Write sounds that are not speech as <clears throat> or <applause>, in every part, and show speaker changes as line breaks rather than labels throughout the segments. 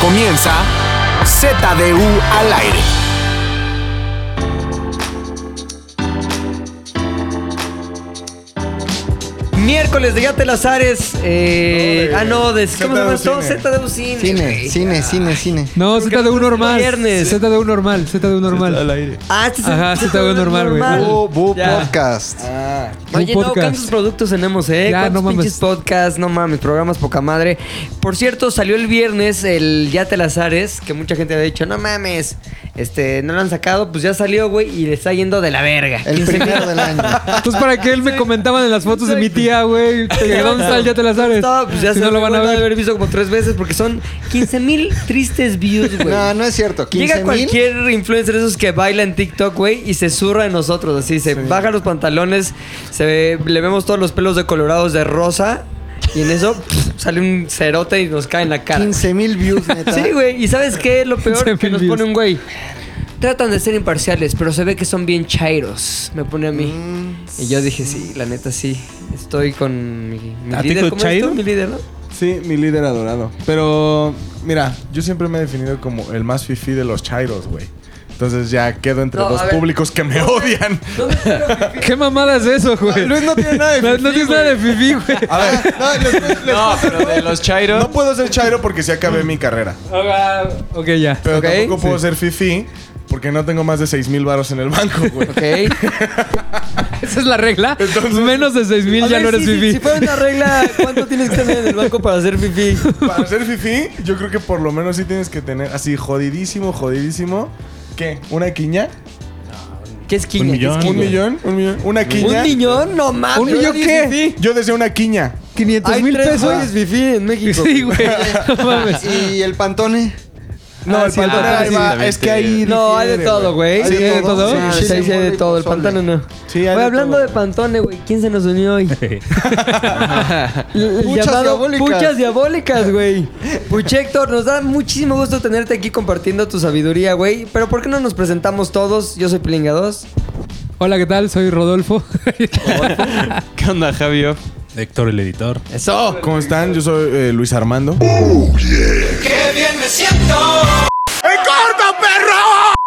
comienza ZDU al aire.
Miércoles de Ya te las ares. eh, ah, no, de, ¿cómo se llama esto? ZDU Cine.
Cine, cine, cine, cine.
No, ZDU normal.
Viernes.
ZDU normal, ZDU normal.
Ah, este es
Ajá,
el-
ZDU normal, güey.
Bu, bu,
Ya.
podcast.
Un
Ah. Oye, no,
podcast.
¿cuántos productos tenemos, eh?
Ya,
¿Cuántos
no mames.
pinches podcasts? No mames, programas poca madre. Por cierto, salió el viernes el Ya te las ares, que mucha gente ha dicho, no mames, este, no lo han sacado, pues ya salió, güey, y le está yendo de la verga.
El primero del <laughs> año.
Entonces, ¿para qué él me comentaban en las fotos de mi
<laughs>
tía, güey? Que ¿Dónde está el ya te las sabes?
No, pues ya
si
se
no lo van a ver.
haber visto como tres veces porque son 15 mil tristes views, güey.
No, no es cierto. 15
Llega cualquier influencer de esos que baila en TikTok, güey, y se zurra en nosotros. Así se baja los pantalones, se ve- le vemos todos los pelos decolorados de rosa, y en eso pff, sale un cerote y nos cae en la cara.
15 mil views, neta.
Sí, güey, y ¿sabes qué es lo peor?
15,000
Que nos
views.
pone un güey. Tratan de ser imparciales, pero se ve que son bien chairos. Me pone a mí. Y yo dije, sí, la neta sí. Estoy con mi, mi
¿A ti
líder.
con
¿Cómo es tú?
chairo?
Mi líder, ¿no?
Sí, mi líder adorado. Pero, mira, yo siempre me he definido como el más fifí de los chairos, güey. Entonces ya quedo entre
No,
dos
a ver.
públicos que me odian.
¿Qué mamada es eso, güey?
Ah,
<laughs>
Luis no tiene
<laughs>
nada de
No, no
fifí,
tienes nada de fifí, güey.
A ver, no, les- les-
No, pero de los Chairo.
no puedo ser chairo porque sí acabé mi carrera.
Ok, ya.
Pero
Ok,
tampoco puedo ser fifí porque no tengo más de 6 mil varos en el banco, güey.
Ok.
Esa es la regla.
Entonces-
Menos de
<laughs>
6000
A
ya
ver,
no eres
sí, sí,
fifí.
Si fuera una regla, ¿cuánto tienes que tener en el banco para hacer fifí?
Para ser fifí, yo creo que por lo menos sí tienes que tener así jodidísimo, jodidísimo. ¿Qué? ¿Una quiña?
¿Qué es quiña?
Un
¿Qué es
millón.
quiña?
¿Un millón? ¿Un millón? ¿Una quiña?
¿Un millón? No mames.
¿Un millón qué?
Yo decía una quiña.
500
Hay
mil
tres
pesos.
güeyes fifí en México. <laughs>
Sí, güey. No mames.
Y el pantone.
No,
Ah,
el
sí,
pantalón
ah,
ahí
sí,
va.
también
Es que
te-
ahí.
No, hay de
difiere,
todo, güey.
¿Hay de todo?
Sí, sí,
Sí,
sí, hay de
muy
todo. El
pozole.
pantano no.
Sí, hay de
Güey, hablando
todo,
de pantone, güey. ¿Quién se nos unió hoy? El- el
Puchas
llamado
diabólicas.
Puchas diabólicas, güey. Puchector, nos da muchísimo gusto tenerte aquí compartiendo tu sabiduría, güey. Pero ¿por qué no nos presentamos todos? Yo soy Pilinga 2.
Hola, ¿qué tal? Soy Rodolfo. <laughs>
¿Qué onda, Javio?
Héctor, el editor.
Eso. ¿Cómo están? Yo soy eh, Luis Armando.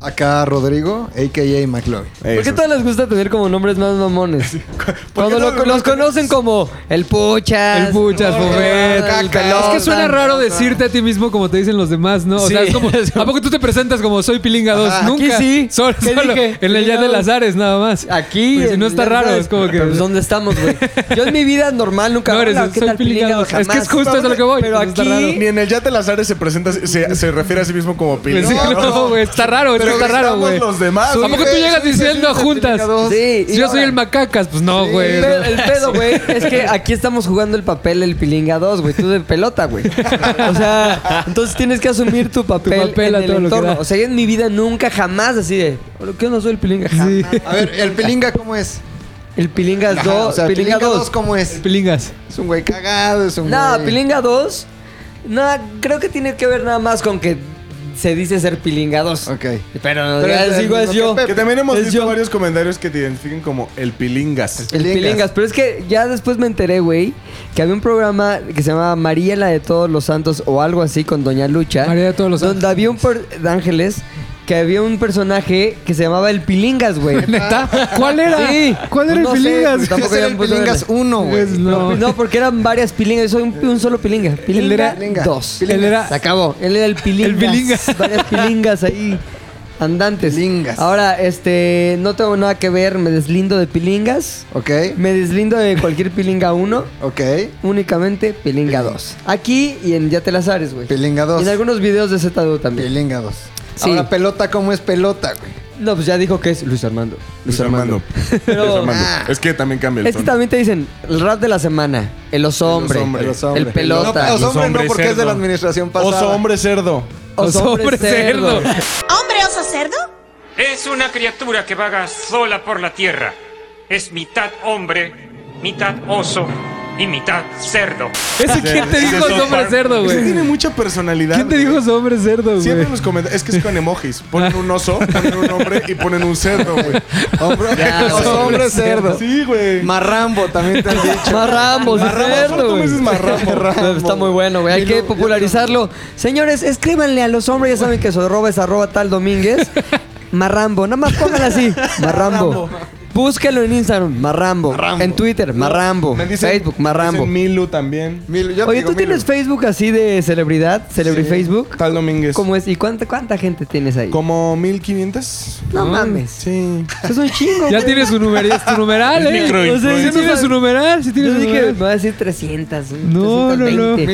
Acá Rodrigo, a.k.a. McLovin.
¿Por qué
Eso.
a todos les gusta tener como nombres más <laughs> mamones?
¿Por qué
Cuando
no
lo-
les
los conocen como el Puchas.
El Puchas,
Jorge,
Fobet,
el
el
Pelón.
Es que suena raro decirte a ti mismo como te dicen los demás, ¿no? O sea,
<laughs>
Sí.
es como. ¿A poco tú te presentas como soy Pilinga 2?
Ajá, aquí
Nunca.
sí.
Solo,
¿Qué
solo
dije?
En el Ya de las Ares, nada más.
Aquí.
Pues si
en-
no está
ya
raro,
sabes,
es como que-
pero, pues, ¿Dónde estamos, güey? Yo en mi vida normal nunca.
No, eres-
Hola, ¿qué
soy
tal,
Pilinga
Pilinga?
dos.
Jamás.
Es que es justo, es a lo que voy.
Pero
Pues está
aquí-
Ni en el Yate Las Ares se presenta, se, se refiere a sí mismo como
Pues
Pili.
sí, no, güey, está raro, es que
Pero
está raro,
estamos
güey.
los demás.
¿A poco tú llegas diciendo juntas?
Sí, y
Si yo
ahora-
soy el macacas, pues no, güey.
El pedo- el pedo, güey, es que aquí estamos jugando el papel del Pilinga 2, güey. Tú de pelota, güey. O sea, entonces tienes que asumir tu papel, en
papel a
el
todo lo que
entorno.
da.
O sea, yo en mi vida nunca, jamás así de... ¿Qué onda soy el Pilinga? Jamás.
Sí.
A ver, ¿el Pilinga cómo es?
El Pilinga 2.
Ajá, o sea,
Pilinga,
Pilinga
2.
2 cómo es?
Pilingas.
Es un güey cagado, es un
No,
güey...
Pilinga 2. No, creo que tiene que ver nada más con que se dice ser Pilinga 2.
Ok.
Pero,
Pero es
es
el
igual
mismo
es yo.
que
Que también hemos
Es
visto
yo.
varios comentarios que te identifican como el Pilingas.
El
Pilingas.
Pilingas. Pero es que ya después me enteré, güey, que había un programa que se llamaba María la de todos los santos o algo así con Doña Lucha.
María de todos los
Donde
Santos.
había un... per- de ángeles. Que había un personaje que se llamaba el Pilingas,
<laughs>
güey.
¿Neta? ¿Cuál era?
Sí.
¿Cuál era
No
el
sé,
Pilingas?
pues, tampoco
Ese era
ya
el
me puse a
Pilingas
verle.
1, güey.
Pues no.
No, porque eran varias pilingas. Yo soy un, un solo pilinga. Pilinga
Él
era-
dos.
Él era-
Se acabó. Él era el pilingas.
El pilingas.
<laughs> Varias pilingas ahí andantes.
Pilingas.
Ahora, este, no tengo nada que ver. Me deslindo de pilingas.
Ok,
Me deslindo de cualquier pilinga 1.
ok.
Únicamente pilinga 2. Aquí y en Ya te las ares, güey.
Pilinga
Y
2.
En algunos videos de ZDU también.
Pilinga 2.
Sí.
Ahora, pelota, ¿cómo es pelota, güey?
No, pues ya dijo que es Luis Armando.
Luis Armando.
Pero-
Luis Armando. Es que también cambia el
Es que
tono.
también te dicen el rap de la semana, el oso hombre,
hombre.
el,
Los hombres.
pelota,
No, los
Los
hombres no,
hombres
porque es de la
cerdo.
administración pasada.
Oso hombre cerdo.
Oso hombre cerdo.
¿Hombre oso cerdo?
Es una criatura que vaga sola por la tierra. Es mitad hombre, mitad oso y mitad cerdo.
¿Ese quién te
Ese
dijo
es
es hombre
Park.
cerdo,
Ese tiene
güey?
mucha personalidad.
¿Quién te
güey.
dijo es hombre cerdo,
Siempre
güey?
en los comentarios. Es que es con emojis. Ponen un oso, ponen un hombre y ponen un cerdo, güey. Hombre,
Ya,
oso,
güey.
hombre, cerdo.
Cerdo.
Sí, güey.
Marrambo
<laughs>
también te han dicho.
Marramos, es cerdo,
¿Cuánto
güey.
meses más ramo?
<laughs> Está muy bueno, güey. Hay que popularizarlo. Señores, escríbanle a los hombres, ya saben que su arroba es arroba tal domínguez. Marrambo, nada más pónganlo así. Marrambo. Búsquenlo en Instagram, Marrambo. En Twitter, Marrambo.
Me dicen-
Facebook, Marrambo.
dicen Milu también.
Milo, yo te
Oye,
digo
¿tú tienes
Milo.
Facebook así de celebridad? ¿Celebri Facebook?
Tal Domínguez.
¿Cómo es? ¿Y cuánta, cuánta gente tienes ahí?
Como 1500.
No mames.
Sí.
Es un chingo.
Ya
güey.
tienes su numeral, es tu numeral,
Es
¿eh?
microinfluencer.
O sea, diciendo que es su numeral, si tienes
Yo
su
dije, me
numeral.
voy a decir 300.
No, no, no.
320.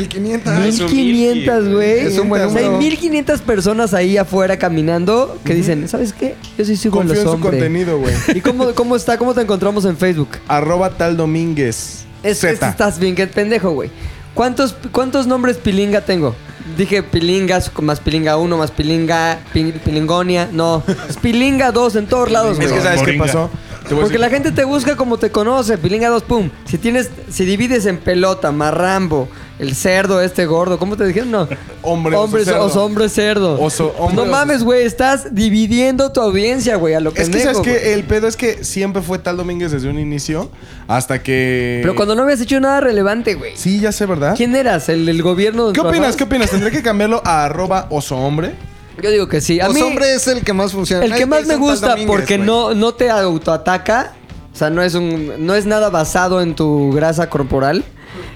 1500.
1500, güey.
Es un buen
O sea, hay
número.
1500 personas ahí afuera caminando que dicen, ¿sabes qué? Yo sí sigo a
Confío
los
en su
hombres.
contenido, güey.
<laughs> ¿Y cómo, cómo está? ¿Cómo te encontramos en Facebook?
Arroba tal Domínguez.
Es, es-
Z.
estás bien, que pendejo, güey. ¿Cuántos, ¿Cuántos nombres pilinga tengo? Dije pilingas, más pilinga 1, más pilinga, pi- pilingonia. No, es pilinga 2 en todos lados, güey.
Es que sabes qué
Moringa.
pasó. Te voy a
Porque
decir-
la gente te busca como te conoce, pilinga 2, pum. Si tienes, si divides en pelota, marrambo, el cerdo, este gordo, ¿cómo te dijeron? No.
<laughs> Hombre, oso,
hombres,
cerdo.
os- hombre cerdo.
Oso,
Pues
hombre,
no
oso.
mames, güey, estás dividiendo tu audiencia, güey, a lo
Es que
pendejo,
sabes
güey.
que el pedo es que siempre fue tal Domínguez desde un inicio hasta que.
Pero cuando no habías hecho nada relevante, güey.
Sí, ya sé, ¿verdad?
¿Quién eras? ¿El, el gobierno?
¿Qué opinas?
trabajabas?
¿Qué opinas? ¿Tendré que cambiarlo a arroba oso hombre?
Yo digo que sí. A
Pues,
mí,
Los Pues, hombre es el que más funciona.
el
Ahí
que
está,
más
ahí
me
está el
gusta
Domínguez,
porque
güey.
no, no te autoataca, o sea, no es, un, no es nada basado en tu grasa corporal.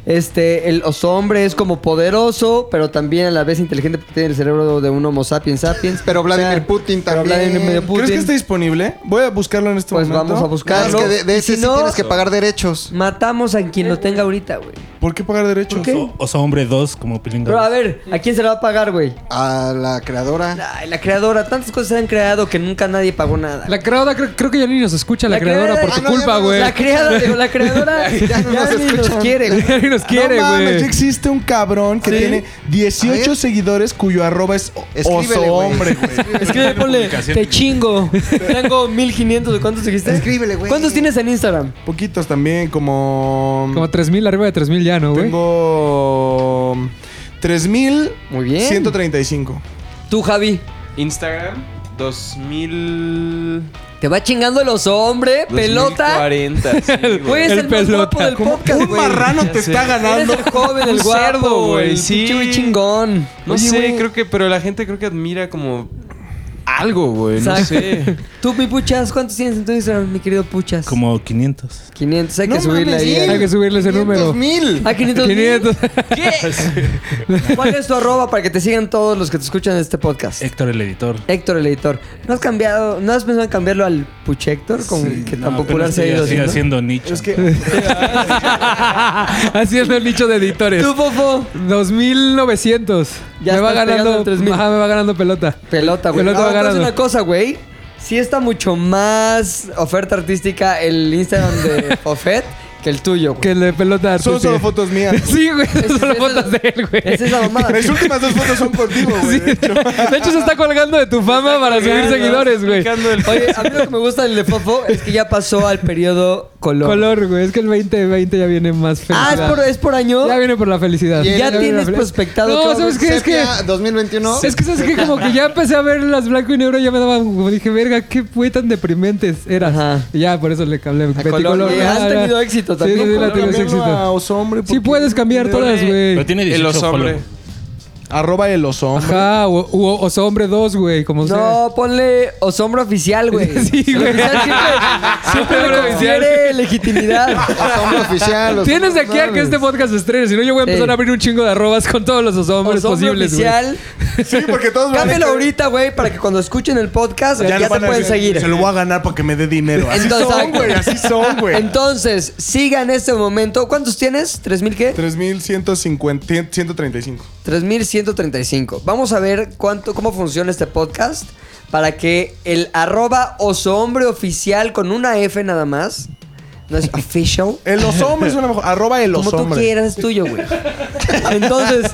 Este, el oso hombre es como poderoso, pero también a la vez inteligente porque tiene el cerebro de un homo sapiens sapiens.
Pero Vladimir
O sea,
Putin
pero
también.
Vladimir Putin.
¿Crees que está disponible? Voy a buscarlo en este
Pues
momento.
vamos a
Claro,
buscarlo.
es que de, de
Y
ese
si
sí
no,
tienes que pagar derechos.
matamos a quien lo tenga ahorita, güey.
¿Por qué pagar derechos?
¿Qué?
O sea, hombre dos como pilinga.
Pero a ver, ¿a quién se le va a pagar, güey?
A la creadora.
Ay, la creadora, tantas cosas se han creado que nunca nadie pagó nada.
La creadora, creo, creo que ya ni nos escucha la, creadora por
ah,
tu
no,
culpa,
ya no,
güey.
La creadora, digo, la
<laughs>
creadora ya,
no nos
ni nos
escuchan.
quiere, güey.
Ya ni nos quiere,
no mames,
güey.
ya existe un cabrón que tiene
A
18
ver.
seguidores cuyo arroba es o- oso
Escríbele, güey.
hombre, <laughs> güey.
Es que ponle,
publicación.
te chingo. Tengo 1500, ¿de cuántos dijiste?
Escríbele, güey.
¿Cuántos tienes en Instagram?
Poquitos también, como.
Como 3000, arriba de 3000 ya, ¿no, güey?
Tengo. 3000.
Muy bien.
135.
Tú, Javi,
Instagram 2000
te va chingando los hombres, pelota.
40.
Güey, es <laughs> el,
El
más
pelota.
guapo del podcast,
Un
güey.
marrano te está
Eres
ganando.
el joven, el
Un
guapo,
cerdo,
güey.
güey,
Sí.
sí.
chingón.
No
Oye,
sé,
güey,
creo que pero la gente creo que admira como algo, güey, no
Exacto.
sé.
Tú, mi Puchas, ¿cuántos tienes en tu Instagram, mi querido Puchas?
Como 500.
500, hay que
No
subirle
mames,
ahí.
sí.
al-
Hay que subirle ese número. <laughs>
mil.
Ah, 500.
500.
¿Qué? ¿Cuál es tu arroba para que te sigan todos los que te escuchan en este podcast?
Héctor el editor.
Héctor, el editor. ¿No has cambiado, no has pensado en cambiarlo al Puchector? Como que tan popular se ha ido
Sigue
haciendo.
haciendo nicho.
Es que.
Haciendo el nicho de editores.
Tú, Fofo.
2900.
Ya
me va
estás pegando
ganando.
en 3000.
Ajá, me va ganando pelota.
Pelota, güey.
Pelota
No, te voy
va
a decir
ganando.
una cosa, güey. Sí está mucho más oferta artística el Instagram de Fofet que el tuyo, güey.
Que le pelota
Son
artística.
solo fotos mías.
<laughs> Sí, güey,
Ese-
son solo
ese-
fotos de él, güey.
Esa es la mamada.
Mis últimas dos fotos son contigo,
<laughs> Sí,
güey.
de hecho, se está colgando de tu fama para subir seguidores, güey.
<laughs> Oye, a mí lo que me gusta del de Fofo es que ya pasó al periodo color.
Color, güey. Es que el 2020 ya viene más
Ah,
felicidad.
¿es por, es por año.
Ya viene por la felicidad.
Ya
viene
tienes
la fel-
prospectado
No,
cabrón.
¿sabes qué? Es que...
Sepia 2021.
Es que sabes que como que ya empecé a ver las blanco y negro ya me daban como dije, verga, qué güey tan deprimentes eras.
Ajá.
Y ya por eso le hablé metí
color,
color,
y
ah,
has
ah.
tenido éxito
Sí,
también,
Sí, sí,
color,
la tenido
Cambiarlo a
éxito.
oso hombre.
Sí
porque-
puedes cambiar todas,
Pero
güey.
tiene
El
18
oso hombre.
followers.
Arroba el oso hombre.
Ajá, o, o, o hombre 2, güey, como sea.
No, ponle Osombra Oficial, güey.
<laughs> Sí, güey.
Oficial siempre, siempre le confiere legitimidad.
Asombro oficial. los-
Tienes de aquí a que este podcast se estrene, si no yo voy a empezar
Sí.
a abrir un chingo de arrobas con todos los hombres
Osombra
posibles, güey.
Oficial.
Sí, <laughs>
<laughs>
porque todos van a
Cámbialo
estar-
ahorita, güey, para que cuando escuchen el podcast ya,
le
te
van a
pueden
decir,
seguir.
Se lo voy a ganar para que me dé dinero. Así
Entonces-
son, güey. Así son, güey.
Entonces, siga en este momento. ¿Cuántos tienes? ¿3000 qué?
3150 135.
3135. Vamos a ver cuánto, cómo funciona este podcast para que el arroba osohombre oficial con una F nada más. No es official.
<laughs> El los hombres suena mejor. Arroba el los
Como tú
hombres.
quieras, es tuyo, güey. Entonces,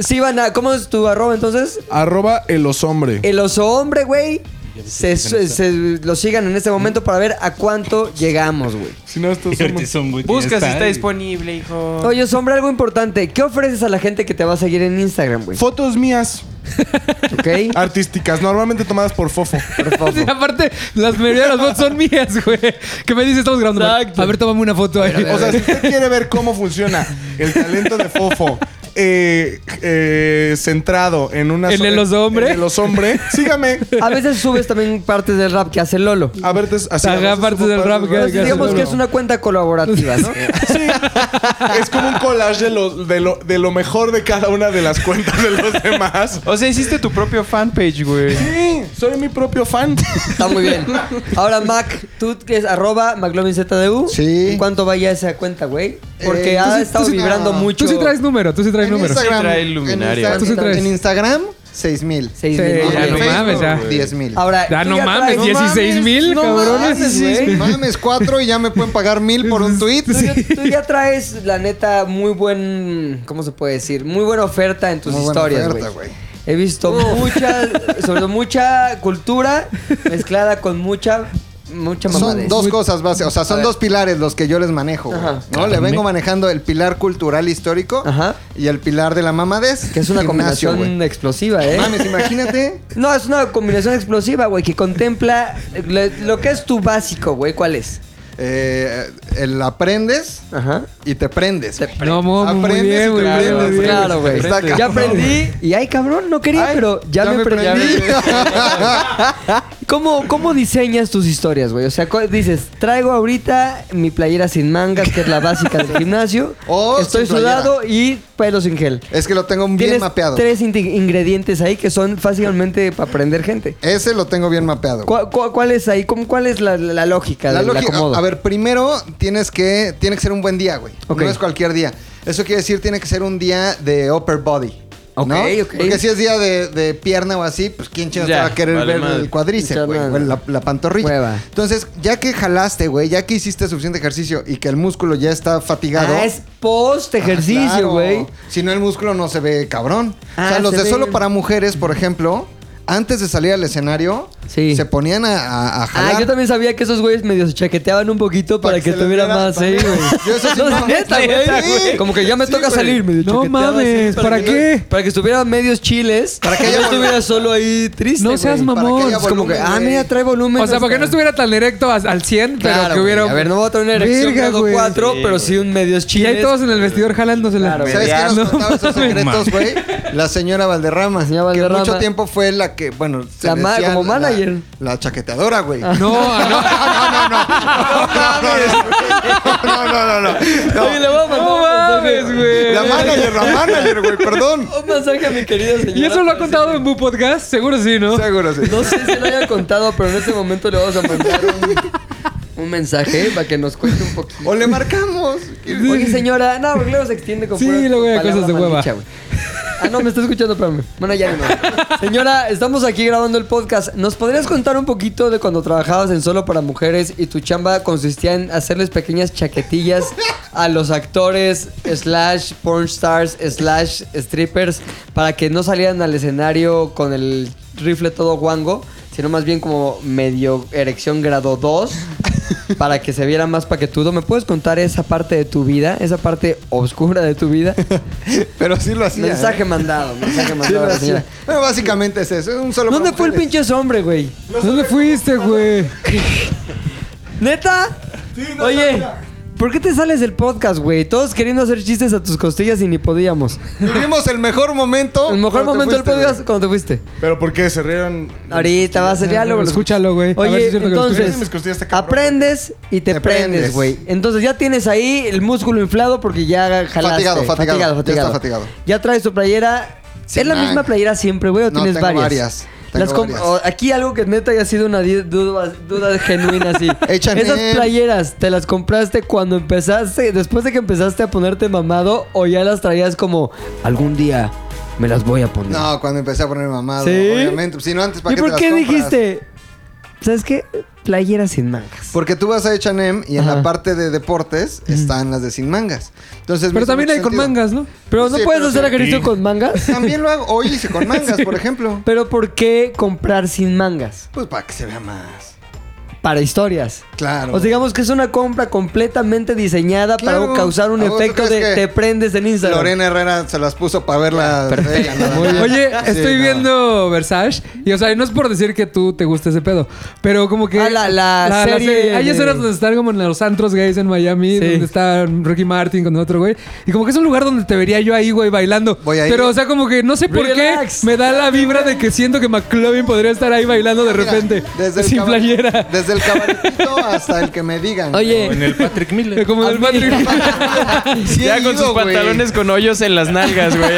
sí van a. ¿Cómo es tu arroba entonces?
Eh.
Arroba el los hombre.
El oso hombre, güey. se, se- se- lo sigan en este momento para ver a cuánto llegamos, güey.
Si no, estos
Y ahorita
somos...
es un güey que
Busca si está
ahí.
disponible, hijo.
Oye, hombre, algo importante. ¿Qué ofreces a la gente que te va a seguir en Instagram, güey?
Fotos mías <laughs>
¿Ok?
artísticas, normalmente tomadas por
<laughs>
Fofo.
Por favor.
<laughs> Sí, aparte, las mayoría de las fotos son mías, güey. Que me dices, estamos grabando. A ver, tómame una foto ahí.
O sea, si usted quiere ver cómo funciona el talento de Fofo eh, eh, centrado en una...
¿En
so-
el los hombre?
En el los hombre. Sígame.
A veces subes también partes del rap que hace Lolo.
A ver, te- así, a
Ajá,
veces
partes
subo
del rap que-
Entonces,
del
digamos
rap.
que es una cuenta colaborativa, ¿no?
Sí. Es como un collage de lo, de, lo, de lo mejor de cada una de las cuentas de los demás.
O sea, hiciste tu propio fanpage, <laughs> güey.
Sí, soy mi propio fan.
Está muy bien. Ahora, Mac, tú que es arroba MacLovinZDU.
Sí.
¿En cuánto vaya esa cuenta, güey? Porque
Eh, tú
ha
sí-
estado
tú sí-
vibrando
no.
mucho.
ah, Tú sí traes número, tú sí traes
En
número.
Instagram,
Sí trae
en
luminaria.
Insta-
Tú sí
en-
traes.
En Instagram, 6 mil.
Seis
Sí,
mil.
ya
Ok.
no mames, ya.
10 mil. Pues,
Ahora,
Ya
tú
no mames,
traes-
16 mil,
no
cabrones.
mames, güey.
Mames, 4 y ya me pueden pagar mil
<laughs>
por un tweet.
Tú, ya- tú ya traes, la neta, muy buen. ¿Cómo se puede decir? Muy buena oferta en tus
Muy buena
historias,
oferta,
güey.
güey.
He visto mucha, sobre todo mucha cultura mezclada con mucha, mucha
Son
mamadez.
dos cosas básicas, o sea,
A
son
ver.
dos pilares los que yo les manejo. güey,
Ajá.
¿no? Le vengo manejando el pilar cultural histórico
Ajá.
y el pilar de la mamadez.
Que es una
gimnasio,
combinación
güey.
explosiva, ¿eh?
Mames, imagínate.
No, es una combinación explosiva, güey, que contempla lo, lo que es tu básico, güey. ¿Cuál es?
eh, el aprendes
Ajá.
y te prendes. güey.
No, mo- muy
Aprendes y
bien,
te
güey. muy bien,
aprendes,
muy bien.
Claro, güey.
Está
Ya
cabrón,
aprendí. Y ay, cabrón, no quería,
Ay,
pero ya, me aprendí. <laughs> ¿Cómo, ¿Cómo diseñas tus historias, güey? O sea, cu- dices, traigo ahorita mi playera sin mangas, que es la básica
<laughs>
del gimnasio.
O
Estoy
sin playera.
sudado y pelo sin gel.
<laughs> es que lo tengo bien
Tienes
mapeado.
tres in- ingredientes ahí que son fácilmente para aprender gente.
Ese lo tengo bien mapeado. güey.
¿Cuál, cuál, cuál es ahí? ¿Cómo- ¿Cuál es la, la- la lógica
La
del
lógica-
acomodo?
a ver, primero tienes que tiene que ser un buen día, güey.
Ok.
No es cualquier día. Eso quiere decir tiene que ser un día de upper body.
Ok,
¿no?
ok.
Porque si es día de, de pierna o así, pues quién chingados te
Ya,
va a querer
vale
ver
madre.
el cuadriceps,
Ya
güey,
nada.
o la, la pantorrilla.
Hueva.
Entonces, ya que jalaste, güey, ya que hiciste suficiente ejercicio y que el músculo ya está fatigado.
Ah, es post
Ah,
ejercicio,
claro.
güey.
Si no, el músculo no se ve cabrón. o
Ah,
sea, los
se
de
ve-
solo para mujeres, por ejemplo, antes de salir al escenario,
Sí.
se ponían a, a- a jalar.
Ah, yo también sabía que esos güeyes medio se chaqueteaban un poquito para,
Para
que,
que se les
tuviera
viera
más, ¿eh,
también.
güey.
Yo eso sí
<laughs> No,
no,
neta,
neta,
güey.
güey.
Como que ya me
Sí,
toca
güey.
salir, medio
No
chaqueteaba así
mames,
para
¿para
que-
qué?
Para que estuviera medios chiles. Para
que
que yo
haya
estuviera solo ahí triste.
No seas
güey.
mamón.
Para que haya
Es como que,
volumen,
ah,
güey.
mira, trae volumen.
O sea, para que no
estuviera
estuviera tan directo as- al 100, pero que hubiera.
A ver, no voy a tener una erección
Verga,
grado
güey.
4, pero sí un medios
Y
chiles.
ahí todos en el vestidor jalándosela.
Claro,
¿Sabes quién nos
No
<laughs>
contaba esos
mames.
secretos, güey? La señora Valderrama.
Señora Valderrama.
Que mucho tiempo fue la que, bueno, se
La ma-
decía
como
la-
manager.
La, chaqueteadora, güey.
No, ah, no.
No, no, no, no.
Oye, le voy a mandar un mensaje,
mames, güey.
La manager, la manager, güey, perdón.
Un mensaje a mi querida señora.
<laughs> ¿Y eso lo ha contado en Bu Podcast? Seguro sí, ¿no?
Seguro sí.
No sé si lo haya contado, pero en este momento le vamos a mandar un, un mensaje para que nos cuente un poquito.
O le marcamos.
Oye, señora, no, porque luego se extiende con
Sí,
pura
luego hay
palabra
cosas de
mal
hueva.
dicha, güey. Ah, no, me está escuchando, espérame. Bueno, ya no. Señora, estamos aquí grabando el podcast. ¿Nos podrías contar un poquito de cuando trabajabas en Solo para Mujeres y tu chamba consistía en hacerles pequeñas chaquetillas a los actores, slash pornstars, slash strippers, para que no salieran al escenario con el rifle todo guango, sino más bien como medio erección grado 2? para que se viera más paquetudo. ¿Me puedes contar esa parte de tu vida? Esa parte oscura de tu vida.
Pero sí lo hacía.
mensaje
¿eh?
mandado, mensaje
Sí
mandado
lo
a la
hacía.
señora.
Bueno, básicamente es eso. Es un solo
¿Dónde
para
fue el
mujeres.
pinche hombre, güey?
¿Dónde fuiste, güey?
<laughs> ¿Neta? Oye, ¿por qué te sales del podcast, güey? Todos queriendo hacer chistes a tus costillas y ni podíamos.
Vivimos el mejor momento.
El mejor
cuando te
momento del
fuiste,
podcast cuando te fuiste.
¿eh?
Pero ¿por qué? Se rieron...
Ahorita va a ser diálogo.
Escúchalo, güey. A ver si
Oye,
es cierto que lo
entonces,
escuché. Mis costillas está cabrón,
aprendes y te,
este Te
prendes,
prendes.
güey. Entonces ya tienes ahí el músculo inflado porque ya jalaste.
Fatigado, fatigado. Ya está fatigado.
Ya traes tu playera.
Sí,
¿Es la
man.
misma playera siempre, güey, o
No,
tienes
tengo
varias?
varias, tengo
Las com-
varias.
o- aquí algo que neta haya sido una di- duda, duda genuina
<laughs>
así.
Hecha en
Esas
él.
playeras, ¿te las compraste cuando empezaste, después de que empezaste a ponerte mamado o ya las traías como algún día me las voy a poner?
No, cuando empecé a poner mamado,
¿Sí?
obviamente. Si no, antes para
¿Y
qué
por
te las
qué
compras?
dijiste? ¿Sabes qué? Playera sin mangas.
Porque tú vas a H&M y en
Ajá.
la parte de deportes están las de sin mangas. Entonces, me
Pero
hizo
también
mucho
hay con
sentido.
mangas, ¿no?
Pero no
Sí,
puedes
pero
hacer
sí.
agarito con mangas.
También lo hago. O hice con mangas, por ejemplo.
<laughs> Pero ¿por qué comprar sin mangas?
Pues para que se vea más.
Para historias.
Claro.
O sea, digamos que es una compra completamente diseñada
Claro.
para causar un
¿A vos tú
efecto de
crees que
te prendes en Instagram.
Lorena Herrera se las puso para verla.
Perfecto.
Oye, estoy viendo Versace y, o sea, y no es por decir que tú te gusta ese pedo, pero como que...
Ah, la- la serie de-
Hay escenas donde están como en los antros gays en Miami,
Sí.
donde está Ricky Martin con otro güey. Y como que es un lugar donde te vería yo ahí, güey, bailando.
Voy a ir.
Pero, o sea, como que no sé por
Relax.
qué me da la vibra de que siento que McLovin podría estar ahí bailando de repente, sin playera.
Desde el cabaretito hasta el que me digan.
O en
Oye,
el Patrick Miller.
Como del Patrick.
<laughs>
Sí he
ya con
ido,
sus
güey.
pantalones con hoyos en las nalgas, güey.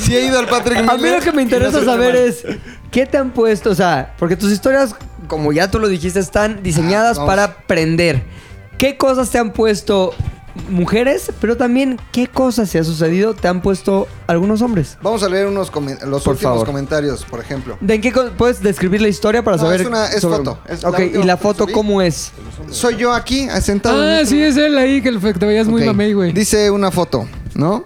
Sí he ido al Patrick Miller.
a mí lo que me interesa saber es qué te han puesto, o sea, porque tus historias, como ya tú lo dijiste, están diseñadas
Ah, vamos.
para prender. ¿Qué cosas te han puesto mujeres, pero también qué cosas se ha sucedido te han puesto algunos hombres?
Vamos a leer unos comen- los
Por
últimos
favor.
comentarios, por ejemplo.
¿De en qué co- puedes describir la historia para
No,
saber?
es una- es
sobre-
foto. Es la
ok,
última
¿y la
que
foto
subí.
cómo es?
Soy yo aquí, eh, sentado. en
ah,
otro-
sí, es él ahí que el- que te veías muy
Ok.
mamey, güey.
Dice una foto, ¿no?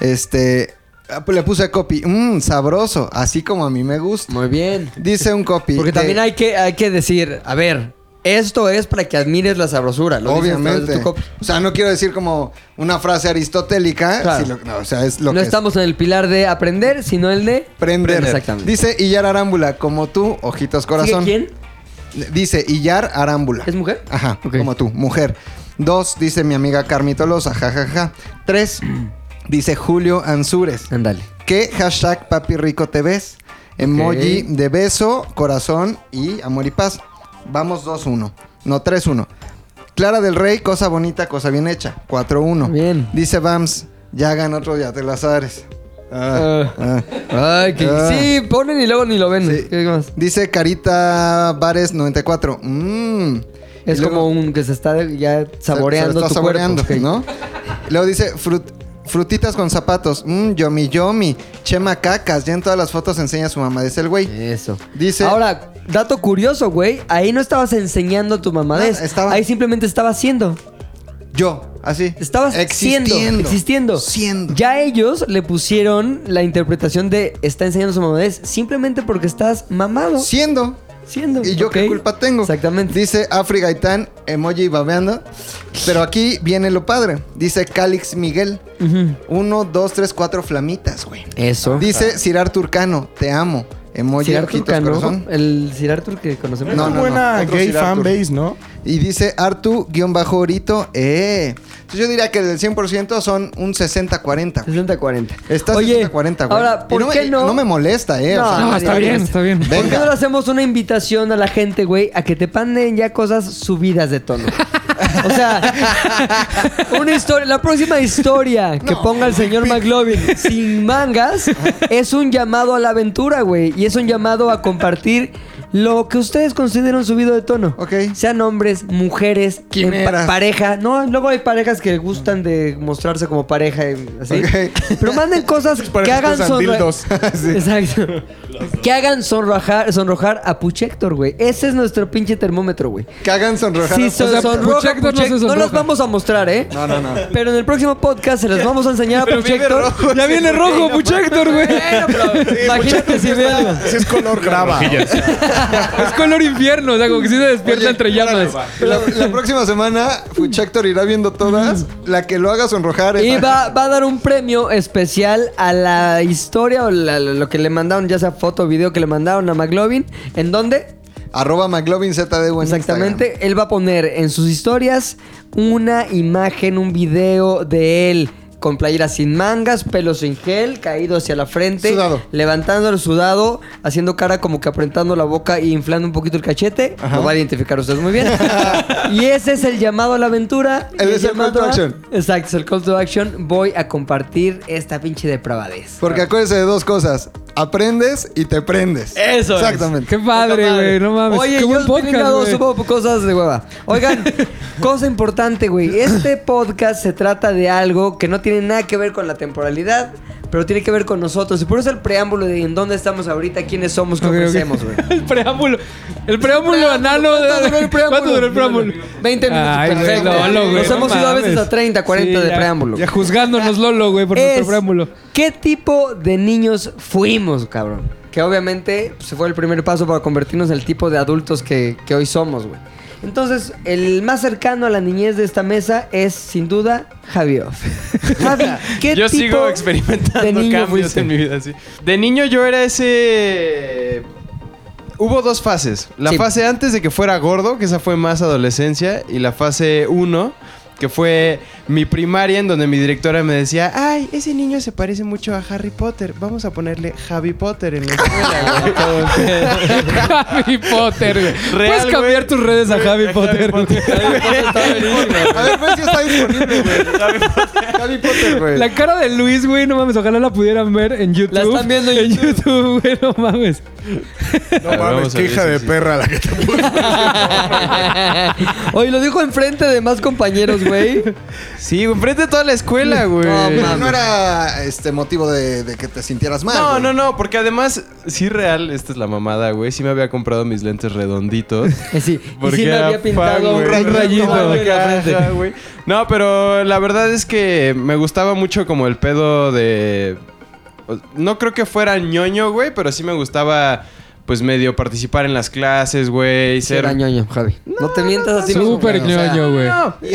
Este. ah, Le puse copy. Mmm, sabroso. Así como a mí me gusta.
Muy bien.
Dice un copy.
Porque
de-
también hay que, hay que decir, a ver, esto es para que admires la sabrosura. lo dices a través de
Obviamente.
tu copia.
O sea, no quiero decir como una frase aristotélica.
Claro.
si lo- no, o sea, es lo
no
que es.
estamos en el pilar de aprender, sino el de...
Prender.
Exactamente.
Dice Iyar Arámbula, como tú, ojitos
¿Sigue
corazón.
¿Quién?
Dice Iyar Arámbula.
¿Es mujer?
Ajá,
Ok.
como tú, mujer. Dos, dice mi amiga Carmi Tolosa, jajaja. Tres, dice Julio Ansures.
Ándale.
¿Qué hashtag papi rico te ves? Emoji de beso, corazón y amor y paz. Vamos 2-1. No, 3-1. Clara del Rey, cosa bonita, cosa bien hecha. 4-1.
Bien.
Dice Bams, ya hagan otro ya te las sabes. Ah, ah.
Ay, que...
Ah.
Sí, ponen y luego ni lo ven.
Sí.
¿Qué más?
Dice Carita Bares 94. Mmm.
Es
Y luego-
como un que se está ya
Se- se lo
saboreando
está
tu
saboreando,
cuerpo. Ok. <laughs>
¿no? Luego dice "Frut- frutitas con zapatos. Mmm, yomi yomi. Chema cacas. Ya en todas las fotos enseña a su mamá. Dice el güey.
Eso.
Dice-
Ahora, dato curioso, güey. Ahí no estabas enseñando a tu mamadez.
No, estaba-
Ahí simplemente estaba haciendo.
Yo, así.
Estabas siendo, existiendo.
Siendo.
Ya ellos le pusieron la interpretación de está enseñando su mamadez simplemente porque estás mamado.
Siendo.
Siendo.
¿Y yo qué
¿ok?
culpa tengo?
Exactamente.
Dice Afri Gaitán, emoji babeando. Pero aquí viene lo padre. Dice Calix Miguel. Uno, dos, tres, cuatro flamitas, güey.
Eso.
Dice Cirar Turcano, te amo. Emoji
Sir Arthur
ojitos,
Cano,
corazón.
el Sir Arthur que conocemos.
No,
Una
no, no.
buena
Otro
gay
Sir Arthur.
fanbase, ¿no?
Y dice Artu-Orito, eh. Entonces yo diría que del 100% son un 60-40. güey.
60-40.
Está
Oye,
60-40, güey.
Ahora,
Y
¿por
no me-
qué no?
No me molesta, eh.
No,
o sea,
No, está bien, está
<laughs>
bien.
¿Por qué
Venga.
no le hacemos una invitación a la gente, güey, a que te panden ya cosas subidas de tono? O
<laughs>
sea, una historia, la próxima historia que ponga el señor McLovin sin mangas es un llamado a la aventura, güey, y es un llamado a compartir lo que ustedes consideran subido de tono.
Ok.
Sean hombres, mujeres, en pa-
Quimeras.
pareja. No, luego hay parejas que gustan de mostrarse como pareja y así.
Ok.
Pero manden cosas que
parejas
hagan
usan
sonreír.
<laughs>
<laughs>
dildos.
Exacto. Que hagan sonrojar, sonrojar a Puchector, güey. Ese es nuestro pinche termómetro, güey.
Que hagan sonrojar.
Si
a-
son,
sea,
sonroja
Puchector no se
Puchec- no,
sonroja.
los vamos a mostrar, ¿eh?
No, no, no.
Pero en el próximo podcast se les vamos a enseñar a Puchector.
Ya viene rojo, Puchector, güey.
Bueno, pero imagínate si vean.
Si es color grava.
<laughs>
Es color infierno, o sea, como que sí se despierta
Oye,
entre llamas.
La, la próxima semana, Fuchector irá viendo todas. La que lo haga sonrojar.
Y
es-
va, va a dar un premio especial a la historia o la- lo que le mandaron, ya sea foto o video que le mandaron a McLovin. ¿En dónde?
Arroba McLovinZDU en
Exactamente,
Instagram.
él va a poner en sus historias una imagen, un video de él con playera sin mangas, pelo sin gel, caído hacia la frente,
Sudado.
levantando el sudado, haciendo cara como que apretando la boca y inflando un poquito el cachete. Lo va a identificar usted muy
<laughs>
bien. y ese es el llamado a la aventura.
Él
Y
es el call to
llamado a-
action.
Exacto, es el call to action. Voy a compartir esta pinche depravadez.
Porque
Ah.
acuérdese de dos cosas. Aprendes y te prendes.
Eso es.
Exactamente.
Qué padre, güey, no mames.
Oye,
Qué
yo
buen
el
podcast,
domingo
güey.
subo cosas de hueva.
<laughs>
Oigan, cosa importante, güey. Este podcast se trata de algo que no tiene nada que ver con la temporalidad, pero tiene que ver con nosotros. Y por eso el preámbulo de en dónde estamos ahorita, quiénes somos, qué
Ok, ok.
ofrecemos, güey.
El preámbulo. El preámbulo analo.
¿Cuánto duró el preámbulo?
¿Cuánto duró el preámbulo?
20 minutos.
Ay, güey,
perfecto.
Lolo, güey.
Nos
no
hemos ido a veces
mames.
a 30, 40
Sí,
de
ya-
preámbulo.
Ya juzgándonos, Lolo, güey, por nuestro
Es, <laughs>
preámbulo.
¿Qué tipo de niños fuimos, cabrón? Que obviamente pues, se fue el primer paso para convertirnos en el tipo de adultos que, que hoy somos, güey. Entonces, el más cercano a la niñez de esta mesa es, sin duda, Javi
<laughs>
Off. Javi, ¿qué
yo
tipo
sigo
de
experimentando
niño
cambios
fuiste?
en mi vida, sí. De niño yo era ese... Hubo dos fases. La
Sí.
fase antes de que fuera gordo, que esa fue más adolescencia, y la fase 1, que fue mi primaria, en donde mi directora me decía, ay, ese niño se parece mucho a Harry Potter, vamos a ponerle Javi Potter
<laughs>
en la escuela. güey". Como que-
Javi Potter, güey.
Real,
Puedes cambiar
güey.
tus redes a Javi Potter.
A ver, pues si está disponible, güey.
<laughs>
Harry Potter, güey.
<laughs> La cara de Luis, güey, no mames, ojalá la pudieran ver en YouTube.
La están viendo en
en
<laughs>
YouTube, güey, no mames.
No mames,
vamos a
qué
ver
hija
si
de
sí.
perra la que te puse.
<laughs> Oye, lo dijo enfrente de más compañeros, güey.
sí, güey, enfrente de toda la escuela, güey.
No, mames.
Pero no era este motivo de, de que te sintieras mal.
No,
güey.
no, no, porque además, sí real, esta es la mamada, güey. Sí me había comprado mis lentes redonditos.
Eh, Sí, y
Porque
sí me
era
había pintado
fan,
un
güey.
rayito,
Ajá,
güey, en la
ajá,
frente.
<laughs> güey. No, pero la verdad es que me gustaba mucho como el pedo de... pues, No creo que fuera ñoño, güey, pero sí me gustaba pues medio participar en las clases, güey.
Sí, era
Ser...
ñoño, Javi. No, te mientas así mismo.
Súper
güey, o sea,
ñoño, güey.
Y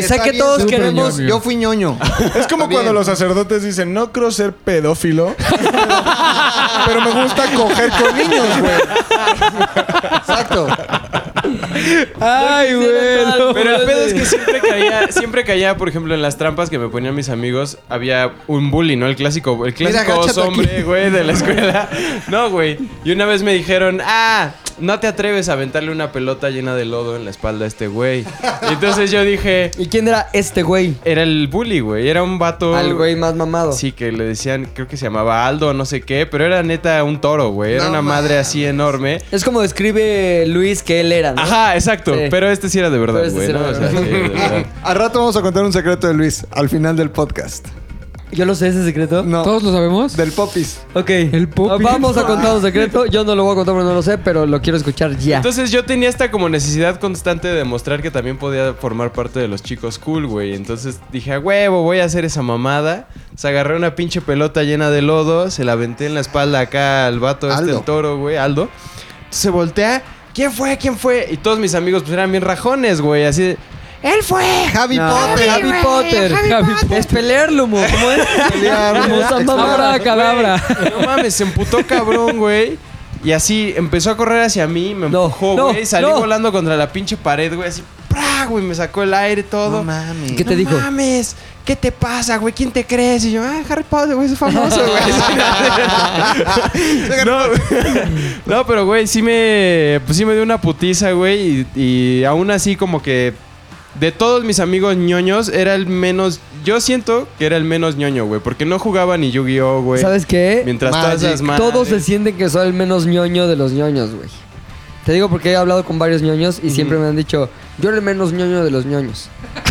Sé
está
que
bien,
todos
súper
queremos...
ñoño.
Yo fui ñoño.
Es como cuando los sacerdotes dicen, no creo ser pedófilo, pero me gusta
<laughs>
coger con niños, güey.
Exacto.
Ay, güey. no
Pero el
mames.
pedo
<laughs>
es que siempre caía, siempre caía, por ejemplo, en las trampas que me ponían mis amigos, había un bully, ¿no? El clásico, el
Mira,
clásico
agáchate
oso hombre, güey, de
<laughs>
la escuela. No, güey. Y una vez me dijeron, ah, no te atreves a aventarle una pelota llena de lodo en la espalda a este güey. Y entonces yo dije,
¿Y quién era este güey?
era el bully, güey. Era un vato.
Al güey más mamado.
Sí, que le decían, creo que se llamaba Aldo, no sé qué, pero era neta un toro, güey. Era
No
una madre así enorme.
Es como describe Luis que él era, ¿no?
Ajá, exacto.
Sí.
Pero este sí era de verdad,
Pero este sí
güey.
era
¿no?
de
O sea,
verdad.
sí, de verdad.
Al rato vamos a contar un secreto de Luis al final del podcast.
Yo lo sé ese secreto.
No.
¿Todos lo sabemos?
Del popis.
Ok.
El Popis.
Vamos a contar un secreto. Yo no lo voy a contar porque no lo sé, pero lo quiero escuchar ya.
Entonces yo tenía esta como necesidad constante de demostrar que también podía formar parte de los chicos cool, güey. Entonces dije, a huevo, voy a hacer esa mamada. Se agarré una pinche pelota llena de lodo, se la aventé en la espalda acá al vato este,
Aldo.
el toro, güey, Aldo. Entonces se voltea, ¿quién fue? ¿quién fue? Y todos mis amigos pues eran bien rajones, güey, así de, ¡él fue!
Javi
No,
Potter.
Harry Potter.
Javi
Es Pelerlumo. ¿Cómo es? Hermosa
Abra
mamá.
cadabra.
No mames, se emputó cabrón, güey. Y así empezó a correr hacia mí, me
No,
empujó,
no,
güey. salí
no.
volando contra la pinche pared, güey. Así, ¡pra! güey, me sacó el aire todo.
No mames.
¿Qué te
no
dijo?
mames, ¿qué te pasa, güey? ¿Quién te crees? Y yo, ah, Harry Potter, güey, es famoso, güey. <laughs> no, no, pero, güey, sí me, pues, sí me dio una putiza, güey. Y, y aún así, como que de todos mis amigos ñoños, era el menos. Yo siento que era el menos ñoño, güey, porque no jugaba ni Yu-Gi-Oh, güey.
¿Sabes qué?
Mientras todas
Magic.
esas madres-
Todos se sienten que soy el menos ñoño de los ñoños, güey. Te digo porque he hablado con varios ñoños y siempre me han dicho, yo era el menos ñoño de los <laughs> ñoños.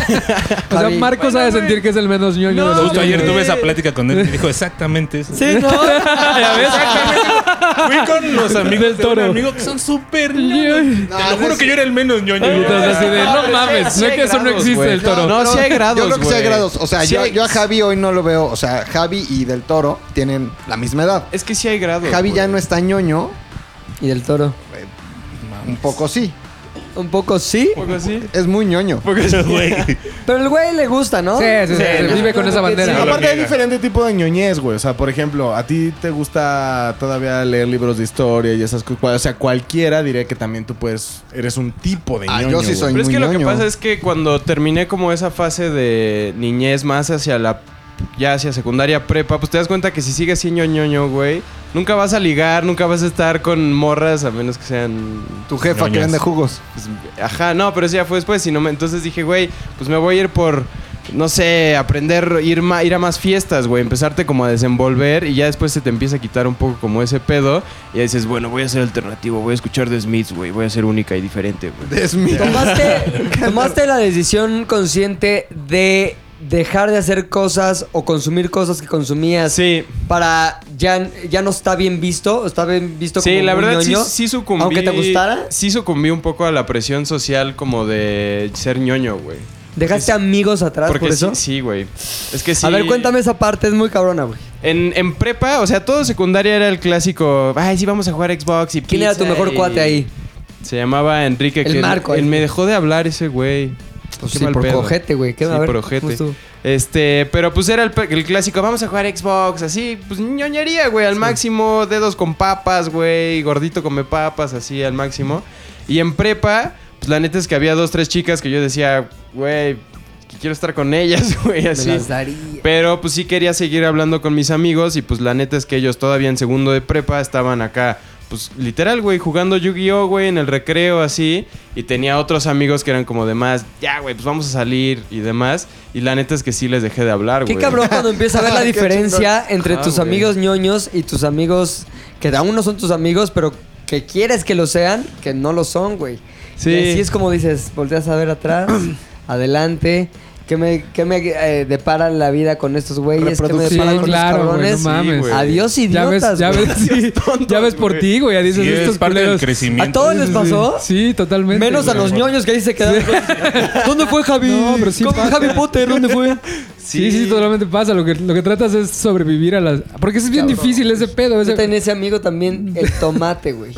O sea,
Javi.
Marcos ha de sentir que es el menos ñoño
No,
de los
Justo ayer
ñoños.
tuve esa plática con él y me dijo exactamente eso.
Sí,
<laughs>
no.
Fui con los amigos del toro. amigos que son súper ñoños.
No,
Te
no
lo juro
es-
que yo era el menos ñoño.
Y entonces así de, no mames,
sí
sé
hay
que eso no
grados,
existe
güey.
el toro.
No, sí hay grados,
Yo creo que sí hay
güey.
grados. O sea,
Sí
yo,
hay-
yo a Javi hoy no lo veo. O sea, Javi y Del Toro tienen la misma edad.
Es que sí hay grados.
Javi ya
güey.
no está ñoño.
Y del toro.
Un poco sí.
Un poco sí,
Un poco así.
Es muy ñoño.
güey.
pero el güey le gusta, ¿no?
Sí, sí, sí, sí, vive con esa bandera.
No lo
Aparte hay
niega.
diferente tipo de ñoñez, güey. O sea, por ejemplo, a ti te gusta todavía leer libros de historia y esas cosas. O sea, cualquiera diría que también tú puedes... Eres un tipo de
Ah,
ñoño,
yo sí
güey.
soy
Pero es
muy
que lo que
ñoño.
pasa es que cuando terminé como esa fase de niñez más hacia la... Ya hacia secundaria prepa, pues te das cuenta que si sigues siendo ñoño, güey, nunca vas a ligar, nunca vas a estar con morras a menos que sean...
Tu jefa que
Ñoñas.
vende jugos.
pues, ajá, no, pero eso ya fue después. sino me- entonces dije, güey, pues me voy a ir por... No sé, aprender, ir, ma- ir a más fiestas, güey, empezarte como a desenvolver y ya después se te empieza a quitar un poco como ese pedo y ya dices, bueno, voy a ser alternativo, voy a escuchar The Smiths, güey, voy a ser única y diferente, güey.
Es mi...
<laughs> Tomaste, tomaste la decisión consciente de dejar de hacer cosas o consumir cosas que consumías
Sí.
para ya, ya no está bien visto, está bien visto
Sí,
como
la
muy
verdad sí,
ñoño,
sí sucumbí.
Aunque te gustara,
Sí sucumbí un poco a la presión social como de ser ñoño, güey.
dejaste
Es-
amigos atrás
Porque
por eso.
sí, sí, güey. Es que sí.
A ver, cuéntame esa parte, es muy cabrona, güey.
En, en prepa, o sea, todo secundaria era el clásico. Ay, sí, vamos a jugar Xbox y
¿Quién era tu
pizza
mejor
y- pues
cuate ahí?
Se llamaba Enrique.
El
que
Marco,
Él
ahí.
me dejó de hablar ese güey.
Pues
Qué
sí,
mal
por
pedo.
cojete, güey. ¿Qué
Sí,
a ver,
por
¿cómo
ojete.
estuvo?
Este, pero pues era el, pe- el clásico, vamos a jugar Xbox, así, pues ñoñería, güey, al máximo, dedos con papas, güey, gordito come papas, así, al máximo. Y en prepa, pues la neta es que había dos, tres chicas que yo decía, güey, que quiero estar con ellas, <laughs> güey,
Me
así.
las daría.
Pero pues sí quería seguir hablando con mis amigos y pues la neta es que ellos todavía en segundo de prepa estaban acá. Pues literal, güey, jugando Yu-Gi-Oh, güey, en el recreo así. Y tenía otros amigos que eran como de más, ya, güey, pues vamos a salir y demás. Y la neta es que sí les dejé de hablar, güey.
Qué cabrón cuando empieza a
<laughs>
ver la
Qué
diferencia entre
Ah,
tus
güey.
amigos ñoños y tus amigos que aún no son tus amigos, pero que quieres que lo sean, que no lo son, güey.
Sí.
Y así es como dices, volteas a ver
<clears throat>
atrás, adelante. ¿Qué me, qué me eh, depara la vida con estos güeyes? ¿Qué me
Reproducción.
depara con
Claro,
los
güey,
cabrones?
no mames.
güey.
Adiós,
Ya ves,
idiotas.
ya
güey.
ves, sí, ya ves por ti, güey. Ya dices,
Sí,
estos
es parte del
<laughs>
culeros-
¿A
crecimiento.
todos les pasó?
Sí, totalmente.
Menos a
güey.
los ñoños que ahí se quedaron. <laughs> ¿Dónde fue Javi?
No, pero sí
¿Cómo
pasa.
Javi Potter? ¿Dónde
<laughs>
fue?
Sí, sí, totalmente pasa. Lo que, lo que tratas es sobrevivir a las. Porque es bien
Cabrón.
difícil ese pedo.
Yo
Ese...
tenía ese amigo también, el tomate, güey.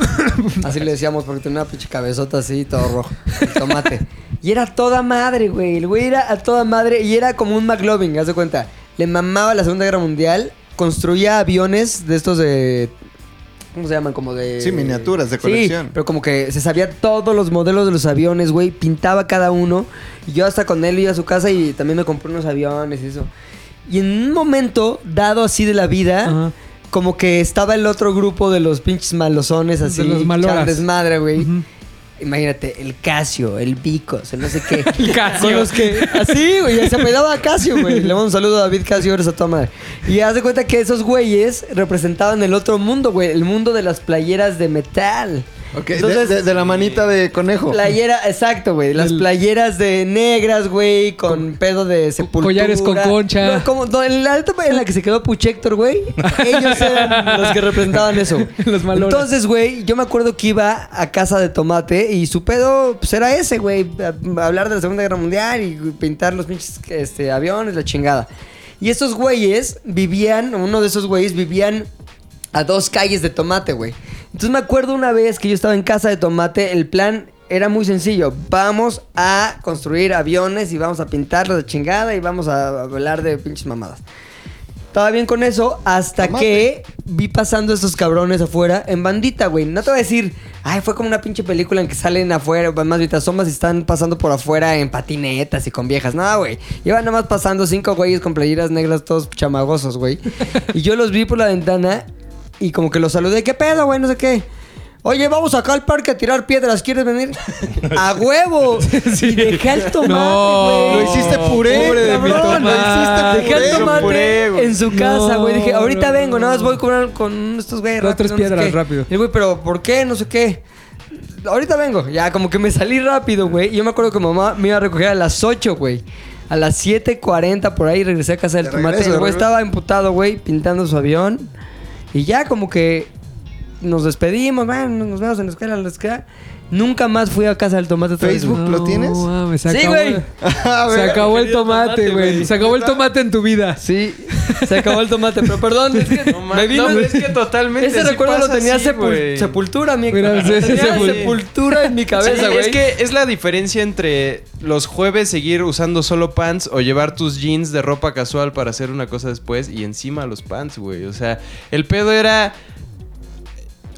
Así le decíamos, porque tenía una pinche cabezota así, todo rojo. El tomate. Y era toda madre, güey. El güey era a toda madre y era como un McLovin, haz de cuenta. Le mamaba la Segunda Guerra Mundial, construía aviones de estos de. ¿Cómo se llaman? Como de.
Sí, miniaturas de
Sí,
colección.
pero como que se sabía todos los modelos de los aviones, güey. Pintaba cada uno. Y yo hasta con él iba a su casa y también me compré unos aviones y eso. Y en un momento dado así de la vida,
Ajá.
como que estaba el otro grupo de los pinches malosones así.
De los maloras.
echando desmadre, güey.
Ujú.
Imagínate, el Casio, el Vicos, el no sé qué.
<laughs> El Casio.
Con los que. Así, güey. Se apellidaba a Casio, güey. Le mando un saludo a David Casio, eres a toda madre. Y haz de cuenta que esos güeyes representaban el otro mundo, güey. El mundo de las playeras de metal.
Ok, de- de, de la manita de conejo.
Playera, exacto, güey. Las
El-
playeras de negras, güey, con pedo de sepultura.
collares con concha.
No, como, no, en, la, etapa en la que se quedó Puchector, güey, ellos eran los que representaban eso. güey.
<laughs> Los malones.
Entonces, güey, yo me acuerdo que iba a casa de Tomate y su pedo pues, era ese, güey. a- a Hablar de la Segunda Guerra Mundial y pintar los pinches este, aviones, la chingada. Y esos güeyes vivían, uno de esos güeyes vivían a dos calles de tomate, güey. Entonces me acuerdo una vez que yo estaba en casa de tomate, el plan era muy sencillo. Vamos a construir aviones y vamos a pintarlos de chingada y vamos a hablar de pinches mamadas. Estaba bien con eso hasta que vi pasando estos cabrones afuera en bandita, güey. No te voy a decir, ay, fue como una pinche película en que salen afuera, van más bien asomas y están pasando por afuera en patinetas y con viejas. No, güey. Iban nomás pasando cinco güeyes con playeras negras, todos chamagosos,
<laughs>
güey. y yo los vi por la ventana y como que los saludé, ¿qué pedo, güey? No sé qué. Oye, vamos acá al parque a tirar piedras, ¿quieres
<laughs>
venir? ¡A huevo! Y dejé al tomate,
No.
güey.
Lo hiciste puré,
Pobre de mi
cabrón, lo
tomate.
hiciste
Dejé
puré,
al tomate
puré, güey.
en su
No,
casa, güey. Dije, ahorita
no,
vengo, nada más
no.
voy con, con estos güeyes
Dos,
rápido,
tres
no sé
piedras,
qué".
rápido.
Y el güey, pero ¿por qué? No sé qué. Ahorita vengo. Ya, como que me salí rápido, güey. Yo me acuerdo que mamá me iba a recoger a las 8, güey. A las 7.40 por ahí regresé a casa del
De
tomate.
regreso,
el
de
güey
regreso.
estaba emputado, güey, pintando su avión. Y ya como que nos despedimos, bueno, nos vemos en la escuela, en la escuela. Nunca más fui a casa del tomate otra vez,
Facebook.
güey.
¿Lo tienes?
mames, se
Sí, <laughs>
acabó-
güey.
A
Se
ver.
acabó el
Querido tomate,
tomate, güey.
güey.
Se acabó el tomate en tu vida.
Sí, se acabó el tomate, pero perdón, es que
No,
me
mames,
vino-
no, es que totalmente.
ese
así
recuerdo lo
pasa
tenía pues,
así,
sepul-
güey.
sepultura, mi
Mira, sí, sí,
Tenía
sepul-
sepultura en mi cabeza,
Sí,
güey.
es que es la diferencia entre los jueves seguir usando solo pants o llevar tus jeans de ropa casual para hacer una cosa después y encima los pants, güey. O sea, el pedo era...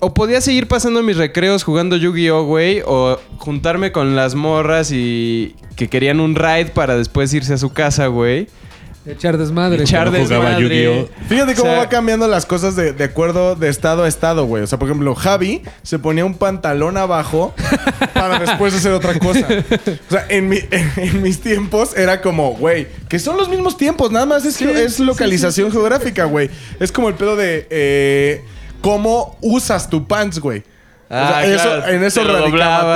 O podía seguir pasando mis recreos jugando Yu-Gi-Oh, güey, o juntarme con las morras y que querían un ride para después irse a su casa, güey.
<laughs> Echar desmadre.
Echar
Cuando jugaba
desmadre.
Yu-Gi-Oh.
Fíjate cómo
O sea-
va cambiando las cosas de, de acuerdo de estado a estado, güey. O sea, por ejemplo, Javi se ponía un pantalón
<laughs>
abajo para después hacer otra cosa. O sea, en, mi- en- en mis tiempos era como, güey, que son los mismos tiempos, nada más es, es localización geográfica, güey. Es como el pedo de eh, cómo usas tu pants, güey.
Ah,
o sea, eso-
claro,
en eso
te lo
radicaba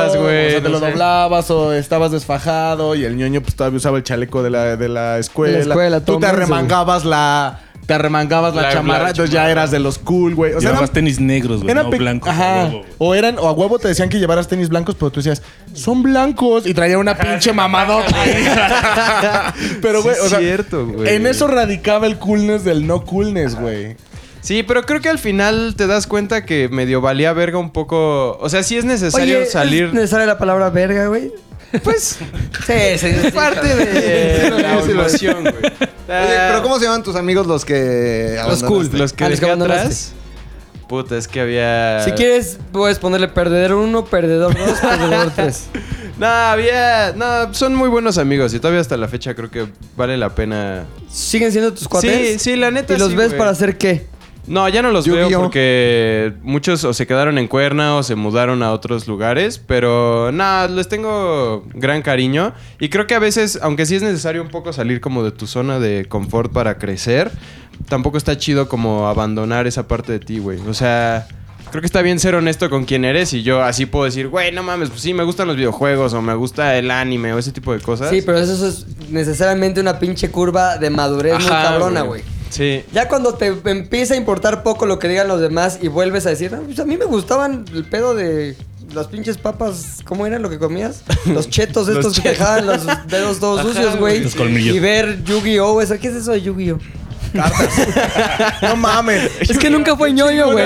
doblabas,
todo,
güey,
O sea, te
no
lo
sé.
doblabas o estabas desfajado y el ñoño pues todavía usaba el chaleco de la, de la escuela.
De la escuela,
Tú
todo
te
menso,
arremangabas la... Te arremangabas la,
La- la
chamarra, entonces ya
chamarra.
eras de los cool, güey. O sea,
Llevabas
eran-
tenis negros, güey,
eran
no
pe-
blancos.
Ajá.
huevo, güey.
o eran, o a huevo te decían que llevaras tenis blancos, pero tú decías, son blancos. Y traía una pinche
<laughs>
mamadota. pero, güey,
Sí,
o sea,
cierto, güey.
en eso radicaba el coolness del no coolness, güey.
Sí, pero creo que al final te das cuenta que medio valía verga un poco. O sea, sí es necesario
Oye, ¿Es
salir.
necesaria la palabra verga, güey?
Pues
<laughs> Sí, sí,
es parte de la
sí lo es.
emoción, güey.
Oye, pero ¿cómo se llaman tus amigos los que...
Los cool,
<laughs>
los que
Ah, los que
dejé
abandonaste.
atrás. Puta, es que había.
Si quieres, puedes ponerle perdedor 1, perdedor <laughs> 2, perdedor 3.
No, había. No, son muy buenos amigos y todavía hasta la fecha creo que vale la pena.
¿Siguen siendo tus cuates?
Sí, sí, la neta.
¿Y los
sí,
ves
güey.
para hacer qué?
No, ya no los
Yu-Gi-Oh.
veo porque muchos o se quedaron en Cuerna o se mudaron a otros lugares, pero nada, les tengo gran cariño y creo que a veces, aunque sí es necesario un poco salir como de tu zona de confort para crecer, tampoco está chido como abandonar esa parte de ti, güey. O sea, creo que está bien ser honesto con quién eres y yo así puedo decir, güey, no mames, pues sí, me gustan los videojuegos o me gusta el anime o ese tipo de cosas.
Sí, pero eso es necesariamente una pinche curva de madurez muy
Ajá,
cabrona, güey.
Sí.
Ya cuando te empieza a importar poco lo que digan los demás y vuelves a decir, "Ah, pues a mí me gustaban el pedo de las pinches papas, ¿cómo era lo que comías? Los <laughs> chetos estos que te dejaban los dedos todos sucios, güey.
Los colmillos.
Y ver Yu-Gi-Oh! eso. ¿Qué es eso de Yu-Gi-Oh?
No mames.
Es que nunca fue ñoño, güey.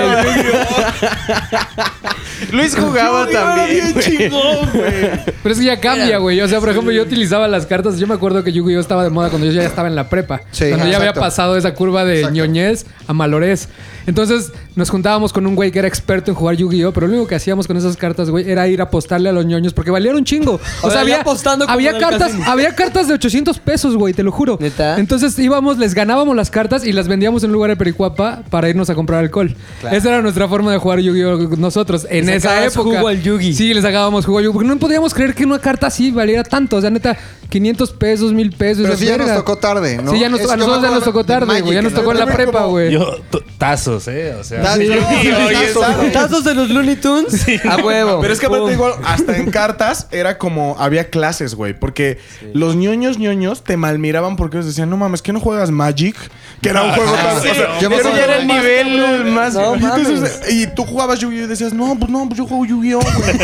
Luis jugaba también. güey.
Pero es que ya cambia, güey. O sea, por ejemplo, yo utilizaba las cartas. Yo me acuerdo que Yu-Gi-Oh estaba de moda cuando yo ya estaba en la prepa.
Sí,
cuando ya había
exacto.
pasado esa curva de
Exacto.
ñoñez a malorés. Entonces nos juntábamos con un güey que era experto en jugar Yu-Gi-Oh, pero lo único que hacíamos con esas cartas, güey, era ir a apostarle a los ñoños porque valían un chingo. O
sea,
sea,
ya
había,
apostando como en
había
el
cartas,
casino.
había cartas de 800 pesos, güey, te lo juro.
¿Neta?
Entonces íbamos, les ganábamos las cartas y las vendíamos en un lugar de Pericuapa para irnos a comprar alcohol. Esa era nuestra forma de jugar Yu-Gi-Oh nosotros en
Le
esa
sacabas
época.
jugo al Yugi.
Sí, le sacábamos jugo al Yugi. Porque no podíamos creer que una carta así valiera tanto. O sea, neta, 500 pesos, 1000 pesos.
Pero
o sea,
sí ya
verga.
nos tocó tarde, ¿no?
Sí, ya nos-
Es
a
que
nosotros
me
ya nos
acuerdo
tocó
de
tarde,
Magic,
güey. Ya nos
¿no?
tocó en la
Yo me
prepa,
acuerdo-
güey.
Yo, t- tazos, ¿eh? O sea.
Tazos.
Tazos de los Looney Tunes <laughs> a huevo.
Pero es que aparte
Pum.
igual, hasta en cartas era como había clases, güey. Porque los ñoños ñoños te malmiraban porque ellos decían, no mames, ¿qué no juegas Magic? Que era un juego tan.
sí.
o sea,
Yo me
pero
acuerdo
ya era el
más
nivel más.
No
y, entonces,
mames.
y tú jugabas Yu-Gi-Oh! y decías, no, pues no, pues yo juego Yu-Gi-Oh! güey".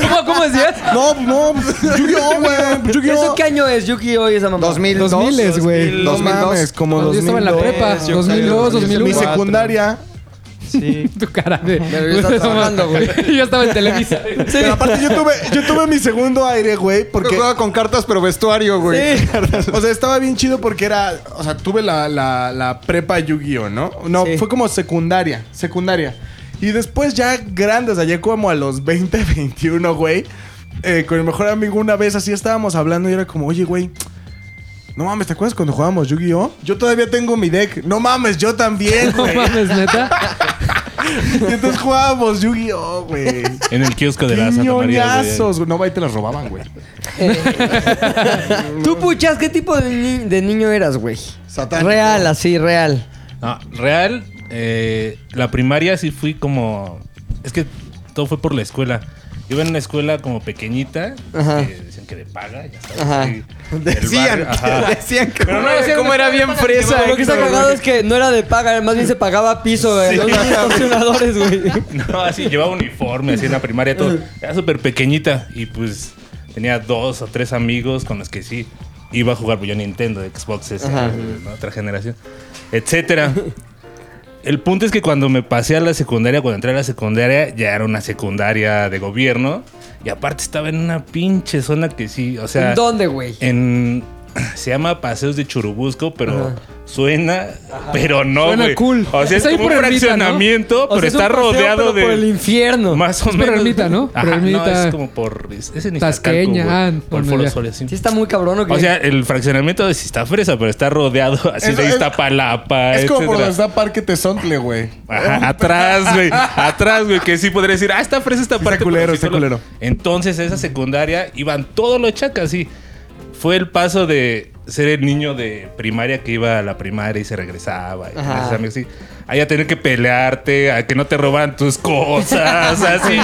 ¿Cómo, cómo decías?
no, pues no, pues Yu-Gi-Oh! güey. pues
¿Eso
Yu-Gi-Oh!
qué año es Yu-Gi-Oh! y esa mamá?
2002.
2000, güey.
No
2002.
mames, como
Cuando yo estaba en la
2002,
prepa,
yo
2002,
creo,
Mi
2001.
2004.
secundaria.
Sí.
Tu cara de.
Pero
<laughs>
yo estaba trabajando, güey.
Yo estaba en Televisa.
Pero aparte yo tuve, yo tuve mi segundo aire, güey, porque...
Yo jugaba con cartas pero vestuario, güey.
<laughs> O sea, estaba bien chido porque era. O sea, tuve la, la, la prepa Yu-Gi-Oh, ¿no? No,
Sí.
fue como secundaria. Secundaria. Y después ya grandes, allá como a los <laughs> 20, 21, güey. eh, con mi mejor amigo una vez así estábamos hablando y era como, oye, güey. No mames, ¿te acuerdas cuando jugábamos Yu-Gi-Oh? Yo todavía tengo mi deck. No mames, yo también, <laughs>
No
güey.
mames, neta.
Y <laughs> entonces jugábamos Yu-Gi-Oh, güey.
En el kiosco de la Santa María. güey.
Piñonazos, güey. No, va y te las robaban, güey.
Eh. <laughs> Tú, puchas, ¿qué tipo de, ni- de niño eras, güey?
Satánico.
Real, así, real.
No, real, eh, la primaria sí fui como. Es que todo fue por la escuela. Yo iba en una escuela como pequeñita,
Ajá.
que decían que de paga, ya sabes.
Ajá. <laughs>
ahí, del
Decían,
barrio, ajá.
decían que...
Pero no, cómo era bien fresa.
Lo que está
Héctor,
cagado
güey.
es que no era de paga, más bien se pagaba piso, güey. <laughs> Los patrocinadores, güey.
<laughs> No, así llevaba uniforme, así en la primaria, todo. Era súper pequeñita y pues tenía dos o tres amigos con los que sí iba a jugar pues, yo Nintendo, Xbox, ese, ¿no? otra generación, etcétera. El punto es que cuando me pasé a la secundaria, cuando entré a la secundaria, ya era una secundaria de gobierno y aparte estaba en una pinche zona que sí, o sea,
¿En dónde, güey?
en <clears throat> se llama Paseos de Churubusco, pero suena, pero no,
Suena
güey.
cool.
O sea,
Es
es,
ahí
como un
por Ermita,
fraccionamiento,
O
pero
sea, es un
está
paseo,
rodeado
pero
de
por el infierno.
más o
Es por
menos.
Ermita, ¿no?
Ajá,
Por
no,
Ermita.
es como por es, es en
Tasqueña, ah,
Tasqueña, por
bueno,
Foro
ya.
Sol, así.
Sí está muy cabrón, ¿o qué?
O sea, el fraccionamiento de sí está fresa, pero está rodeado así
Es-
de
es-
Iztapalapa,
Es como por
etcétera.
donde está Parque Tezontle, güey.
Ajá, atrás, güey. Atrás, güey. Que sí podría decir, ah, está fresa esta parte. pero
culero,
sí
está
solo-
culero.
Entonces, esa secundaria iban todos los chacas, sí. Fue el paso de ser el niño de primaria que iba a la primaria y se regresaba. Y tenía sus amigos, sí. Ahí a tener que pelearte, a que no te roban tus cosas, <laughs> así.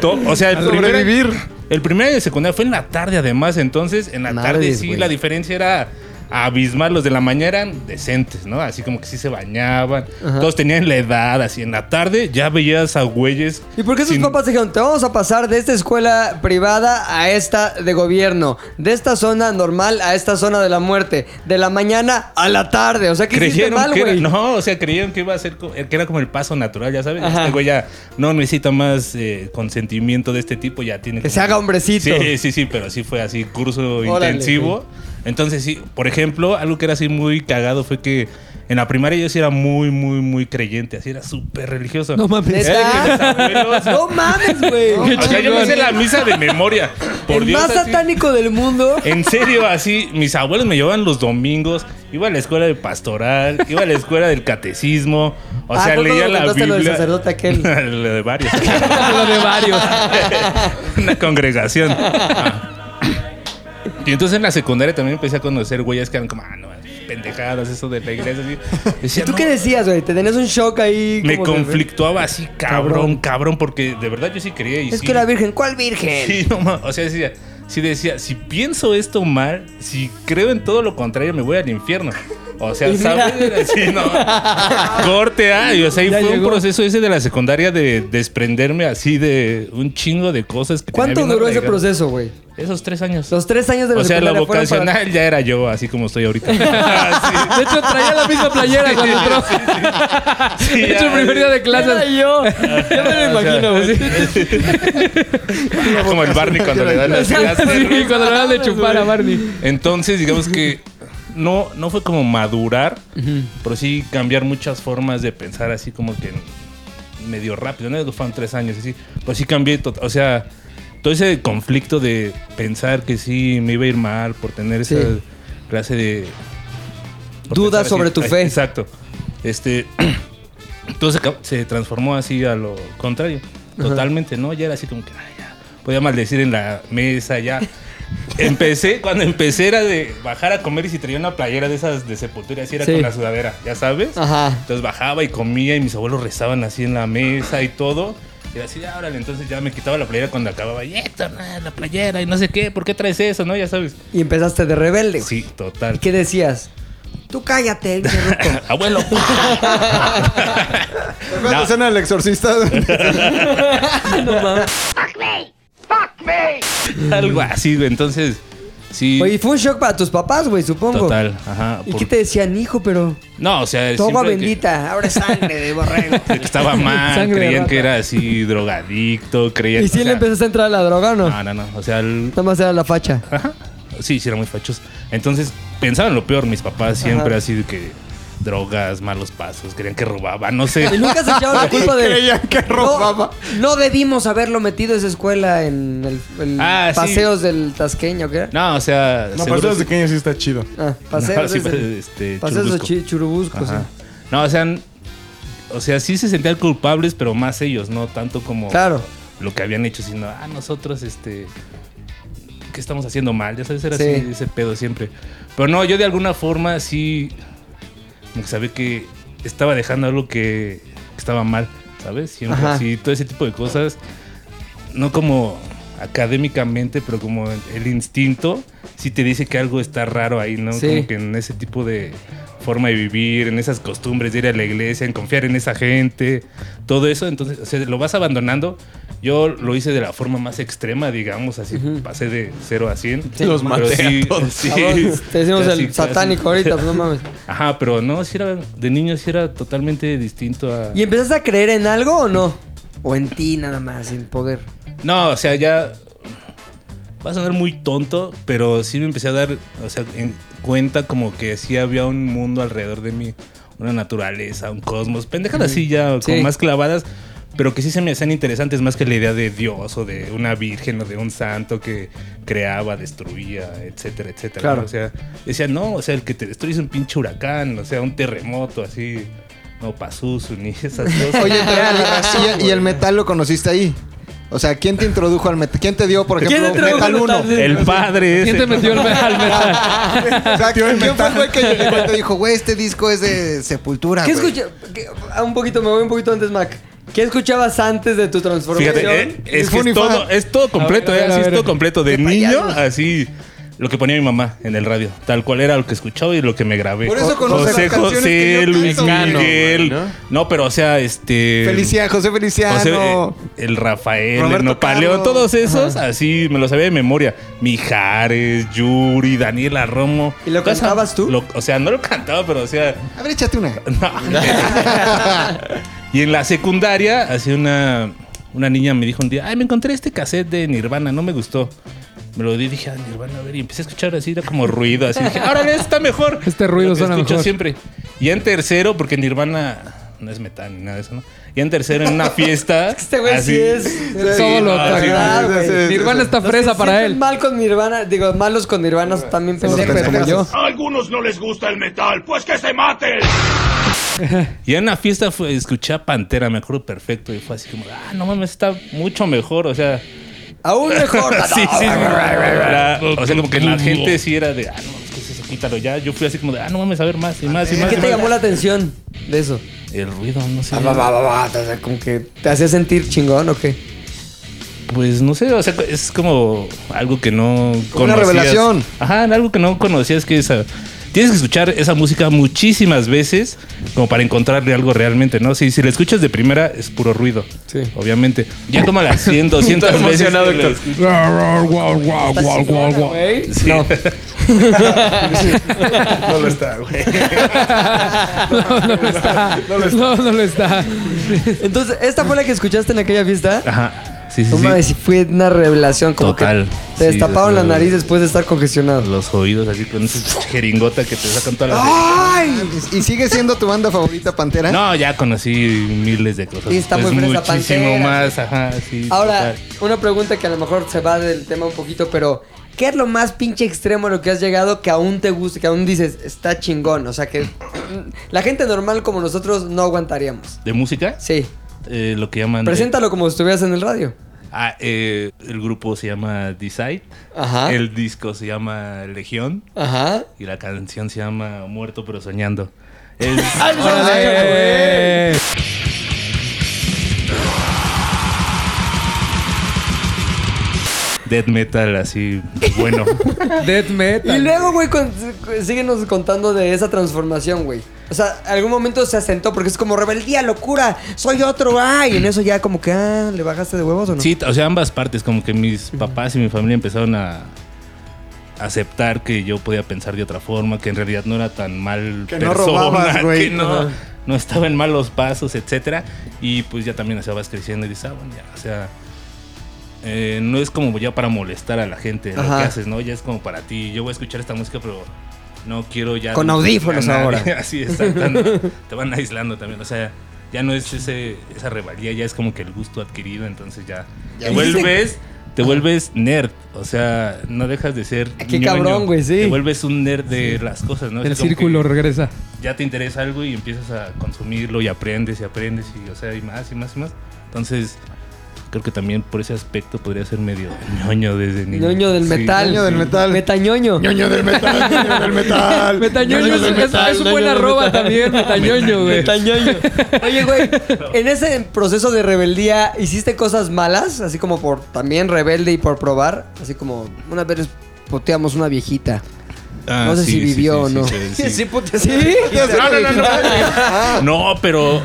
To- o sea, el primer, El primer año de secundaria fue en la tarde, además. Entonces, en la tarde
Madres,
sí,
güey.
la diferencia era abismal. Los de la mañana eran decentes, ¿no? Así como que sí se bañaban. Todos tenían la edad, así. En la tarde ya veías a güeyes.
¿Y por qué sus
sin-
papás dijeron, te vamos a pasar de esta escuela privada a esta de gobierno? De esta zona normal a esta zona de la muerte. De la mañana a la tarde. O sea, que hiciste
creyeron
mal,
que era,
güey.
no, o sea, creyeron que iba a ser co- que era como el paso natural, ya sabes.
Ajá.
Este güey ya no necesita más eh, consentimiento de este tipo, ya tiene
Que se haga hombrecito.
Sí, sí, sí, pero sí fue así curso
Órale,
intensivo. Entonces, sí, por ejemplo, algo que era así muy cagado fue que en la primaria yo sí era muy muy muy creyente, así era súper religioso.
No mames.
Era de que mis
<laughs>
abuelos-
No
<laughs>
mames, güey.
o sea, yo me hice la misa de memoria. Por
el
Dios,
más
así.
satánico del mundo.
En serio, así, mis abuelos me llevaban los domingos, iba a la escuela de pastoral, iba a la escuela del catecismo, o
Ah,
sea,
¿fue
leía
cuando
la
contaste
Biblia.
lo del sacerdote aquel?
<laughs> Lo
<laughs>
de varios.
Lo de varios.
<laughs> Una congregación. Ah. Y entonces en la secundaria también empecé a conocer güeyes que eran como, ah, no, pendejadas, eso de la iglesia. Así.
¿Y
Decía,
tú
"No,
qué decías, güey? ¿Te tenías un shock ahí?
Me
como de-
conflictuaba así,
Cabrón.
cabrón, cabrón, porque de verdad yo sí creía. Y
Es
sí-
que la virgen. ¿Cuál virgen?
Sí, no ma- o sea, decía, si decía, si pienso esto mal, si creo en todo lo contrario, me voy al infierno. O
Y
sea,
mira.
¿sabes? Sí, no. Corte, ah, y, o sea, y
Ya
fue
llegó.
un proceso ese de la secundaria de desprenderme así de un chingo de cosas que tenía
¿Cuánto
bien
duró ese
arraigadas.
proceso, güey?
Esos tres años.
Los tres años de la
o sea, la
secundaria fueron para-
vocacional ya era yo, así como estoy ahorita. Sí,
De hecho, traía la misma playera cuando entró.
sí,
De
<laughs>
hecho,
ya.
el primer día de
Era
clases.
yo. Ya me lo imagino, güey.
<laughs> Como el Barney cuando le dan las clases.
<laughs> Sí, cuando le daban de chupar a Barney.
Entonces, digamos que no, no fue como madurar, pero sí cambiar muchas formas de pensar así como que medio rápido. No fueron tres años, así. Pero sí cambié, tot- o sea, todo ese conflicto de pensar que sí me iba a ir mal por tener
Sí.
esa clase de... por
Dudas
pensar
sobre tu fe.
Exacto. Este, todo se, acab- se transformó así a lo contrario. Totalmente, ¿no? Ya era así como que, ay, ya. Podía maldecir en la mesa, ya. <laughs> Empecé, cuando empecé era de bajar a comer y si traía una playera de esas de sepultura, así era
Sí.
con la sudadera, ya sabes.
Ajá.
Entonces bajaba y comía y mis abuelos rezaban así en la mesa y todo. Y era así, "Ah, órale, entonces ya me quitaba la playera cuando acababa. Y esto, no, la playera y no sé qué, ¿por qué traes eso? No, ya sabes.
<laughs> Y empezaste de rebelde, güey.
Sí, total.
¿Y qué decías? Tú cállate, pinche ruco.
<coughs>
<laughs>
Abuelo.
La
No.
escena del exorcista.
<laughs> Algo así, güey. Entonces, sí.
Oye, y fue un shock para tus papás, güey, supongo.
Total, ajá.
¿Y
por-
qué te decían, hijo, pero?
No, o sea,
Tu agua
siempre que-
bendita, ahora es
<laughs>
sangre de borrego.
de
<laughs>
que estaba mal,
Sangre de
creían
rata.
que era así drogadicto, creían.
¿Y
o
si
sea, Ah.
le empezaste a entrar a la droga o no?
No, no, no. O sea, el-
Nada más era la
<laughs>
facha.
ajá, sí, sí, eran muy fachos. Entonces pensaban lo peor, mis papás siempre
Ajá.
así de que drogas, malos pasos, creían que robaba, no sé.
Y nunca se echaron la
<laughs>
culpa de.
Creían que robaba.
No, no debimos haberlo metido a esa escuela en el, el
Ah, sí.
paseos del Tasqueño, ¿qué era?
No, o sea,
No,
seguro
pero
sí-
desde pequeño sí
<laughs>
está chido.
Ah, paseos.
No, sí,
es el-
este,
paseos de
Churubusco.
chi- Churubusco, sí.
Ajá. No, o sea, n- o sea, sí se sentían culpables, pero más ellos, no tanto como
Claro.
lo que habían hecho, sino ah, nosotros este ¿qué estamos haciendo mal? Ya sabes, era
Sí.
así ese pedo siempre. Pero no, yo de alguna forma sí como que sabía que estaba dejando algo que, que estaba mal, ¿sabes? Siempre
Ajá.
así, todo ese tipo de cosas no como académicamente, pero como el instinto sí te dice que algo está raro ahí, ¿no?
Sí.
Como que en ese tipo de forma de vivir, en esas costumbres de ir a la iglesia, en confiar en esa gente, todo eso, entonces, o sea, lo vas abandonando. Yo lo hice de la forma más extrema, digamos, así, pasé de 0 a 100.
Los
pero sí, <laughs> sí,
Cabrón, Te decimos
casi,
el
casi.
satánico ahorita, pues no mames.
Ajá, pero no, si era, de niño sí era totalmente distinto a...
¿Y empezaste a creer en algo o no? O en ti nada más, en poder.
No, o sea, ya. Va a sonar muy tonto, pero sí me empecé a dar, o sea, en cuenta como que sí había un mundo alrededor de mí, una naturaleza, un cosmos, pendejadas así ya,
Sí.
como más clavadas, pero que sí se me hacían interesantes más que la idea de Dios o de una virgen o de un santo que creaba, destruía, etcétera, etcétera.
Claro.
¿no? O sea, decía, no, o sea, el que te destruye es un pinche huracán, o sea, un terremoto así, no pasó ni esas
<laughs>
cosas.
Oye, pero, ¿y- y, y el metal lo conociste ahí. O sea, ¿quién te introdujo al metal? ¿Quién te dio, por
¿Quién
ejemplo,
introdujo
Metal
al
1?
metal?
El Ah, padre ese.
¿Quién te metió el al metal?
O sea, ¿quién fue <laughs> el güey que llegó y te dijo, güey, este disco es de Sepultura,
¿Qué
güey"?
escucha? qué- a Un poquito, me voy un poquito antes, Mac. ¿Qué escuchabas antes de tu transformación?
Fíjate, eh, es, que
Funny
es todo, es todo completo,
A ver, a
eh, así
ver, a
es
ver.
todo completo. De
Qué
niño,
payasos.
así lo que ponía mi mamá en el radio. Tal cual era lo que escuchaba y lo que me grabé.
Por eso conoce
José
las canciones que
José,
yo
Luis
canto, güey.
Miguel.
Mecano, güey,
¿no? pero o sea, este.
Feliciano, José Feliciano.
José, eh, el Rafael,
Roberto
el Nopaleo,
Carlos.
todos esos, así me lo sabía de memoria. Mijares, Yuri, Daniela Romo.
¿Y lo
Todas-
cantabas tú?
lo- o sea, no lo cantaba, pero o sea.
A ver, échate una.
No. <laughs> y en la secundaria, así una, una niña me dijo un día, ay, me encontré este cassette de Nirvana, no me gustó. Me lo di, dije, ah, Nirvana, a ver, y empecé a escuchar así, era como ruido, así dije, ahora está mejor.
Este ruido
Lo que
suena
escucho
mejor.
siempre. Y en tercero, porque Nirvana no es metal ni nada de eso, ¿no? Y en tercero,
<laughs>
en una fiesta.
Este güey sí
así-
es.
Todo lo
no, sí,
sagrado,
sí,
güey.
sí, sí, sí.
Nirvana está
Los que
fresa para
sienten
él.
mal con Nirvana, digo, malos con Nirvana también pendejos
pendejos.
como yo.
A algunos no les gusta el metal, pues que se maten.
Y en una fiesta fue, escuché a Pantera, me acuerdo perfecto, y fue así como, ah, no mames, está mucho mejor, o sea.
Aún <laughs> mejor. Ah,
sí, sí. La- o sea, como que la gente sí era de, ah, no, es que es eso, quítalo ya. Yo fui así como de, ah, no mames, a ver más y más y más.
¿Qué
y
te
más.
llamó Ah, la atención de eso?
El ruido, no sé.
O sea, como que te hacía sentir chingón o qué.
Pues no sé, o sea, es como algo que no conocías.
Una revelación.
Ajá, algo que no conocías que esa. Tienes que escuchar esa música muchísimas veces como para encontrarle algo realmente, ¿no? Si, si la escuchas de primera es puro ruido. Sí. Obviamente. Ya como las 100, 200
Todo
veces. que
emocionado,
la
Héctor.
escuchas.
Sí.
No.
No lo está, güey.
<laughs> No, no lo está. No, no lo está.
Entonces, ¿esta fue la que escuchaste en aquella fiesta?
Ajá. Sí, sí,
No
sí.
mames, sí fue una revelación. Como
Total.
Que te
Sí,
destaparon
desde
la
luego.
nariz después de estar congestionado.
los oídos así con esa jeringota que te sacan todas
¡Ah!
las...
¡Ay! ¿Y sigue siendo tu banda favorita, Pantera?
No, ya conocí miles de cosas.
¿Eh? Sí, está
Pues
muy fresa
muchísimo
Pantera.
más, ajá, sí.
Ahora,
total.
una pregunta que a lo mejor se va del tema un poquito, pero ¿qué es lo más pinche extremo a lo que has llegado que aún te gusta, que aún dices, está chingón? O sea, que mm, la gente normal como nosotros no aguantaríamos.
de música,
Sí.
eh, lo que llaman
Preséntalo como si estuvieras en el radio.
Ah, eh, el grupo se llama Decide,
Ajá.
el disco se llama Legión
Ajá.
y la canción se llama Muerto pero soñando.
<laughs>
Es-
Órale.
death metal así
<laughs>
bueno.
Death
Y
metal.
luego, güey, con- síguenos contando de esa transformación, güey. O sea, algún momento se asentó porque es como rebeldía, locura, soy otro, ay. Y en eso ya como que, ah, ¿le bajaste de huevos o no?
Sí, o sea, ambas partes, como que mis papás y mi familia empezaron a aceptar que yo podía pensar de otra forma, que en realidad no era tan mal
Que no
persona,
robabas, güey.
<laughs> que no,
Ajá.
no estaba en malos pasos, etcétera. Y pues ya también o sea, vas creciendo y dices, ah, bueno, ya, o sea, eh, no es como ya para molestar a la gente lo
Ajá.
que haces, ¿no? Ya es como para ti, yo voy a escuchar esta música, pero no quiero ya...
Con audífonos
a nadie. <laughs>
ahora.
Así
<laughs>
es, te van aislando también, o sea... Ya no es ese, esa revalía, ya es como que el gusto adquirido, entonces ya
Ya
te vuelves, te vuelves nerd. O sea, no dejas de ser.
Ah, qué cabrón, güey, sí.
Te vuelves un nerd de las cosas, ¿no?
El
Es como que
círculo regresa.
Ya te interesa algo y empiezas a consumirlo y aprendes y aprendes y, o sea, y más y más y más. Entonces, creo que también por ese aspecto podría ser medio ñoño desde niño.
Ñoño del
Sí.
metal.
ñoño del metal.
Metañoño.
Ñoño del
<laughs>
metal, ñoño del metal.
Metañoño es,
del
es- es un buen
<laughs>
arroba también, metañoño, güey.
<laughs> Oye, güey, en ese proceso de rebeldía, ¿hiciste cosas malas? Así como por también rebelde y por probar. Así como una vez poteamos una viejita.
Ah,
no sé
sí,
si
sí,
vivió
sí,
o no.
sí, sí, sí.
<laughs> ¿Sí?
No, no, no, no. No, pero.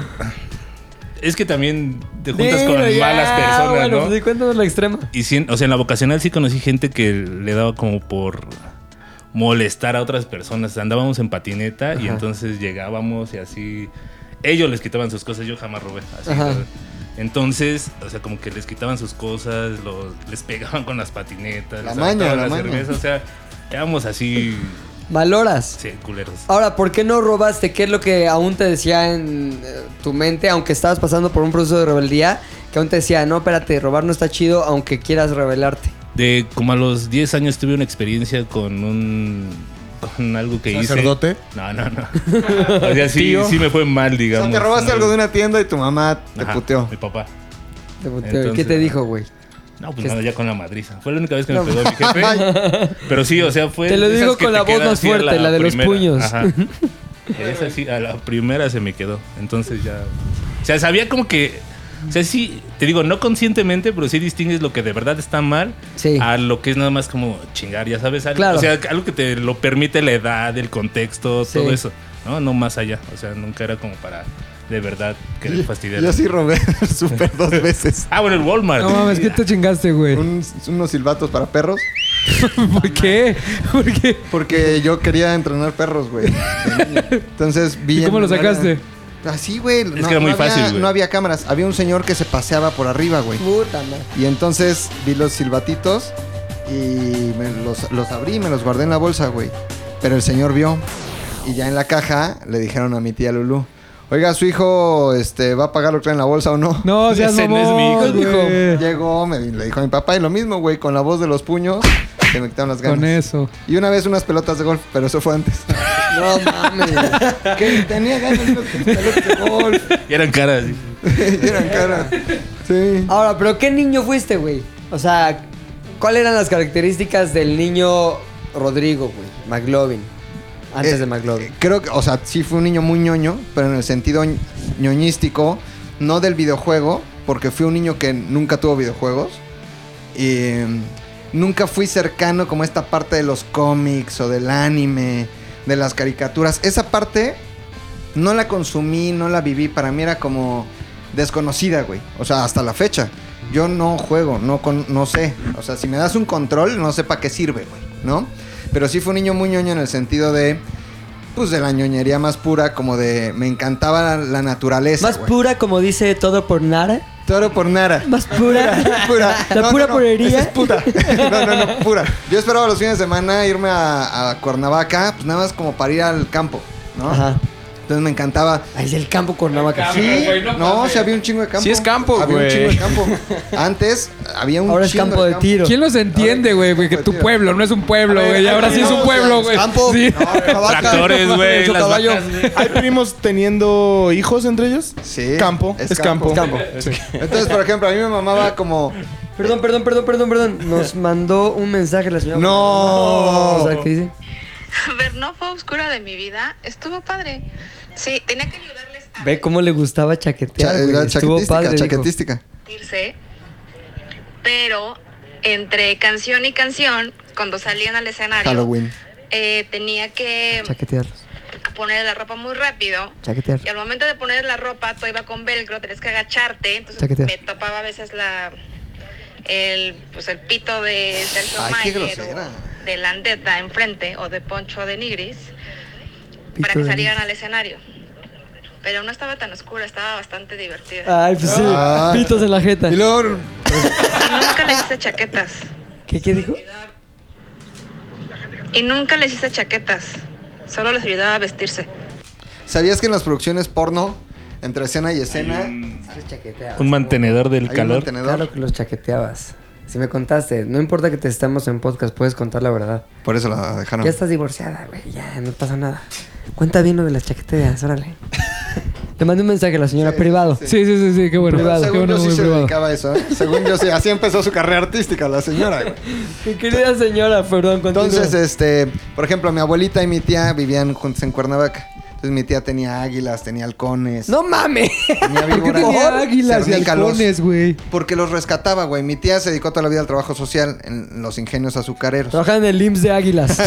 Es que también te juntas con
Dilo ya,
malas personas,
bueno,
¿no?
pues, sí, cuéntanos la extrema.
Y sí, o sea, en la vocacional sí conocí gente que le daba como por molestar a otras personas. Andábamos en patineta y entonces llegábamos y así. Ellos les quitaban sus cosas, yo jamás robé. así,
Ajá.
¿sabes? Entonces, o sea, como que les quitaban sus cosas, los- les pegaban con las patinetas,
La
les
maña,
aventaban
la
las
maña.
cervezas, o sea, éramos así,
Valoras.
sí, culeros.
Ahora, ¿por qué no robaste? ¿Qué es lo que aún te decía en eh, tu mente, aunque estabas pasando por un proceso de rebeldía? Que aún te decía, no, espérate, robar no está chido, aunque quieras rebelarte.
De como a los 10 años tuve una experiencia con un con algo que
¿Sacerdote?
hice. No,
<laughs>
no, no. O sea, sí, sí me fue mal,
O
digamos.
sea, te robaste
¿no?
algo de una tienda y tu mamá te
Ajá,
puteó.
Mi papá.
Te- te- ¿Qué
Entonces,
te dijo, güey?
No, pues
Que pues,
nada, ya con la madriza. Fue la única vez que me pegó mi
<laughs>
jefe. Pero sí, o sea, fue.
Te lo
de esas
digo
que
con
te
la voz
quedas
más
así a
fuerte, la de los puños.
Ajá. Esa sí, a la primera se me quedó. Entonces ya. O sea, sabía como que. O sea, sí, te digo, no conscientemente, pero sí distingues lo que de verdad está mal
Sí.
a lo que es nada más como chingar, ya sabes. Algo,
Claro.
O sea, algo que te lo permite la edad, el contexto,
Sí.
todo eso. ¿no? no más allá. O sea, nunca era como para de verdad que le fastidiar.
Yo sí robé el super dos veces.
Ah, bueno, el Walmart.
No mames, ¿qué te chingaste, güey?
Un- unos silbatos para perros.
<laughs> ¿Por qué? ¿Por qué?
Porque yo quería entrenar perros, güey. Entonces vi.
¿Y cómo
en
lo
un
sacaste?
área- Así, güey.
que era muy
había-
fácil, güey.
No había cámaras. Había un señor que se paseaba por arriba, güey.
Puta madre.
Y entonces vi los silbatitos y me los, los abrí, me los guardé en la bolsa, güey. Pero el señor vio. Y ya en la caja le dijeron a mi tía Lulú. Oiga, su hijo este, va a pagar lo que trae en la bolsa o no.
No, seas
Ese no es mi hijo,
mamón,
dijo.
güey.
Llegó, me, le dijo a mi papá y lo mismo, güey, con la voz de los puños, se me quitaron las ganas.
Con eso.
Y una vez unas pelotas de golf, pero eso fue antes. No mames. <laughs> que tenía ganas de unas pelotas de golf.
<laughs> Y eran caras.
<laughs> Y eran cara. Sí.
Ahora, ¿pero qué niño fuiste, güey? O sea, ¿cuáles eran las características del niño Rodrigo, güey? McLovin. Antes
Eh,
de McLovin.
eh, Creo que, o sea, sí fue un niño muy ñoño, pero en el sentido ñ- ñoñístico, no del videojuego, porque fui un niño que nunca tuvo videojuegos. Y mm, nunca fui cercano como a esta parte de los cómics o del anime, de las caricaturas. Esa parte no la consumí, no la viví, para mí era como desconocida, güey. O sea, hasta la fecha. Yo no juego, no, con, no sé. O sea, si me das un control, no sé para qué sirve, güey, ¿no? Pero sí fue un niño muy ñoño en el sentido de, pues, de la ñoñería más pura, como de, me encantaba la, la naturaleza.
Más
güey.
pura, como dice todo por nada.
Toro por nada.
Más pura.
<laughs> Pura.
<laughs> La pura purería.
esa
<laughs>
es puta. No, no, no, pura. Yo esperaba los fines de semana irme a, a Cuernavaca, pues nada más como para ir al campo, ¿no?
Ajá.
Entonces me encantaba
Ahí es el campo Cuernavaca.
Sí, no, sí había un chingo de campo.
Sí es campo,
Había un
güey.
chingo de campo. Antes había un
Ahora es
chingo
campo de tiro.
¿Quién los entiende, güey? Porque tu pueblo no es un pueblo, güey. Ahora sí es un pueblo, güey.
Campo.
Sí.
No,
<laughs>
Cuernavaca.
Tractores, güey.
Mucho
las
caballo.
vacas.
¿Hay primos teniendo hijos entre ellos?
Sí.
Campo. Es, campo.
Entonces, por ejemplo, a mí me
<laughs>
mamaba como.
Perdón, perdón, perdón, perdón, perdón. <laughs> Nos mandó un mensaje la señora.
No.
O sea, ¿qué dice?
Ver, no fue oscura de mi vida. Estuvo padre. Sí, tenía que ayudarles a
Ve cómo le gustaba chaquetear.
cha-
güey.
la
Estuvo
chaquetística,
padre. dijo.
chaquetística.
divertirse. Pero entre canción y canción, cuando salían al escenario,
Halloween.
eh, tenía que
Chaquetearlos.
poner la ropa muy rápido.
Chaquetear.
Y al momento de poner la ropa, todo iba con velcro, tenías que agacharte. Entonces
Chaquetea.
me topaba a veces la el, pues el pito de Sergio
Ay, qué
Mayer
grosera.
o de Landeta enfrente o de Poncho de Nigris
Pito
para que
de
salieran al escenario. Pero no estaba tan oscura, estaba bastante divertida.
Ay, pues sí.
Ah.
Pitos en la jeta.
Y luego.
Nunca les hice chaquetas.
¿Qué, ¿Qué dijo?
Y nunca les hice chaquetas. Solo les ayudaba a vestirse.
¿Sabías que en las producciones porno, entre escena y escena, hay
Un mantenedor del
un
calor.
mantenedor?
Claro que los chaqueteabas. Si me contaste, no importa que te estemos en podcast, puedes contar la verdad.
Por eso la dejaron.
Ya estás divorciada, güey, ya no pasa nada. Cuenta bien lo de las chaqueteas,
<laughs>
órale. Te mandé un mensaje a la señora privado.
Sí, sí, sí, sí, qué bueno.
Pero
Qué
Según
bueno,
yo sí
muy
se
privado.
dedicaba a eso. ¿eh? Según yo sí. Así empezó su carrera artística la señora, güey.
Mi querida señora, perdón, continúa.
Entonces, este, por ejemplo, mi abuelita y mi tía vivían juntos en Cuernavaca. Entonces mi tía tenía águilas, tenía halcones,
¡No mames!
tenía
¿Por qué
víboras,
tenía águilas y
cernícalos.
halcones, güey?
Porque los rescataba, güey. Mi tía se dedicó toda la vida al trabajo social en los ingenios azucareros.
Trabajan en el IMSS de águilas.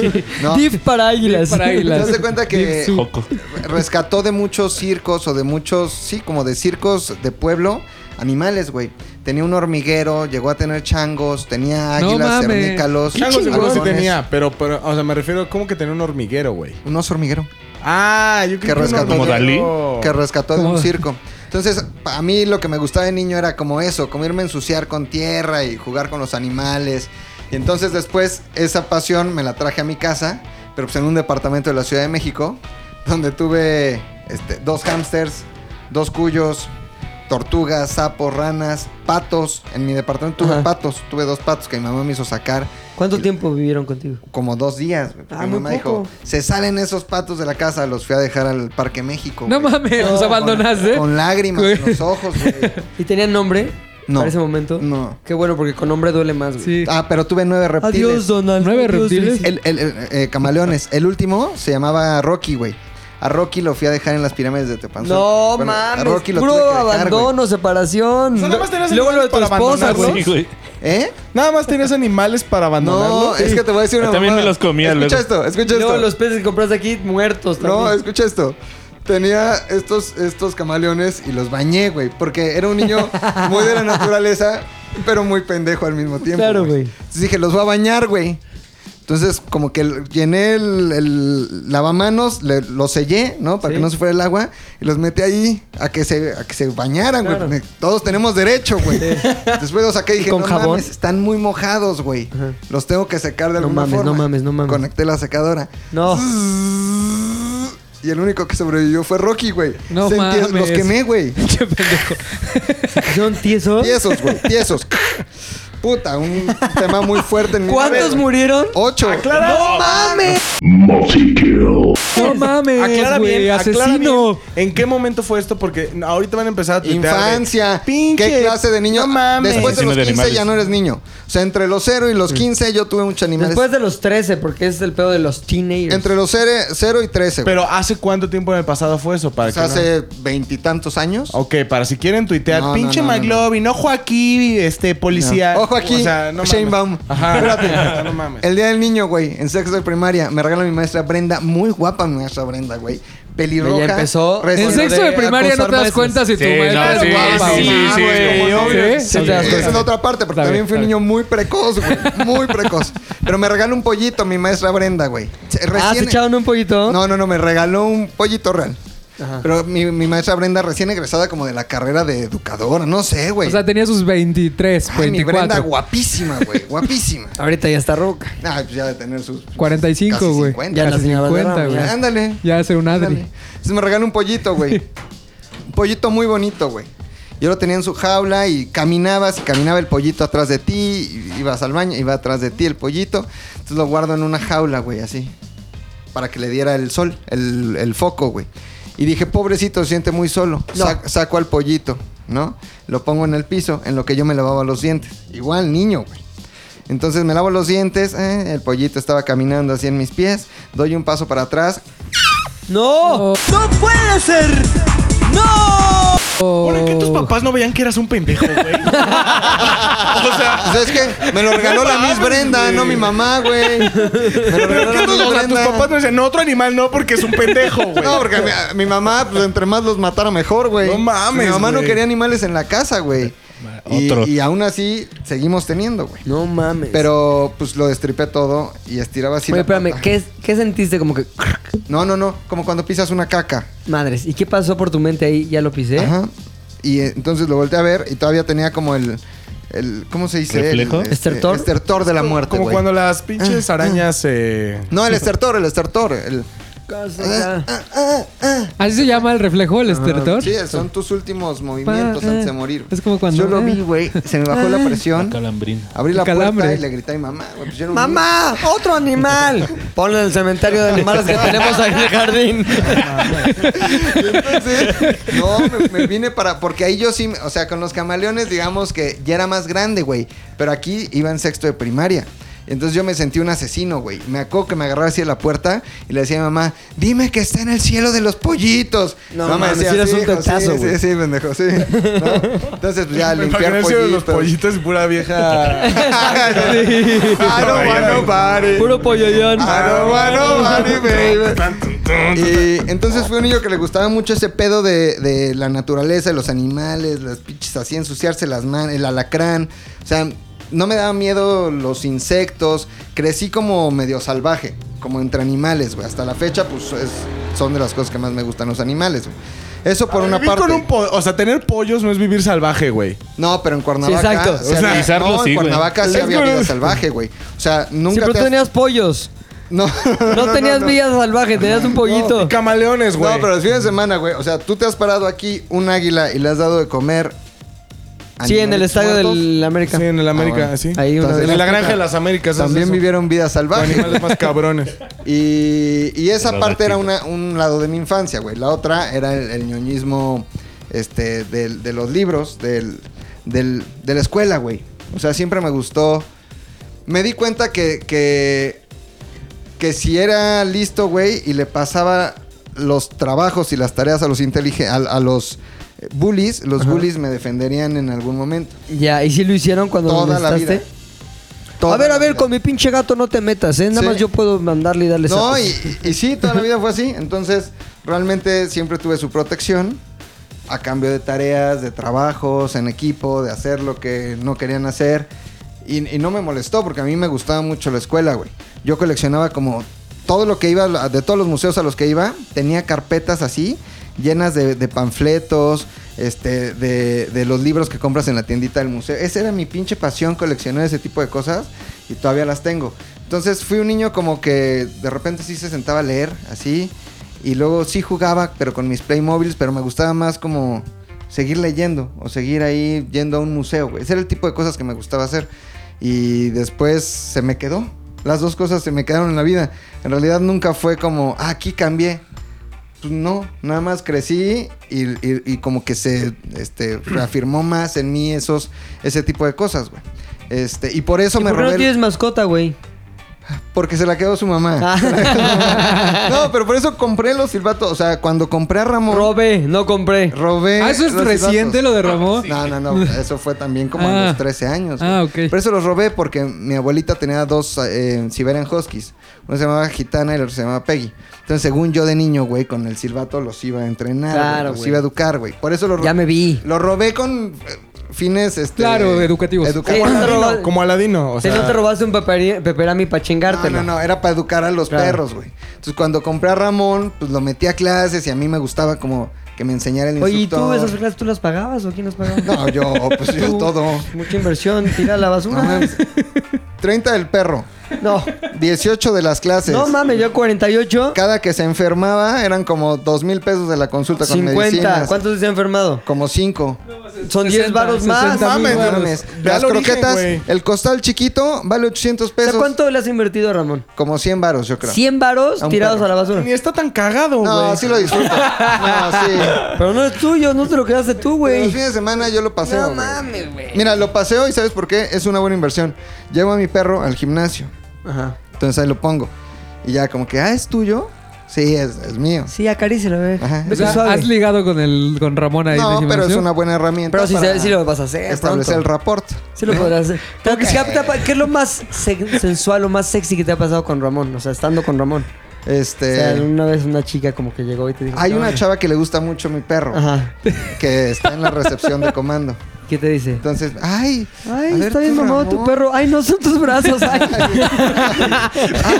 <laughs> No.
DIF para águilas.
para águilas.
Entonces, se cuenta que
Dipsu.
Joco.
rescató de muchos circos o de muchos, sí, como de circos de pueblo, animales, güey. Tenía un hormiguero, llegó a tener changos, tenía
No
águilas,
mames.
cernícalos.
Chango seguro sí
halcones.
tenía, pero, pero, o sea, me refiero, ¿cómo que tenía un hormiguero, güey?
Un oso hormiguero.
Ah, yo
que
creo que
rescató
un
¿Como Dalí?
hormiguero-
que rescató de
Oh.
¿Cómo?
un circo. Entonces, a mí lo que me gustaba de niño era como eso, como irme a ensuciar con tierra y jugar con los animales. Y entonces después esa pasión me la traje a mi casa, pero pues en un departamento de la Ciudad de México, donde tuve este, dos hámsters, dos cuyos, tortugas, sapos, ranas, patos. En mi departamento tuve
Ajá.
patos. Tuve dos patos que mi mamá me hizo sacar
¿Cuánto tiempo vivieron contigo?
como dos días. güey, porque
Ah,
mi
muy
mamá
poco.
dijo, se salen esos patos de la casa. Los fui a dejar al Parque México.
No
güey.
mames, los
Con-
abandonaste.
Con lágrimas en los ojos,
<laughs>
güey.
¿Y tenían nombre?
No.
Para ese momento.
No.
Qué bueno, porque con nombre duele más, güey.
Sí.
Ah, pero tuve nueve reptiles.
Adiós, Donald.
¿Nueve
Adiós,
reptiles?
Daisy.
El, el- el- eh, camaleones. El último se llamaba Rocky, güey. A Rocky lo fui a dejar en las pirámides de Tepanzón.
No
Bueno,
mames.
A Rocky lo
puro
tuve que dejar, güey.
abandono, separación.
sea, nada más tenías
Luego lo de tu
para
esposa,
abandonarlos.
güey.
Sí, güey.
¿Eh?
Nada más tenías animales para abandonarlo.
No, es que te voy a decir
Yo
una
también
mamada.
me los comía
Escucha esto,
Y
escucha
luego
esto.
los peces que compraste aquí muertos también.
No, escucha esto. Tenía estos, estos camaleones y los bañé, güey. Porque era un niño muy de la naturaleza, pero muy pendejo al mismo tiempo.
Claro, güey.
Entonces dije, los voy a bañar, güey. Entonces, como que l- llené el, el lavamanos, le- lo sellé, ¿no? Para
Sí.
que no se fuera el agua. Y los metí ahí a que se, a que se bañaran, güey.
Claro.
Me- Todos tenemos derecho, güey. Después los saqué y dije,
con
no
jabón?
mames, están muy mojados, güey.
Ajá.
Los tengo que secar de
No
alguna
mames, no
forma.
mames, no mames.
Conecté la secadora.
No.
Y el único que sobrevivió fue Rocky, güey.
No
Se entie-
mames.
Los quemé, güey.
Che pendejo.
<laughs> ¿Son tiesos?
Tiesos, güey. Tiesos. Puta, un tema muy fuerte en mi
¿Cuántos
cabeza.
murieron?
Ocho.
¡No mames!
No mames,
Aclara
güey,
bien, aclara
asesino.
bien ¿En qué momento fue esto? Porque ahorita van a empezar a tuitear de,
Infancia.
Pinche.
¿Qué clase de niño?
No mames.
Después de
Asesino
los
de
15
animales.
ya no eres niño. O sea, entre los 0 y los 15 yo tuve muchos animales.
Después de los 13, porque es el pedo de los teenagers.
Entre los 0 y 13, güey.
Pero ¿hace cuánto tiempo en el pasado fue eso? Para
O sea,
que no-
hace veintitantos años.
Ok, para si quieren tuitear,
No, no,
pinche
no, no,
McLovin, ojo aquí, este, policía.
No. Ojo aquí, Shane Baum.
Ajá, espérate, <laughs> no mames.
El día del niño, güey, en sexto de primaria, me regala mi maestra Brenda, muy guapa mi maestra Brenda, güey. Pelirroja.
Ya empezó.
En
recio-
Bueno,
sexto
de
de primaria no
acosar
te das
maestros.
cuenta si tu
Sí,
maestra
no,
es
sí,
guapa o
sí,
no.
sí,
güey,
sí,
obvio.
Sí,
Sí, te das
Esa es
cuenta.
la otra parte, porque
Está bien,
también fui un
está
niño muy precoz, güey. Muy precoz. Pero me regaló un pollito mi maestra Brenda, güey. Se-
Ah,
¿Has
recién-
echado Ah, un pollito?
No, no, no, me regaló un pollito real. Pero mi, mi maestra Brenda, recién egresada como de la carrera de educadora, no sé, güey.
O sea, tenía sus 23,
Ay, mi Brenda
24,
guapísima, güey.
<laughs>
Guapísima.
Ahorita ya está roca.
Ah, pues ya de tener sus.
45,
casi
güey.
50.
Ya
Casi
la señora
50,
Valderrama,
güey.
ya.
Ándale.
Ya ser un
Ándale.
Adri.
Entonces me regaló un pollito, güey. un pollito muy bonito, güey. Yo lo tenía en su jaula y caminabas, y caminaba el pollito atrás de ti, y ibas al baño, iba atrás de ti el pollito. Entonces lo guardo en una jaula, güey, así. Para que le diera el sol, el, el foco, güey. Y dije, pobrecito, se siente muy solo. Sac- saco al pollito, ¿no? Lo pongo en el piso, en lo que yo me lavaba los dientes. Igual, niño, güey. Entonces me lavo los dientes, eh, el pollito estaba caminando así en mis pies, doy un paso para atrás,
¡No! ¡No puede ser! ¡No!
¿Por qué tus papás no veían que eras un pendejo, güey? o sea,
<laughs> ¿Sabes qué? Me lo regaló la Miss Brenda, no mi mamá, güey. Me lo regaló la
o sea,
Miss
tus papás
Brenda.
no decían, no, otro animal no, porque es un pendejo, güey.
No, porque mi, mi mamá, pues entre más los matara mejor, güey.
No mames,
Mi mamá no
güey.
quería animales en la casa, güey. Y,
Otro.
y aún así, seguimos teniendo, güey.
No mames.
Pero pues lo destripé todo y estiraba así.
Oye,
la
espérame,
pata.
¿qué, ¿qué sentiste como que... <laughs>
No, no, no. Como cuando pisas una caca.
Madres, ¿y qué pasó por tu mente ahí? ¿Ya lo pisé?
Ajá. Y eh, entonces lo volteé a ver y todavía tenía como el. el ¿Cómo se dice?
¿Reflejo?
El, este,
¿Estertor?
Estertor de la muerte.
Como
güey.
cuando las pinches arañas eh,
No, el estertor, el estertor. El.
Casa,
Ah,
ya.
Así se llama el reflejo, el estertor.
Sí, son tus últimos movimientos antes de morir.
Es como cuando-
Yo lo
<laughs>
vi, güey. Se me bajó la presión.
Calambrina.
Abrí la puerta
Calambre.
y le grité a mi mamá. güey, pues yo era un
¡Mamá! ¡Otro animal! Ponlo en el cementerio de animales que tenemos ahí en
<laughs>
el jardín.
niño. <laughs> Entonces, no, me, me vine para. Porque ahí yo sí. me- O sea, con los camaleones, digamos que ya era más grande, güey. Pero aquí iba en sexto de primaria. Entonces yo me sentí un asesino, güey. Me acuerdo que me agarraba así de la puerta y le decía a mi mamá, dime que está en el cielo de los pollitos.
No
Mi mamá
mames, sí eras un
hijo,
tetazo,
sí,
güey".
sí, sí, pendejo, sí. ¿No?
<laughs>
Entonces, pues ya,
Me
limpiar
imaginé eso de los pollitos y pura vieja. <laughs>
I don't want nobody.
Puro polloyón.
I don't want nobody, baby.
<laughs>
Y entonces fue un niño que le gustaba mucho ese pedo de, de la naturaleza, de los animales, las pinches así, ensuciarse las manos, el alacrán. O sea, no me daba miedo los insectos. Crecí como medio salvaje, como entre animales, güey. Hasta la fecha, pues es- son de las cosas que más me gustan los animales, güey. Eso por una
Vivir
parte.
con un po- o sea, tener pollos no es vivir salvaje, güey.
No, pero en Cuernavaca.
Sí, exacto.
se
O sea,
había-
pisarlo
no,
sí,
en
güey.
Cuernavaca sí
Es
había
como-
vida salvaje, güey. O sea, nunca
Sí, pero
te
tú
has-
tenías pollos.
No, <laughs>
No tenías vida salvaje, tenías un pollito.
Y camaleones, güey.
No, pero los fines de semana, güey. O sea, tú te has parado aquí un águila y le has dado de comer.
sí, en el
animales
estadio
muertos.
del América.
Sí, en el América,
Ah, bueno.
sí.
Ahí una
Entonces,
de
en
las-
la granja de las Américas.
También
haces eso.
vivieron vida
Con
salvaje.
animales más
<laughs>
cabrones.
Y, y esa
Los
parte era una,
gatitos.
un lado de mi infancia, güey. La otra era el, el ñoñismo este, del- de los libros, del, del- de la escuela, güey. O sea, siempre me gustó. Me di cuenta que, que, que si era listo, güey, y le pasaba los trabajos y las tareas a los intelige- a, a los eh, bullies, los bullies me defenderían en algún momento.
Ya, ¿y si lo hicieron cuando lo
Toda la vida.
necesitaste?
Toda
eh? a ver, a
la
ver,
vida.
con mi pinche gato no te metas, ¿eh? Nada
Sí.
más yo puedo mandarle y darle
No,
zapes.
y, y- y sí, toda la vida fue así. Entonces, realmente siempre tuve su protección a cambio de tareas, de trabajos, en equipo, de hacer lo que no querían hacer. Y, y no me molestó porque a mí me gustaba mucho la escuela, güey. Yo coleccionaba como todo lo que iba, a la- de todos los museos a los que iba, tenía carpetas así, llenas de, de panfletos, este, de, de los libros que compras en la tiendita del museo. Esa era mi pinche pasión, coleccionar ese tipo de cosas y todavía las tengo. Entonces fui un niño como que de repente sí se sentaba a leer, así. Y luego sí jugaba, pero con mis Playmobiles, pero me gustaba más como seguir leyendo o seguir ahí yendo a un museo, güey. Ese era el tipo de cosas que me gustaba hacer. Y después se me quedó. Las dos cosas se me quedaron en la vida. En realidad nunca fue como, ah, aquí cambié. Pues no, nada más crecí y, y- y como que se este, reafirmó más en mí esos, ese tipo de cosas, güey. Este, y por eso
¿Y
me
por qué no
rebel-
tienes mascota, güey?
porque se la quedó su mamá. <laughs>
Ah.
<laughs> no, pero por eso compré los silbatos. O sea, cuando compré a Ramón,
Robe, no compré.
robé.
Ah, eso es
los
reciente
silbatos.
lo de Ramón.
No, no, no. Eso fue también como
Ah.
a los 13 años.
Ah,
güey.
ok.
Por eso los robé porque mi abuelita tenía dos eh, Siberian Huskies. Uno se llamaba Gitana y el otro se llamaba Peggy. Entonces, según yo de niño, güey, con el silbato los iba a entrenar.
Claro,
güey, los
güey.
iba a educar, güey. Por eso los
Ya me vi.
Lo robé con eh, fines, este...
Claro, educativos.
Sí,
Educativos.
no te robaste-
Como Aladino. O
sí,
sea,
no te robaste un peperi- peperami para
No,
chingártelo.
no, no, era para educar a los
Claro.
perros, güey. Entonces, cuando compré a Ramón, pues lo metí a clases y a mí me gustaba como que me enseñara el
Oye, ¿y
instructor.
tú esas clases tú las pagabas o quién las pagaba?
No, yo, pues yo
Tú.
todo.
Mucha inversión, tira a la
No
basura.
mames. 30 del perro,
No,
18 de las clases.
no mames, yo 48,
Cada que se enfermaba eran como dos mil pesos de la consulta con
50.
medicinas.
¿Cuántos se han enfermado?
Como 5.
Son 10 varos más.
60 mil
Mames,
varos.
mames. Ya
Las
lo dije,
croquetas,
güey.
el costal chiquito vale 800
O sea,
pesos.
¿cuánto le has invertido, Ramón?
Como 100 varos, yo creo.
100 varos
A un
tirados
perro.
a la basura.
Ni está tan cagado, güey.
No, sí
<laughs>
lo disfruto. No, sí.
Pero no es tuyo, no te lo quedaste tú,
Los
güey.
fines de semana yo lo paseo.
No
güey.
mames, güey.
Mira, lo paseo y ¿sabes por qué? Es una buena inversión. Llevo a mi perro al gimnasio.
Ajá.
Entonces ahí lo pongo. Y ya como que, ah, ¿es tuyo? Sí, es, es mío.
Sí, acarícelo, güey.
Ajá.
Ve
O
que
sea,
suave.
has ligado con el con Ramón ahí. en el
No, pero es
gimnasio.
una buena herramienta
Pero si,
para
se, si lo vas a hacer.
establecer el
pronto.
rapport.
Sí lo podrás
<laughs>
hacer. Pero ¿qué, te ha pa- qué es lo más se- sensual o más sexy que te ha pasado con Ramón? O sea, estando con Ramón. O
Este...
sea, una vez una chica como que llegó y te dijo...
hay
"No,
una
güey".
chava que le gusta mucho mi perro,
Ajá.
que está en la recepción de comando.
¿Qué te dice?
Entonces, ay,
Ay,
a ver
está
tú,
bien mamado tu
Ramón.
perro. Ay, no son tus
<laughs>
brazos. Ay.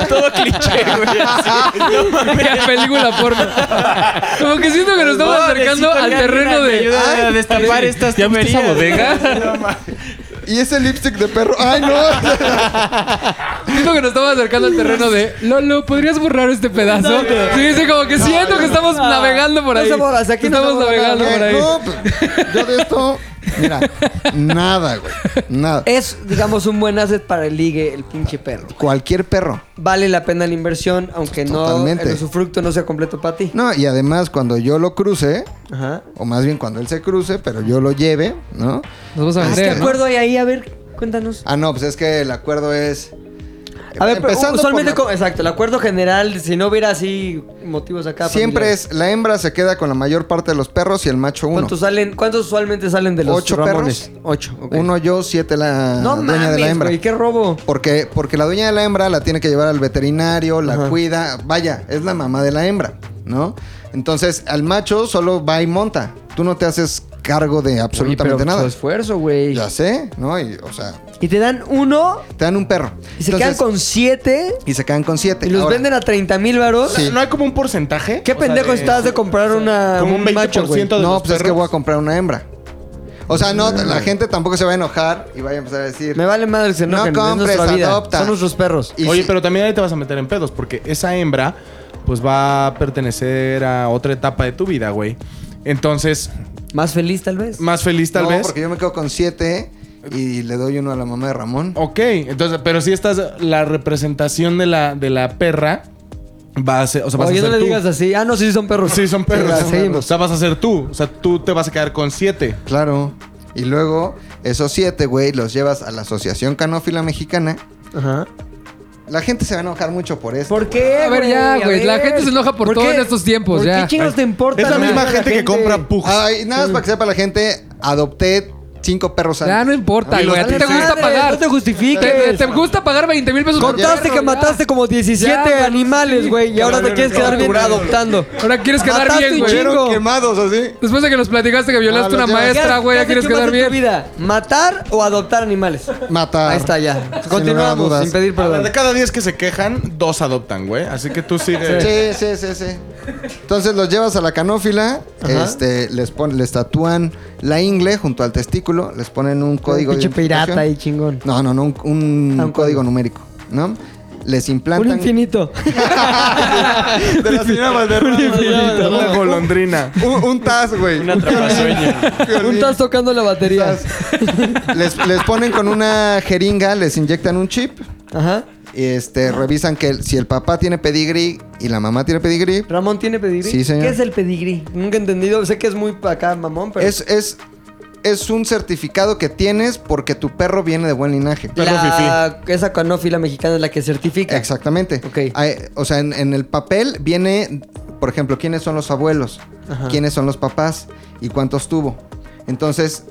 Todo cliché, güey.
<laughs>
Qué <laughs> película porno. Como que siento que nos estamos acercando al terreno de. Ah,
Ayuda a destapar estas
¿Ya viste esa
tuberías.
bodega?
Y ese lipstick de perro,
<laughs>
ay no.
Siento que nos estamos acercando al terreno de. Lolo, ¿podrías borrar este pedazo? Sí, sí, como que siento que estamos navegando por
No
ahí.
se borra, hasta aquí no
estamos
se borra
navegando
nada,
por
Eh,
ahí.
no, pues, yo de esto, mira, nada, güey, nada.
es, digamos, un buen asset para el ligue, el pinche perro.
Cualquier perro.
Vale la pena la inversión, aunque no
Totalmente.
el usufructo no sea completo para ti.
No, y además cuando yo lo cruce,
Ajá.
o más bien cuando él se cruce, pero yo lo lleve, ¿no?
Nos vamos a
Ah, ¿Qué
vender. ¿no?
acuerdo hay ahí? A ver, cuéntanos.
Ah, no, pues es que el acuerdo es...
A ver, pero
Empezando
usualmente,
por
co- exacto, el acuerdo general, si no hubiera así motivos acá. pues,
la- Siempre
familiares.
es, la hembra se queda con la mayor parte de los perros y el macho uno.
¿Cuántos, salen, ¿Cuántos usualmente salen de los
¿Ocho
Ramones? Ocho. ok.
Uno yo, siete la
No
dueña
mames,
de la hembra.
güey, qué robo.
Porque, porque la dueña de la hembra la tiene que llevar al veterinario, la
Ajá.
cuida. Vaya, es la mamá de la hembra, ¿no? Entonces, al macho solo va y monta. Tú no te haces cargo de absolutamente
Oye, pero pues, su
nada.
esfuerzo, güey.
Ya sé, ¿no? Y, o sea,
Y te dan uno
te dan un perro.
y se
Entonces-
quedan con siete
Y se quedan con siete.
y los
Ahora,
venden a 30 mil varos.
Sí.
¿No hay como un porcentaje?
¿Qué
O sea,
pendejo
de-
estás de comprar una,
como
un
un
macho, güey?
20% de
No,
los
pues es que
perros.
voy a comprar una hembra. O sea, no, la gente tampoco se va a enojar y vaya a empezar a decir.
Me vale madre que se
No
enojen, es
compres,
nuestra vida.
adopta.
Son nuestros perros.
Y
Oye,
si-
pero también ahí te vas a meter en pedos, porque esa hembra, pues va a pertenecer a otra etapa de tu vida, güey. Entonces,
Más feliz tal vez.
más feliz tal
no,
vez.
porque yo me quedo con siete y le doy uno a la mamá de Ramón.
Ok, entonces, pero si estás la representación de la, de la perra, va a ser. O sea, vas
Oye,
a
no
ser
le
tú.
digas así. Ah, no, sí son perros.
Sí, son perros.
Sí, la
o
seguimos.
sea, vas a ser tú. O sea, tú te vas a quedar con siete.
Claro. Y luego, esos siete, güey, los llevas a la Asociación Canófila Mexicana.
Ajá.
La gente se va a enojar mucho por eso.
¿Por qué?
A ver, ya, güey, la gente se enoja por todo
qué?
en estos tiempos,
¿Por
ya.
¿Qué chingados te importa?
Es la misma
güey?
gente que compra pugs.
Ay, nada más para que sepa la gente, adopté cinco perros al
Ya no importa, güey. A ti
Dale
te gusta
madre,
pagar.
No te
Te,
justifiques.
te gusta pagar 20 mil pesos. por
Contaste
perro,
que
ya.
mataste como 17
Ya, güey,
animales,
sí.
güey, y ahora te quieres quedar bien
torturado.
adoptando.
Ahora quieres quedar
Mataste un
bien, güey.
chingo.
quemados así.
Después de que nos platicaste que violaste
Ah,
una
los llevas.
maestra, güey,
¿Qué
ya
hace-
quieres
qué más
quedar
en tu
bien.
vida? ¿Matar o adoptar animales?
Matar.
Ahí está, ya.
Sin
Continuamos
lugar a dudas.
sin pedir
A ver,
perdón.
De cada diez que se quejan, dos adoptan, güey. Así que tú sigues.
Sí, sí, sí, sí. Entonces los llevas a la canófila, este, les pon, les tatúan la ingle junto al testículo, les ponen un código
pinche
identificación.
pirata ahí, chingón.
No, no, no, un,
Ah,
un
un código.
código numérico, ¿no? Les
Un
implantan.
infinito.
<laughs> De la señora Valderrama. Una golondrina.
Un, un TAS, güey.
Una trapasueña.
<laughs> Violín.
Un estás tocando la batería.
<laughs> les, les ponen con una jeringa, les inyectan un chip.
Ajá.
Y este, revisan que el- si el papá tiene pedigrí y la mamá tiene pedigrí,
Ramón tiene pedigrí.
Sí, señor.
¿Qué es el pedigrí? Nunca he entendido. Sé que es muy pa' acá, mamón, pero.
es, es, es un certificado que tienes porque tu perro viene de buen linaje.
la, esa canófila mexicana es la que certifica.
Exactamente.
Ok.
Ay, o sea, en, en el papel viene, por ejemplo, quiénes son los abuelos,
Ajá.
quiénes son los papás y cuántos tuvo. Entonces,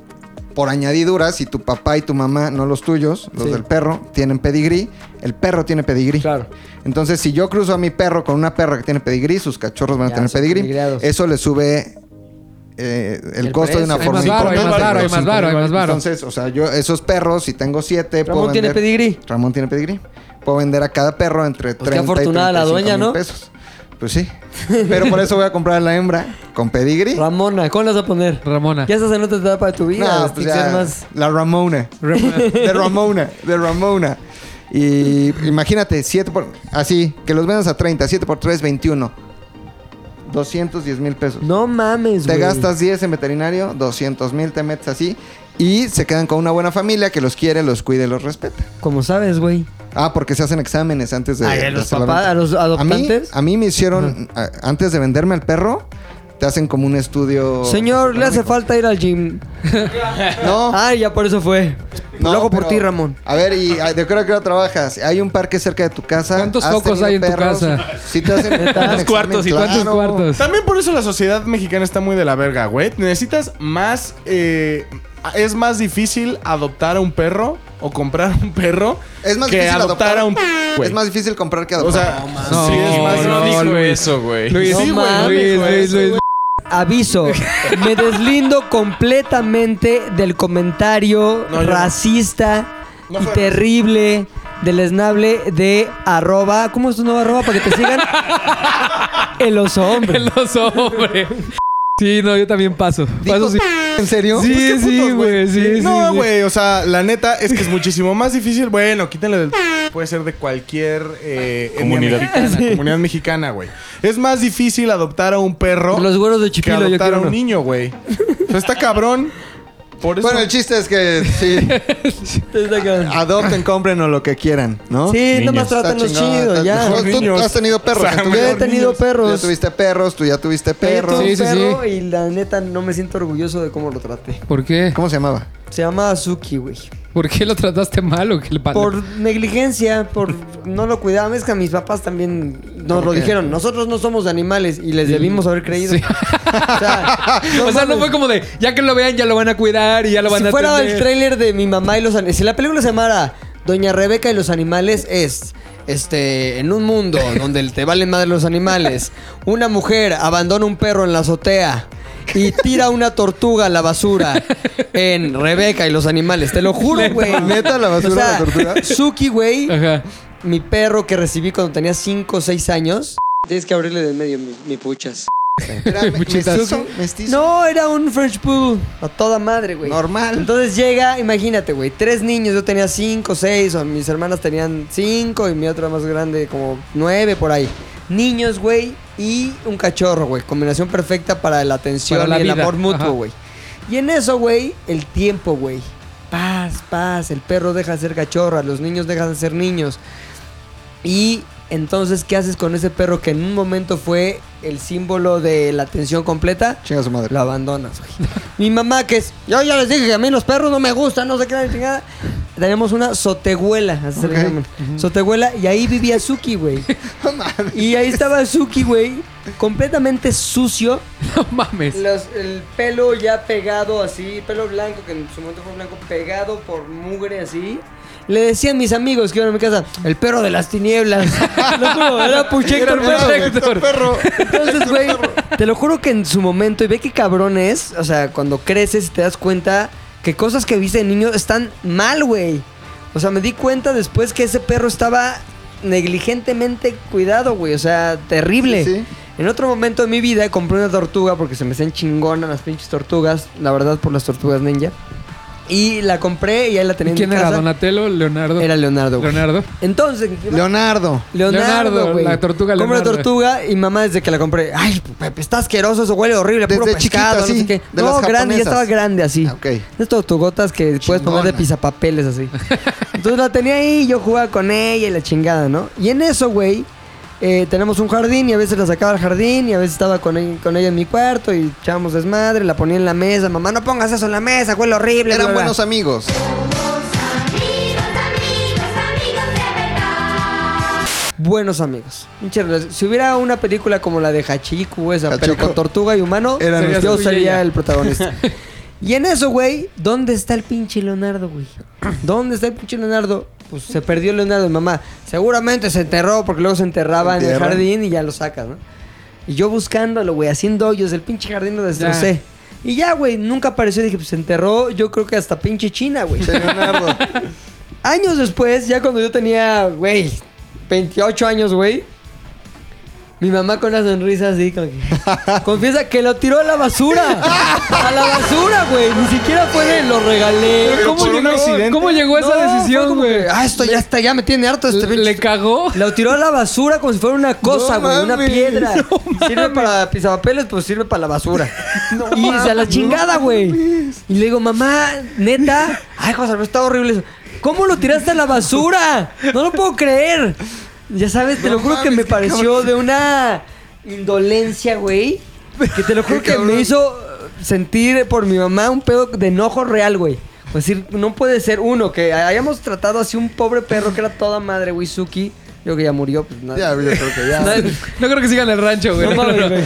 por añadidura, si tu papá y tu mamá, no los tuyos, los
Sí.
del perro, tienen pedigrí, el perro tiene pedigrí.
Claro.
Entonces, si yo cruzo a mi perro con una perra que tiene pedigrí, sus cachorros van a
Ya,
tener
son
pedigrí.
pedigreados.
Eso le sube eh, el,
El
costo de
precio.
una
Hay
forma
más varo, hay más
importante.
varo, hay más varo, hay más varo.
Entonces, o sea, yo esos perros, si tengo siete,
Ramón
puedo
tiene
vender-
pedigrí.
Ramón tiene pedigrí. Puedo vender a cada perro entre
Pues
30
qué afortunada
y
la
35
dueña,
mil
¿no?
pesos. Pues sí. Pero por eso voy a comprar a la hembra
<laughs>
con pedigrí.
Ramona, ¿cómo la vas a poner?
Ramona.
Ya estás en otra etapa de tu
No,
vida.
pues
Sticks,
ya,
es más.
La Ramona. De Ramona. De Ramona. Y imagínate, 7 por... Así, que los vendas a 30. 7 por 3, 21. 210 mil pesos.
No mames,
Te
güey.
gastas 10 en veterinario, 200 mil te metes así y se quedan con una buena familia que los quiere, los cuide, los respeta.
Como sabes, güey.
Ah, porque se hacen exámenes antes de...
Ay, a
de
Ah, los
hacer la
papás,
venta.
a los adoptantes.
A mí, a mí me hicieron, a- antes de venderme al perro, te hacen como un estudio...
Señor, le hace falta ir al gym.
No,
Ay, ya por eso fue.
no,
Lo hago por
pero-
ti, Ramón.
A ver, ¿y a- de qué hora, qué hora trabajas? ¿Hay un parque cerca de tu casa?
¿Cuántos
¿Has
focos
tenido
hay en tu casa?
Sí te hacen... te hacen examen,
cuartos y cuántos
claro.
cuartos?
También por eso la sociedad mexicana está muy de la verga, güey. Necesitas más. eh, es más difícil adoptar a un perro o comprar un perro
Es más
que
difícil
adoptar a un. güey.
Es más difícil comprar que
O
adoptar.
sea,
No,
sí, es más
No, no
difícil.
dijo
Luis.
eso, güey.
Luis,
No mames,
Luis,
güey.
Luis, Luis, Luis.
Aviso, me deslindo completamente del comentario
No, yo no.
racista
No
y
fue
terrible, deleznable de arroba. ¿Cómo es tu nuevo arroba para que te sigan? El oso hombre.
Los hombres. Sí, no, yo también paso. Paso sí.
"Ah,
¿En serio?
Sí,
Pues, ¿qué
sí,
putos,
güey, sí, sí,
No,
sí.
güey, o sea, la neta es que es muchísimo más difícil. Bueno,
<laughs>
quítale del. Puede ser de cualquier eh, etnia
Comunidad.
<laughs>
mexicana, comunidad mexicana, güey. Es más difícil adoptar a un perro
Los güeros de
que
Chipilo, yo
adoptar a
quiero
un
uno.
niño, güey. O sea, está cabrón. Por eso.
Bueno, el chiste es que sí, adopten, compren o lo que quieran, ¿no?
Sí, nada más
Niños.
trátanos
Está chingón,
chido,
está-
ya.
Tú- Tú,
Niños.
has tenido perros.
O sea,
en tu
Yo
vida.
he tenido
Ya
perros.
tuviste perros, tú ya tuviste
Perro,
perros.
Sí, sí,
perro,
sí.
Y la neta no me siento orgulloso de cómo lo traté.
¿Por qué?
¿Cómo se llamaba?
Se llama Azuki, güey.
¿Por qué lo trataste mal o qué le pasó?
Por negligencia, por no lo cuidaban. Es que a mis papás también nos lo
qué?
dijeron. Nosotros no somos animales y les debimos haber creído.
Sí.
<laughs> O sea,
<laughs> o sea, no
mames.
fue como de, ya que lo vean, ya lo van a cuidar y ya lo van
Si
a
fuera el
atender.
tráiler de mi mamá y los animales. Si la película se llamara Doña Rebeca y los animales es. Este, en un
<laughs>
mundo donde te valen madre los animales, una mujer abandona un perro en la azotea y tira una tortuga a la basura en Rebeca y los animales. Te lo juro, güey.
¿Neta la basura, la tortuga?
Suki, güey,
Ajá. <laughs>
mi perro que recibí cuando tenía 5 o 6 años. Tienes que abrirle de medio mi, mi puchas.
Era me-
Muchitas.
mestizo, mestizo.
No, era un French Poodle. A toda madre, güey.
Normal.
Entonces llega, imagínate, güey, tres niños. Yo tenía cinco, seis, o mis hermanas tenían cinco y mi otra más grande como nueve por ahí. Niños, güey, y un cachorro, güey. Combinación perfecta para la atención
Para la
y el
vida.
amor
Ajá.
mutuo, güey. Y en eso, güey, el tiempo, güey. Paz, paz. El perro deja de ser cachorra, los niños dejan de ser niños. Y entonces, ¿qué haces con ese perro que en un momento fue el símbolo de la atención completa?
Chinga su madre.
Lo abandonas, güey. Mi mamá, que es. Yo ya les dije que a mí los perros no me gustan, no sé qué, la chingada. Tenemos una sotehuela, así se le
Ok.
llaman. Sotehuela, y ahí vivía Suki,
<laughs>
güey. y ahí estaba Suki, güey, completamente sucio.
No mames.
Los- el pelo ya pegado así, pelo blanco, que en su momento fue blanco, pegado por mugre así. Le decían mis amigos que iban a mi casa, el perro de las <laughs> tinieblas. Lo juro, era Puchector perro. güey.
Héctor.
Entonces, güey, te lo juro que en su momento, y ve qué cabrón es, o sea, cuando creces y te das cuenta que cosas que viste de niño están mal, güey. O sea, me di cuenta después que ese perro estaba negligentemente cuidado, güey. O sea, terrible.
Sí, sí.
En otro momento de mi vida compré una tortuga porque se me hacían chingonas las pinches tortugas, la verdad, por las tortugas ninja. Y la compré y ahí la tenía en
¿Quién
mi
era?
casa.
¿Donatello? ¿Leonardo?
Era Leonardo. güey.
<laughs> Leonardo.
Entonces, Leonardo,
Leonardo.
Leonardo,
güey.
la tortuga
Compré
Leonardo.
la tortuga y mamá desde que la compré, ay, Pepe, está asqueroso, eso huele horrible, puro
Desde chiquito,
pescado, no
así,
sé qué.
de
no,
las
grande, ya
japonesas.
estaba grande así.
Ah, ok.
De tortugotas que puedes poner de
Chingona.
pizapapeles
<laughs>
así. Entonces la tenía ahí, yo jugaba con ella y la chingada, ¿no? Y en eso, güey, eh, tenemos un jardín y a veces la sacaba al jardín y a veces estaba con ella, con ella en mi cuarto y echábamos desmadre, la ponía en la mesa, mamá, no pongas eso en la mesa, huele horrible. bla,
Eran
bla".
buenos amigos.
buenos amigos. Pinche relación. Si hubiera una película como la de Hachiku, esa, pero
Hachiko.
con tortuga y humano,
Eran
ustedes.
yo
Tú y ella.
sería el
<laughs>
protagonista. y en eso, güey, ¿dónde está el pinche Leonardo, güey? ¿Dónde está el pinche Leonardo? Pues se perdió Leonardo, mamá. Seguramente se enterró porque luego se enterraba en el
Entierran.
jardín y ya lo sacas, ¿no? Y yo buscándolo, güey, haciendo hoyos, el pinche jardín lo destrocé. Y ya, güey, nunca apareció. Dije, pues se enterró, yo creo que hasta pinche China, güey.
Leonardo.
Años después, ya cuando yo tenía, güey, 28 años, güey. Mi mamá con una sonrisa así, como <laughs> que... Confiesa que lo tiró a la basura. A la basura, güey. Ni siquiera fue de lo regalé.
¿Cómo llegó, ¿Cómo llegó esa
No, fue
decisión,
como
güey?
que, Ah, esto ya está, ya me tiene harto este
Le,
pinche- <laughs>
cagó. <laughs>
Lo tiró a la basura como si fuera una cosa, güey, una
mames,
piedra.
<laughs> no
sirve para pisapapeles, pues sirve para la
<laughs>
basura. y dice, a la chingada, güey. y le digo, mamá, neta. Ay, José, Alberto, está horrible eso. ¿Cómo lo tiraste a la basura? No lo puedo creer. Ya sabes, te lo juro que me pareció de una indolencia, güey. Que te lo
<laughs>
juro que me hizo eh, sentir por mi mamá un pedo de enojo real, güey. O decir, no puede ser uno, que hayamos tratado así un pobre perro que era toda madre, güey, Suki. Yo que ya murió, pues nada.
Ya, yo creo que ya.
Nadie-
No creo que sigan el rancho, güey.
no
No, no,
mames,
no.
güey.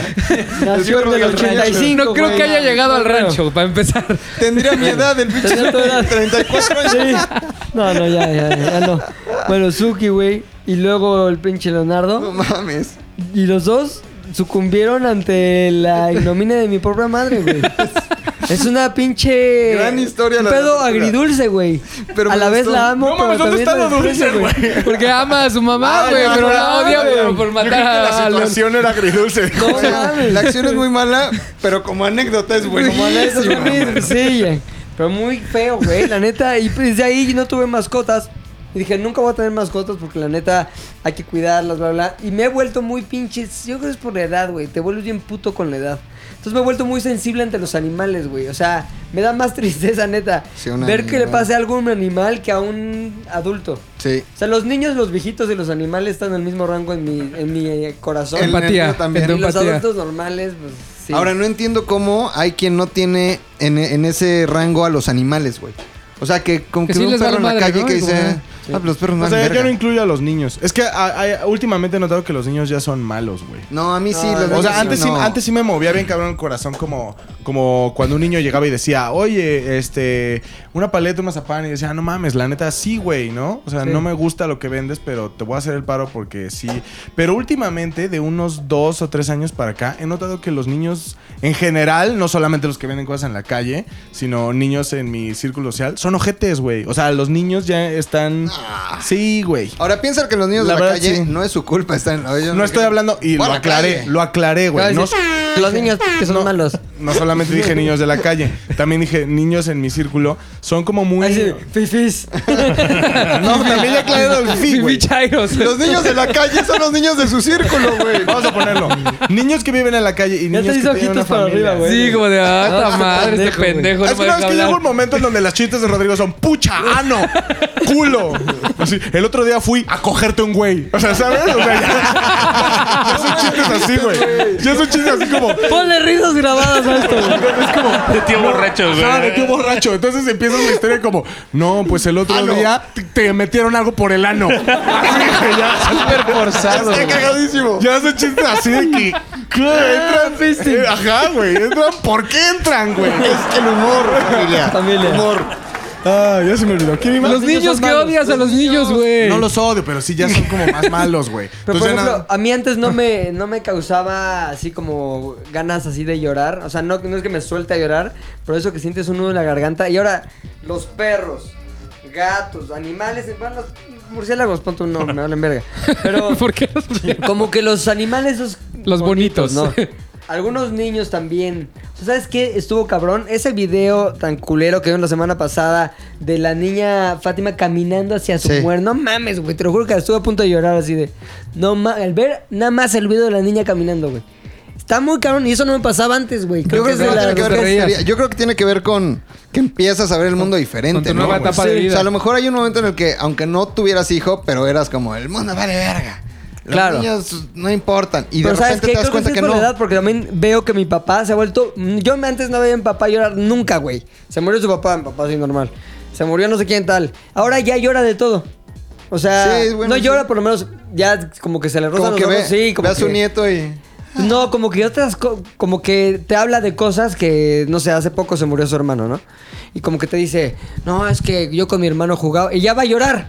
Nació en el 85.
No creo
güey.
que haya llegado
No
al
creo.
rancho, para empezar.
Tendría mi edad el pinche.
Tenía tu pues, edad.
34 años.
Sí. No, no, ya, ya, ya no. Bueno, Suki, güey. Y luego el pinche
No
Leonardo.
mames.
Y los dos sucumbieron ante la ignominia de mi propia madre, güey. Es una pinche.
Gran historia,
Un
la de la
pedo
tortuga.
agridulce, güey.
Pero
A
me
la vez
gustó.
la amo,
No
pero
mames, ¿dónde
también
está
la
lo dulce,
desprecio, güey.
Porque ama a su mamá, güey, pero la odia por, por matar a
La
los...
situación era agridulce.
No
O sea,
mames.
la acción es muy mala, pero como anécdota
<laughs>
es
Güey, eso
buenísima.
también, Sí, ya. pero muy feo, güey, la neta. Y pues, de ahí no tuve mascotas. Y dije, nunca voy a tener mascotas porque la neta hay que cuidarlas, bla, bla. Y me he vuelto muy pinches. Yo creo que es por la edad, güey. Te vuelves bien puto con la edad. Entonces me he vuelto muy sensible ante los animales, güey. O sea, me da más <laughs> tristeza, neta.
Sí, un
ver que le
animal.
pase algo a un animal que a un adulto.
Sí.
O sea, los niños, los viejitos y los animales están en el mismo rango en mi, en mi eh, corazón.
El-
Empatía.
nervio también.
en tu
y los
empatía.
adultos normales, pues sí.
Ahora, no entiendo cómo hay quien no tiene en, en ese rango a los animales, güey. O sea, que como que,
Que sí
ve un
les vale
perro en la
madre,
calle
¿no?
que
Y como,
dice, ah,
sí.
pues los perros no
O sea,
valen
yo no
verga".
incluyo a los niños. Es que a- a- últimamente he notado que los niños ya son malos, güey.
No, a mí sí. los
O
niños
sea, antes,
no.
sí, antes sí me movía bien cabrón el corazón como, como cuando un niño llegaba y decía, oye, este, una paleta, un mazapán, y decía, no mames, la neta, sí, güey, ¿no? O sea, no me gusta lo que vendes, pero te voy a hacer el paro porque sí. Pero últimamente, de unos dos o tres años para acá, he notado que los niños en general, no solamente los que venden cosas en la calle, sino niños en mi círculo social, son ojetes, güey. O sea, los niños ya están... Sí, güey.
Ahora piensa que los niños
La
de la
verdad,
calle
sí.
no es su culpa, están.
No estoy hablando, y lo
Para la
aclaré,
calle.
lo aclaré, güey.
Claro,
No,
sí. Los niños que son malos.
No solamente dije niños de la calle, también dije niños en mi círculo. Son como muy.
Ay, sí,
<laughs>
fifis.
No, también ya aclaré el fi, güey.
Chairos.
Los niños de la calle son los niños de su círculo, güey. Vamos a ponerlo. Niños que viven en la calle y
Ya
niños
te
que
hizo
tienen una
ojitos para
familia.
arriba, güey.
Sí, como de, ah,
No,
esta
este
madre, este
pendejo, güey.
pendejo,
Es
no
que
me
una
deja
vez que llega un
hablar.
momento en donde las chistes de Rodrigo son pucha, ano, culo. Así, el otro día fui a cogerte un güey. O sea, ¿sabes? O sea, ya, ya son chistes así, güey. Ya son chistes así como.
Ponle risas grabadas a esto, güey.
De tío borracho, güey.
Ah, de tío borracho. Entonces empieza la historia como, no, pues el otro
Ano.
día te- te metieron algo por el ano.
Súper forzado.
Está cagadísimo.
Ya hacen chistes así de que. ¿Qué? Entran. eh, ajá, güey. Entran. ¿Por qué entran, güey?
Es el humor, familia.
Familia.
Humor.
Ah, ya se me olvidó. ¿Quién iba?
Los niños que odias a los niños, güey.
No los odio, pero sí ya son como más malos, güey.
Pero
Entonces,
por ejemplo,
nada-
a mí antes no me, no me causaba así como ganas así de llorar. O sea, no, no es que me suelte a llorar, pero eso que sientes un nudo en la garganta. Y ahora, los perros, gatos, animales, bueno, los murciélagos, ponte un nombre, me valen verga. <laughs> Pero
<laughs> ¿Por qué los niños?
como que los animales, esos
Los bonitos.
¿no? Algunos niños también. O sea, ¿Sabes qué? Estuvo cabrón. Ese video tan culero que vimos la semana pasada de la niña Fátima caminando hacia su
Sí.
muerte. No mames, güey. Te lo juro que estuve a punto de llorar así de. No ma- Al ver nada más el video de la niña caminando, güey. Está muy cabrón y eso no me pasaba antes, güey.
Yo
Creo que
creo,
es
que
de
no
la-
tiene que ver
te
con
reías.
historia. Yo creo que tiene que ver con que empiezas a ver el mundo diferente.
Con tu
¿no,
nueva
güey?
etapa de
O
vida.
sea, a lo mejor hay un momento en el que, aunque no tuvieras hijo, pero eras como, el mundo vale verga. Los
Claro.
niños no importan. Y
Pero
de
¿sabes
repente
qué?
te das
Creo que,
cuenta
sí
que,
es por
no.
la edad, porque también veo que mi papá se ha vuelto... Yo antes no veía a mi papá llorar nunca, güey. Se murió su papá, mi papá así normal. Se murió no sé quién tal. Ahora ya llora de todo. O sea,
Sí, bueno,
no
sí.
llora, por lo menos ya como que se le rozan
Como
los
que ve,
ojos. Sí, como
ve a su
que-
nieto y...
No, como que otras... co- Como que te habla de cosas que, no sé, hace poco se murió su hermano, ¿no? Y como que te dice, no, es que yo con mi hermano jugaba... Y ya va a llorar.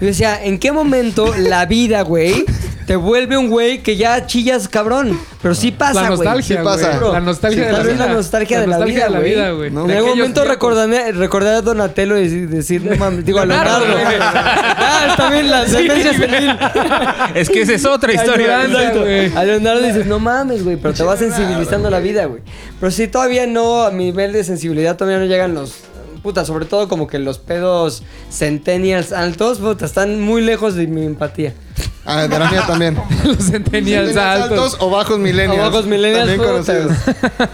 Y decía, ¿en qué momento la vida, güey, te vuelve un güey que ya chillas cabrón? Pero sí pasa,
La
güey.
nostalgia,
sí pasa.
güey. La
Sí,
nostalgia de la
tal vez
vida.
la nostalgia de la vida, güey.
güey.
En
De
algún
aquellos
momento
tiempos.
recordaré, recordaré a Donatello y dec- decir, no mames, digo a
Leonardo,
Leonardo.
güey.
ah, está bien, la sentencia senil.
Es que esa es otra historia.
Ayudando.
Exacto.
güey.
A Leonardo dices, no mames, güey, pero te vas sensibilizando a la vida, güey. Pero si todavía no, a mi nivel de sensibilidad todavía no llegan los... Puta, sobre todo como que los pedos centennials altos, puta, están muy lejos de mi empatía.
Ah, de la mía
<laughs>
también.
Los centenials altos.
altos o bajos millennials.
Abajos millennials,
También
puta,
conocidos.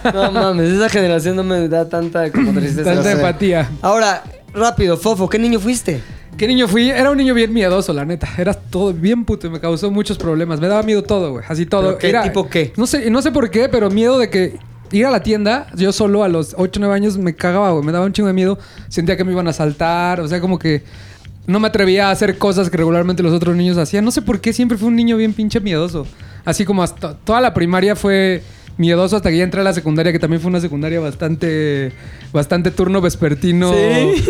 güey. No mames, esa generación no me da tanta como tristeza.
Tanta
sé.
empatía.
Ahora, rápido, Fofo, ¿qué niño fuiste?
¿Qué niño fui? Era un niño bien miedoso, la neta. Era todo bien puto y me causó muchos problemas. Me daba miedo todo, güey. Así todo.
¿Pero qué?
Era-
¿Tipo qué?
No sé, no sé por qué, pero miedo de que ir a la tienda, yo solo a los 8 o 9 años me cagaba, güey. Me daba un chingo de miedo. Sentía que me iban a asaltar. O sea, como que no me atrevía a hacer cosas que regularmente los otros niños hacían. No sé por qué siempre fui un niño bien pinche miedoso. Así como hasta toda la primaria fue miedoso hasta que ya entré a la secundaria, que también fue una secundaria bastante, bastante turno vespertino,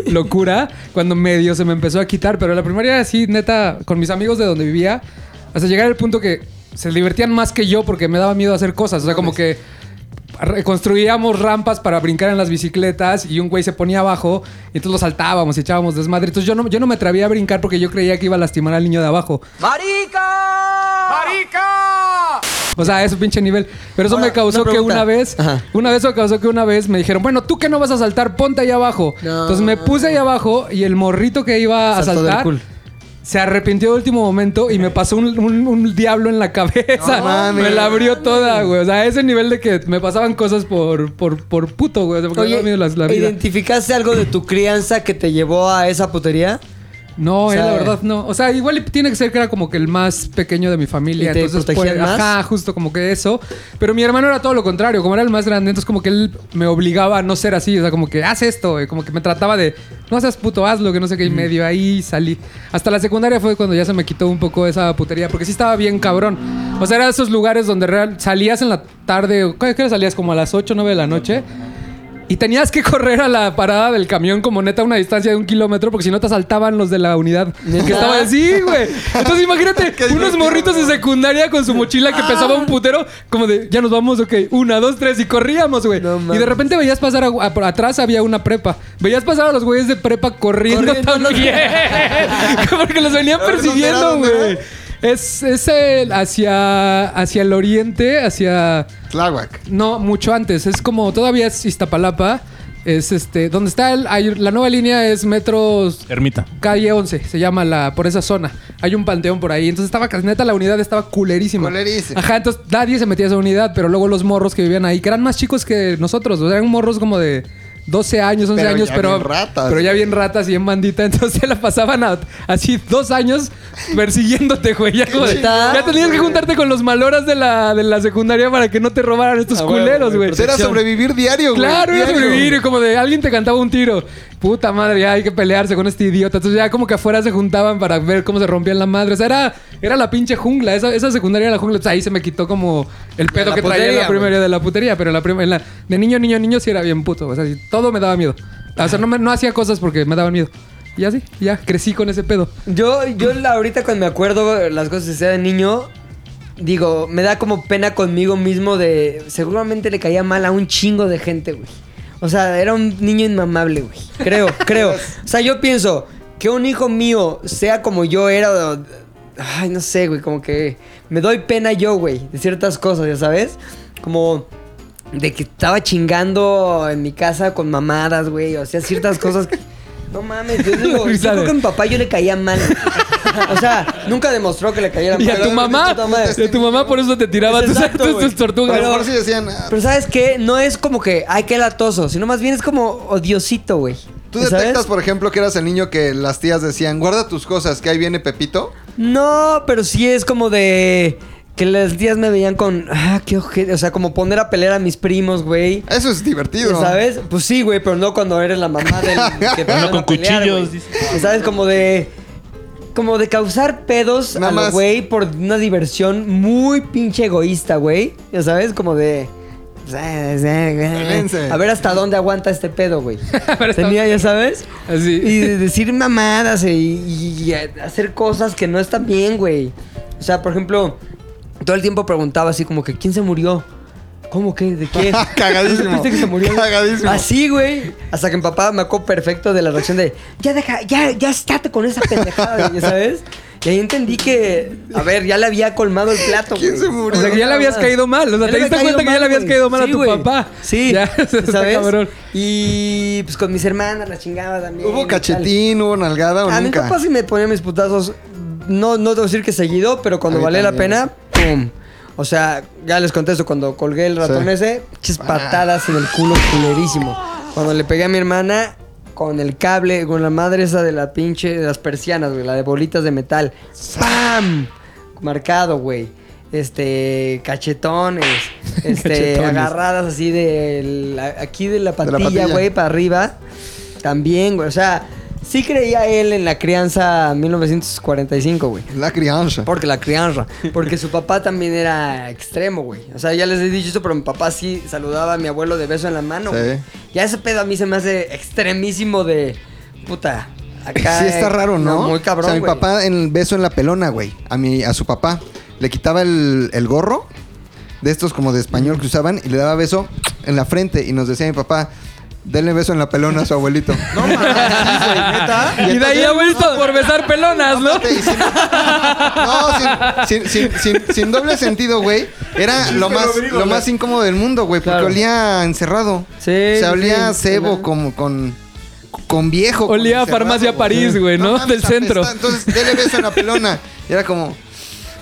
locura, cuando medio se me empezó a quitar, pero la primaria sí, neta, con mis amigos de donde vivía, hasta llegar al punto que se divertían más que yo porque me daba miedo hacer cosas, o sea, como que reconstruíamos rampas para brincar en las bicicletas y un güey se ponía abajo y entonces lo saltábamos y echábamos desmadre. Entonces yo no, yo no me atrevía a brincar porque yo creía que iba a lastimar al niño de abajo. O sea, a ese pinche nivel. Pero eso
Ahora,
me causó
una
que
pregunta.
una vez,
Ajá.
una vez me causó que una vez me dijeron, bueno, tú que no vas a saltar, ponte ahí abajo.
No.
Entonces me puse ahí abajo y el morrito que iba a
Saltó del
saltar
cul.
se arrepintió de último momento y me pasó un, un- un diablo en la <laughs> cabeza.
No mames.
me la abrió toda, güey. O sea, a ese nivel de que me pasaban cosas por, por, por puto, güey. O sea, porque me daba miedo la- la vida.
¿identificaste algo de tu crianza que te llevó a esa putería?
No,
O
eh, la
sea,
verdad no. O sea, igual tiene que ser que era como que el más pequeño de mi familia.
¿Y te
entonces,
protegían
pues,
más?
ajá, justo como que eso. Pero mi hermano era todo lo contrario. Como era el más grande, entonces como que él me obligaba a no ser así. O sea, como que haz esto. Y como que me trataba de no seas puto, hazlo, que no sé qué. Y medio ahí salí. Hasta la secundaria fue cuando ya se me quitó un poco esa putería. Porque sí estaba bien cabrón. O sea, era esos lugares donde real, salías en la tarde. ¿Qué qué hora salías? Como a las 8 9 de la noche. Y tenías que correr a la parada del camión como neta a una distancia de un kilómetro porque si no te asaltaban los de la unidad. Que estaban así, güey.
<laughs>
Entonces imagínate unos morritos de secundaria con su mochila que pesaba
Ah.
un putero como de ya nos vamos, ok, una, dos, tres y corríamos, güey.
No mames.
y de repente veías pasar a- a- por atrás había una prepa. Veías pasar a los güeyes de prepa corriendo,
Corriendo,
también. <laughs> porque los venían
A ver, ¿dónde era?
persiguiendo,
¿Dónde
güey.
era?
Es, es el- hacia, hacia el oriente, hacia...
Tláhuac.
No, mucho antes. Es como todavía es Iztapalapa. Es este... Donde está el... hay- la nueva línea es metros...
Ermita.
Calle 11, se llama la por esa zona. Hay un panteón por ahí. Entonces estaba casi- neta la unidad estaba culerísima.
Culerísima.
Ajá, entonces nadie se metía a esa unidad, pero luego los morros que vivían ahí, que eran más chicos que nosotros, o sea, eran morros como de 12 años, 11
Pero
años,
ya
pero
bien ratas.
pero ya bien ratas y en bandita, <laughs> entonces la pasaban a- así dos años persiguiéndote, güey. Ya, como de-
Neta.
ya tenías que juntarte con los maloras de la, de la secundaria para que no te robaran estos
Ah, bueno,
culeros,
güey,
güey.
Pues Era sobrevivir diario, güey.
Claro, era
diario.
sobrevivir. y Como de alguien te cantaba un tiro. Puta madre, ya hay que pelearse con este idiota. Entonces ya como que afuera se juntaban para ver cómo se rompían la madre. O sea, era, era la pinche jungla. Esa, esa secundaria era la jungla. Entonces ahí se me quitó como el pedo
la
que traía en
putería,
la primaria de la putería. Pero en la, prim- en la- de niño, niño, niño sí era bien puto. O sea, sí, todo me daba miedo. O sea, no, me- no hacía cosas porque me daban miedo. Y así, ya crecí con ese pedo.
Yo, yo la- ahorita cuando me acuerdo las cosas que sea de niño, digo, me da como pena conmigo mismo de. Seguramente le caía mal a un chingo de gente, güey. O sea, era un niño inmamable, güey. Creo, creo. O sea, yo pienso que un hijo mío sea como yo era. o- Ay, no sé, güey. Como que me doy pena yo, güey, de ciertas cosas, ya sabes. Como. De que estaba chingando en mi casa con mamadas, güey. O sea, ciertas cosas que... No mames, yo digo, yo
Risa
creo
de-
que a mi papá yo le caía mal. O sea, nunca demostró que le cayera mal.
Y a tu
Pero,
mamá,
puta madre.
y a tu mamá por eso te tiraba
Es
tus,
exacto,
tus-
güey.
tus tortugas.
A lo
Pero-
mejor
<laughs>
sí decían, ah,
Pero ¿sabes qué? No es como que, ay, qué latoso, sino más bien es como odiosito, güey.
¿Tú
¿Sabes?
detectas, por ejemplo, que eras el niño que las tías decían, guarda tus cosas, que ahí viene Pepito?
No, pero sí es como de... Que las tías me veían con... Ah, qué ojete. O sea, como poner a pelear a mis primos, güey.
Eso es divertido.
¿Sabes? Pues sí, güey, pero no cuando eres la mamá
<laughs>
del que te
No,
van a
con
pelear,
cuchillos,
güey.
dice.
¿Sabes? Como de. Como de causar pedos
Nada
a lo
más.
güey por una diversión muy pinche egoísta, güey. Ya sabes, como de. pues, eh,
Relájense.
A ver hasta dónde aguanta este pedo, güey.
ver hasta
Tenía, ya sabes.
Así.
Y de decir mamadas eh, y, y- y hacer cosas que no están bien, güey. O sea, por ejemplo, todo el tiempo preguntaba así como que ¿quién se murió? ¿Cómo que? ¿De
<laughs>
qué?
Cagadísimo.
¿Supiste que se murió?
Cagadísimo.
Así, güey. Hasta que mi papá me acuerdo perfecto de la reacción de ya deja, ya, ya estate con esa pendejada, <laughs> ya sabes. Y ahí entendí que, a ver, ya le había colmado el plato,
¿Quién
güey.
se murió?
O sea, que ya le habías caído mal. O
Ya
sea, te
le había
diste
caído
cuenta que ya le habías
güey.
caído mal a
Sí,
tu
güey.
papá.
Sí, <laughs>
Ya,
¿sabes?
está cabrón.
Y pues con mis hermanas la chingaba también. y
¿Hubo
tal.
cachetín, hubo nalgada o
A mi
nunca?
papá sí me ponía mis putazos. No, no debo decir que seguido, pero cuando
A mí
valía la
también.
pena, ¡pum! O sea, ya les contesto, cuando colgué el ratón
Sí.
ese, chis patadas en el culo culerísimo. Cuando le pegué a mi hermana con el cable, con la madre esa de la pinche, de las persianas, güey, la de bolitas de metal. ¡Pam! Marcado, güey. Este,
<laughs>
cachetones, este,
Cachetones.
agarradas así del, aquí de la
la
patilla,
patilla.
güey, para arriba. También, güey. O sea, sí creía él en la crianza 1945, güey.
La crianza.
Porque la crianza. Porque su papá también era extremo, güey. O sea, ya les he dicho esto, pero mi papá sí saludaba a mi abuelo de beso en la mano,
Sí.
güey. Ya ese pedo a mí se me hace extremísimo de. Puta. Acá.
Sí está raro, ¿no?
Muy cabrón.
O sea, mi
güey.
papá en el beso en la pelona, güey. A mi, a su papá. Le quitaba el, el gorro de estos como de español que usaban y le daba beso en la frente. Y nos decía mi papá, denle beso en la pelona a su abuelito. no mames, sí, güey, <laughs> neta.
Y de ahí ha vuelto por besar pelonas, ¿no?
Y sin- no, sin, sin- sin- sin- sin doble sentido, güey. Era lo más, lo más incómodo del mundo, güey. Porque
Claro.
olía a encerrado.
Sí,
Se olía a
sí,
cebo
claro.
como con. Con viejo. con
Olía a
encerrado,
farmacia
güey.
París, güey, ¿no?
mames,
Del
apesta.
centro.
Entonces, dele beso en la pelona. Y era como.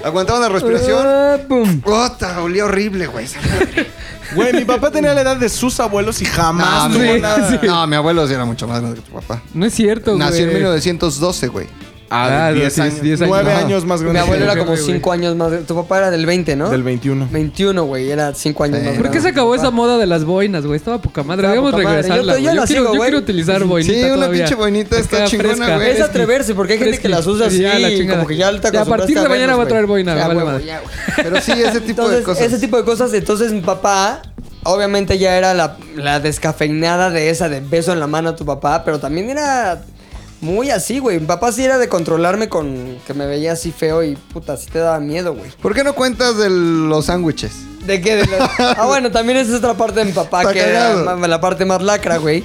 Aguantaba la
<laughs>
respiración.
Ah, pum.
Puta, olía horrible, güey. esa madre.
Güey, mi papá tenía la edad de sus abuelos y jamás
No,
tuvo
mi-
nada.
No, mi abuelo sí era mucho más grande que tu papá.
No es cierto, güey.
Nació en 1912, güey.
Ah,
Ah,
de
de
10
diez-
años.
diez años.
9
Ajá.
años más grande.
Mi abuelo
que
era
yo.
como 5 años más. Tu papá era del 20, ¿no?
Del 21.
21, güey. Era 5 años más.
¿Por qué se
grande.
acabó esa moda de las boinas, güey? Estaba poca madre.
Estaba
Debemos
poca madre.
regresarla,
Yo- yo
güey.
la sigo,
quiero, yo
güey.
quiero utilizar boinita
Sí, una
todavía.
pinche boinita está
Queda
chingona, güey.
Es atreverse, porque hay gente que las usa así.
Ya, la
y
chingada.
como que ya ahorita
Ya, a partir de mañana voy a traer boina, vale madre.
Pero sí, ese tipo
entonces,
de cosas.
Ese tipo de cosas. Entonces, mi papá, obviamente ya era la, la descafeinada de esa, de beso en la mano a tu papá, pero también era muy así, güey. Mi papá sí era de controlarme con que me veía así feo y puta, sí te daba miedo, güey.
¿Por qué no cuentas de los sándwiches?
¿De qué? De
<laughs>
la- Ah, bueno, también esa es otra parte de mi papá,
Está
que era
cagado.
ma- la parte más lacra, güey.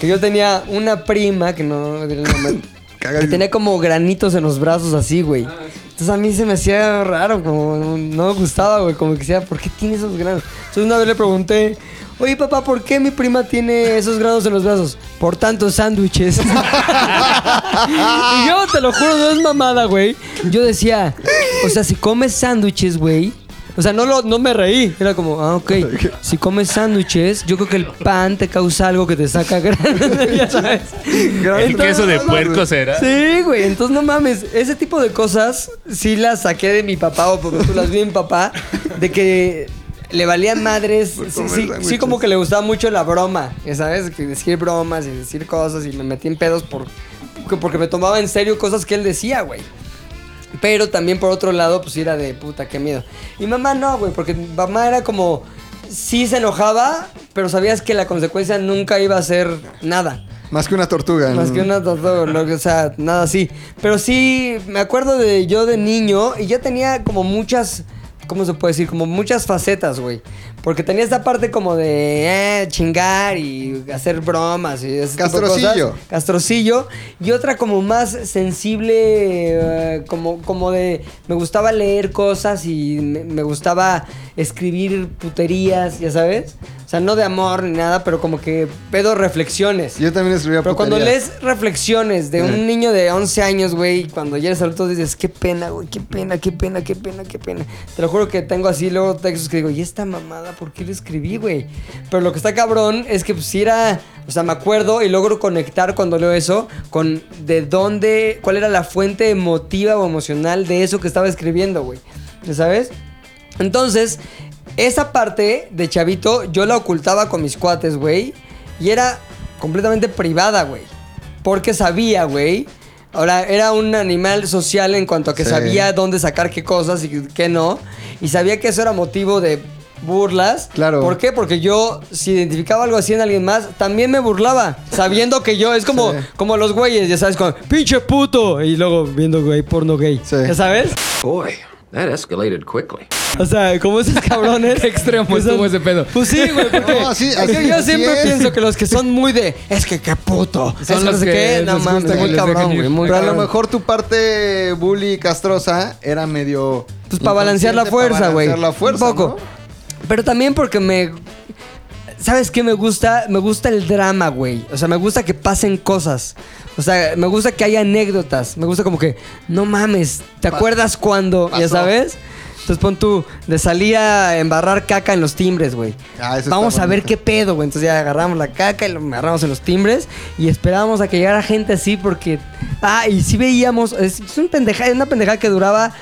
Que yo tenía
<laughs>
una prima, que no diré el nombre, que
Cagadísimo.
tenía como granitos en los brazos así, güey. Entonces a mí se me hacía raro, como no me gustaba, güey. Como que decía, ¿por qué tiene esos granos? Entonces una vez le pregunté, oye papá, ¿por qué mi prima tiene esos granos en los brazos? Por tantos sándwiches. <laughs> y yo te lo juro, no es mamada, güey. Yo decía, o sea, si comes sándwiches, güey. O sea, no, lo, no me reí. Era como, ah, ok. Si comes sándwiches, yo creo que el pan te causa algo que te saca <laughs> granos. ya sabes.
El
Entonces-
queso de puerco será.
Sí, güey. Entonces, no mames. Ese tipo de cosas sí las saqué de mi papá o porque tú las vi en papá. De que le valía madres. Sí, sí, sí, como que le gustaba mucho la broma. ya ¿Sabes? Que decir bromas y decir cosas. Y me metí en pedos por, que- porque me tomaba en serio cosas que él decía, güey. Pero también por otro lado, pues era de puta, qué miedo. Mi mamá no, güey, porque mi mamá era como. Sí se enojaba, pero sabías que la consecuencia nunca iba a ser nada.
Más que una tortuga.
Más
¿no?
que una tatuaje, no, o sea, nada así. Pero sí, me acuerdo de yo de niño y yo tenía como muchas, ¿cómo se puede decir? Como muchas facetas, güey. Porque tenía esta parte como de eh, chingar y hacer bromas y ese tipo de cosas.
Castrocillo.
Castrocillo. Y otra como más sensible, eh, como, como de... Me gustaba leer cosas y me, me gustaba escribir puterías, ya sabes. O sea, no de amor ni nada, pero como que pedo reflexiones.
Yo también escribía
Pero cuando
puterías.
lees reflexiones de un niño de 11 años, güey, cuando ya eres adulto dices, qué pena, güey, qué pena, qué pena, qué pena, qué pena. Te lo juro que tengo así luego textos que digo, ¿y esta mamada por qué lo escribí, güey? Pero lo que está cabrón es que pues sí era, o sea, me acuerdo y logro conectar cuando leo eso con de dónde, cuál era la fuente emotiva o emocional de eso que estaba escribiendo, güey. ¿Ya sabes? Entonces, esa parte de chavito yo la ocultaba con mis cuates, güey. Y era completamente privada, güey. Porque sabía, güey. Ahora, era un animal social en cuanto a que
Sí.
sabía dónde sacar qué cosas y qué no. Y sabía que eso era motivo de burlas.
Claro.
¿Por qué? Porque yo, si identificaba algo así en alguien más, también me burlaba. Sabiendo que yo, es como,
Sí.
como los güeyes, ya sabes, con pinche puto. Y luego viendo, güey, porno gay.
Sí.
¿Ya sabes?
Boy, that escalated quickly.
O sea, como
<laughs>
esos cabrones.
Extremo
que son-
estuvo ese pedo.
Pues sí, güey, porque.
<laughs> No, así-
es
así-
que yo
así
siempre
es.
pienso que los que son muy de. Es que qué puto.
Son los que
No
les
mames,
gusta que
muy
les dejen
cabrón,
ir.
güey. Muy
Pero a lo
cabrón.
mejor tu parte bully castrosa era medio.
Pues para balancear la
inconsciente,
fuerza,
para
güey.
balancear la fuerza.
Un poco. Pero también porque me. ¿Sabes qué me gusta? Me gusta el drama, güey. O sea, me gusta que pasen cosas. O sea, me gusta que haya anécdotas. Me gusta como que, no mames, ¿te acuerdas cuando? ¿Ya
pasó.
sabes? Entonces pon tú, de salir a embarrar caca en los timbres, güey.
Ah, eso
Vamos
está
a ver
bonito.
qué pedo, güey. Entonces ya agarramos la caca y lo agarramos en los timbres y esperábamos a que llegara gente así porque... Ah, y sí veíamos... Es, es un pendeja, una pendejada que duraba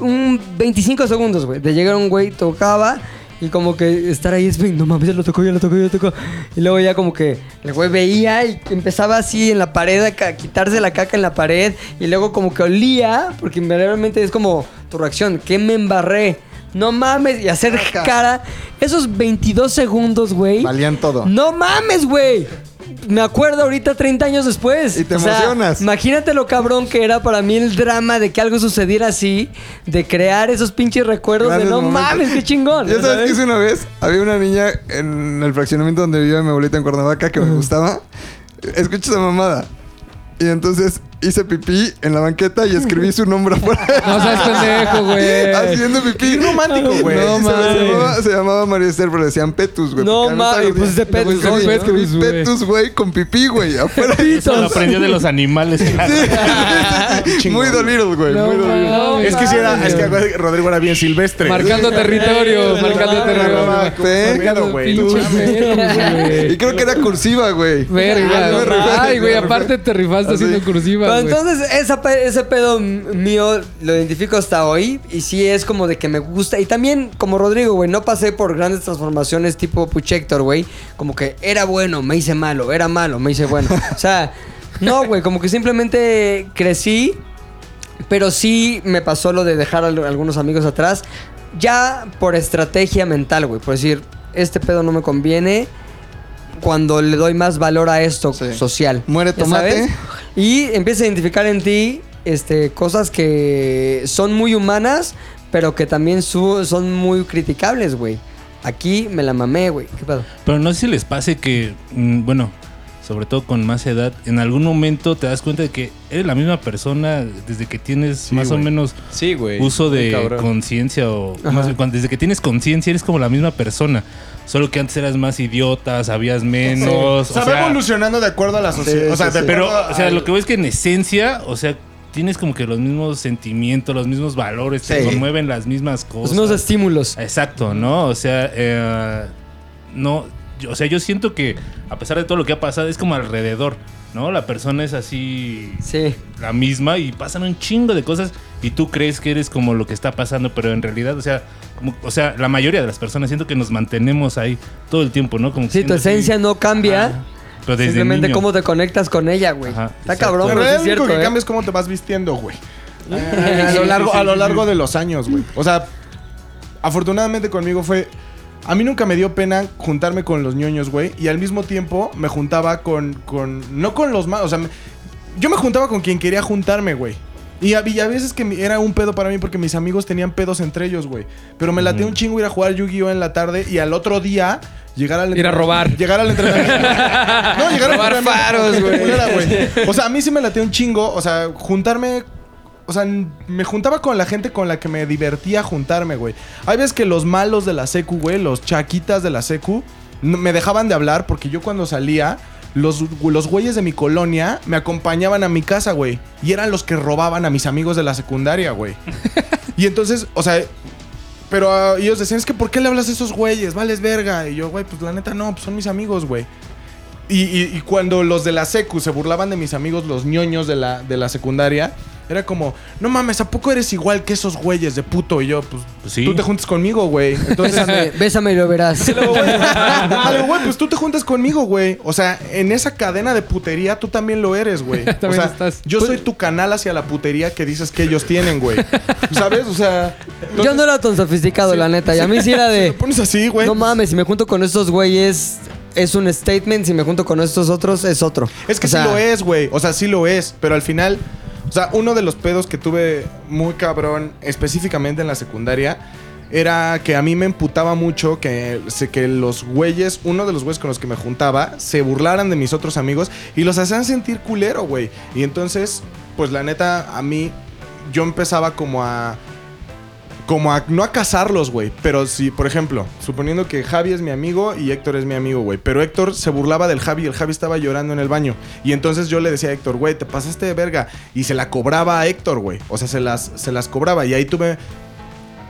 un 25 segundos, güey. De llegar un güey, tocaba y como que estar ahí es... "Ven, No mames, ya lo tocó, ya lo tocó, ya lo tocó. Y luego ya como que el güey veía y empezaba así en la pared a ca- quitarse la caca en la pared y luego como que olía porque realmente es como tu reacción. ¿Qué me embarré? No mames, y hacer
Caca.
cara. Esos 22 segundos, güey.
Valían todo.
No mames, güey. Me acuerdo ahorita 30 años después.
Y te emocionas.
imagínate lo cabrón que era para mí el drama de que algo sucediera así, de crear esos pinches recuerdos de
Grandes
no
momentos.
mames, qué chingón.
¿Ya sabes
¿sabes?
qué hice una vez? Había una niña en el fraccionamiento donde vivía mi abuelita en Cuernavaca que me gustaba. Escucha esa mamada. Y entonces hice pipí en la banqueta y escribí su nombre afuera.
<laughs>
No seas pendejo, güey.
Haciendo pipí. romántico,
güey.
No,
No
mames. Se
mames.
llamaba, se llamaba María Esther, pero le decían Petus, güey.
No
porque a mí
mames,
todos los
pues,
días-
de Petus,
Yo escribí
obvio, ¿no?
Petus, güey, con pipí, güey. Afuera. <laughs>
Eso lo aprendió de los animales.
Muy dolidos, güey.
No
muy dolidos.
mames.
Es que si era, es que acuérdate que Rodrigo era bien
<laughs>
silvestre.
Marcando territorio,
Sí,
marcando
no
territorio.
mames, qué
Marcando
pedo, güey, no
pinche pedo,
Y
güey.
creo que era cursiva, güey.
Verga.
Ah,
Yo me rifé,
Ay, güey,
yo me rifé.
aparte te rifaste
Así.
haciendo cursiva,
Pero
güey.
entonces esa pe- ese pedo m- mío lo identifico hasta hoy y sí es como de que me gusta. Y también como Rodrigo, güey, no pasé por grandes transformaciones tipo Puchector, güey. Como que era bueno, me hice malo, era malo, me hice bueno. O sea, no, güey, como que simplemente crecí, pero sí me pasó lo de dejar a al- algunos amigos atrás. Ya por estrategia mental, güey, por decir, este pedo no me conviene cuando le doy más valor a esto
Sí.
social.
Muere
¿Ya
tomate.
sabes? Y empieza a identificar en ti este, cosas que son muy humanas, pero que también su- son muy criticables, güey. Aquí me la mamé, güey. ¿Qué pedo?
Pero no sé si les pase que, mm, bueno, sobre todo con más edad, en algún momento te das cuenta de que eres la misma persona desde que tienes más
güey.
o menos
Sí, güey.
uso
Muy
de
cabrón.
conciencia o
Ajá.
más bien, cuando- desde que tienes conciencia eres como la misma persona. Solo que antes eras más idiota, sabías menos.
O sea,
o
va
sea,
evolucionando de acuerdo a la sociedad. o sea, de
pero,
acuerdo
o sea,
al-
lo que voy es que en esencia, o sea, tienes como que los mismos sentimientos, los mismos valores, te
Sí.
conmueven las mismas
Pues
cosas.
mismos estímulos.
Exacto, ¿no? O sea, eh, no, yo- o sea, yo siento que a pesar de todo lo que ha pasado, es como alrededor, ¿no? La persona es así, la misma y pasan un chingo de cosas y tú crees que eres como lo que está pasando, pero en realidad, o sea, como- o sea, la mayoría de las personas siento que nos mantenemos ahí todo el tiempo, ¿no? Como que
Sí, tu
siendo así,
esencia no cambia.
pero desde
simplemente
niño.
cómo te conectas con ella, güey. Está
Exacto.
cabrón,
En
pero sí
realidad,
es
lo único
cierto.
que
¿eh?
cambia es cómo te vas vistiendo,
<laughs>
güey.
sí,
Eh, <laughs> A
sí,
lo largo,
sí,
a lo
sí,
largo
sí.
de los años, güey. O sea, afortunadamente conmigo fue. A mí nunca me dio pena juntarme con los ñoños, güey. Y al mismo tiempo me juntaba con. con no con los más. O sea, me- yo me juntaba con quien quería juntarme, güey. Y a, y a veces que mi- era un pedo para mí porque mis amigos tenían pedos entre ellos, güey. Pero me laté un chingo ir a jugar Yu-Gi-Oh! en la tarde y al otro día llegar al
Ir a robar.
Llegar
<laughs>
al entrenamiento. no, llegar
Robar
al entrenamiento.
faros, güey.
Culera, güey. O sea, a mí sí me laté un chingo. O sea, juntarme o sea, n- me juntaba con la gente con la que me divertía juntarme, güey. Hay veces que los malos de la secu, güey, los chaquitas de la secu, n- me dejaban de hablar porque yo cuando salía, los, los güeyes de mi colonia me acompañaban a mi casa, güey. Y eran los que robaban a mis amigos de la secundaria, güey. y entonces, o sea, pero ah, ellos decían, es que ¿por qué le hablas a esos güeyes? Vales verga. Y yo, güey, pues la neta no, pues son mis amigos, güey. Y, y- y cuando los de la secu se burlaban de mis amigos, los ñoños de la, de la secundaria, era como, no mames, ¿a poco eres igual que esos güeyes de puto? Y yo, pues, tú te juntas conmigo, güey. Entonces,
Bésame, bésame y lo
<laughs>
verás. <laughs>
Algo, güey, pues tú te juntas conmigo, güey. O sea, en esa cadena de putería tú también lo eres,
<laughs>
güey. O
También
sea,
estás.
yo
Pues-
soy tu canal hacia la putería que dices que ellos tienen, güey. ¿Sabes? O sea,
Yo no era tan sofisticado, la neta. Y a mí sí era de.
<laughs> Si lo pones así, güey.
No mames, si me junto con estos güeyes es un statement, si me junto con estos otros es otro.
Es que
O sea,
sí lo es, güey. O sea, sí lo es. Pero al final, o sea, uno de los pedos que tuve muy cabrón, específicamente en la secundaria, era que a mí me emputaba mucho que, se- que los güeyes, uno de los güeyes con los que me juntaba, se burlaran de mis otros amigos y los hacían sentir culero, güey. Y entonces, pues la neta, a mí, yo empezaba como a como a, no a casarlos, güey, pero si, por ejemplo, suponiendo que Javi es mi amigo y Héctor es mi amigo, güey, pero Héctor se burlaba del Javi y el Javi estaba llorando en el baño. Y entonces yo le decía a Héctor, güey, te pasaste de verga. Y se la cobraba a Héctor, güey. O sea, se las, se las cobraba. Y ahí tuve.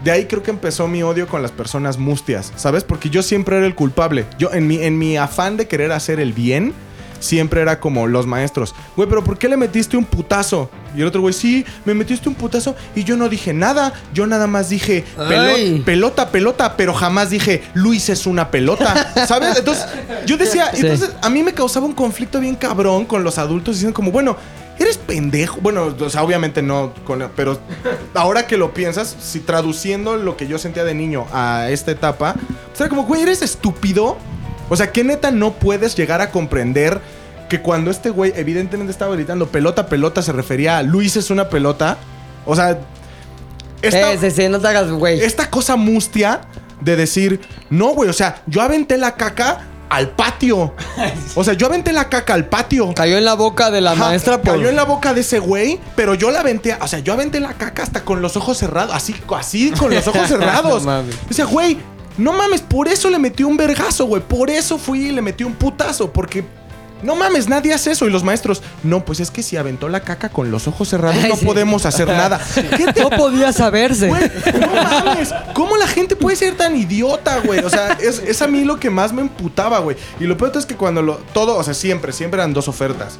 De ahí creo que empezó mi odio con las personas mustias, ¿sabes? Porque yo siempre era el culpable. Yo, en mi, en mi afán de querer hacer el bien, siempre era como los maestros. Güey, pero ¿por qué le metiste un putazo? Y el otro güey, sí, me metiste un putazo y yo no dije nada. Yo nada más dije, "Pelo-
Ay.
pelota, pelota, pero jamás dije, Luis es
<laughs>
una pelota. ¿Sabes? Entonces, yo decía,
Sí.
entonces a mí me causaba un conflicto bien cabrón con los adultos diciendo como, bueno, eres pendejo. Bueno, o sea, obviamente no, con- pero ahora que lo piensas, si traduciendo lo que yo sentía de niño a esta etapa, pues era como, güey, eres estúpido. O sea, que neta no puedes llegar a comprender que cuando este güey evidentemente estaba gritando pelota, pelota, se refería a Luis es una pelota. O sea, esta-
Eh, sí, sí, no te hagas, güey.
esta cosa mustia de decir, no, güey, o sea, yo aventé la caca al patio. O sea, yo aventé la caca al patio.
Cayó en la boca de la
Ajá,
maestra por.
Cayó en la boca de ese güey, pero yo la aventé, o sea, yo aventé la caca hasta con los ojos cerrados, así, así con
<laughs>
los ojos cerrados.
No mames.
O sea, güey, no mames, por eso le metí un vergazo, güey, por eso fui y le metí un putazo, porque... No mames, nadie hace eso. Y los maestros, no, pues es que si aventó la caca con los ojos cerrados,
Ay,
no
sí.
podemos hacer nada.
<laughs>
¿Qué te
No podía saberse.
no mames, ¿cómo la gente puede ser tan idiota, güey? O sea, es, es a mí lo que más me emputaba, güey. Y lo peor es que cuando lo. Todo, o sea, siempre, siempre eran dos ofertas.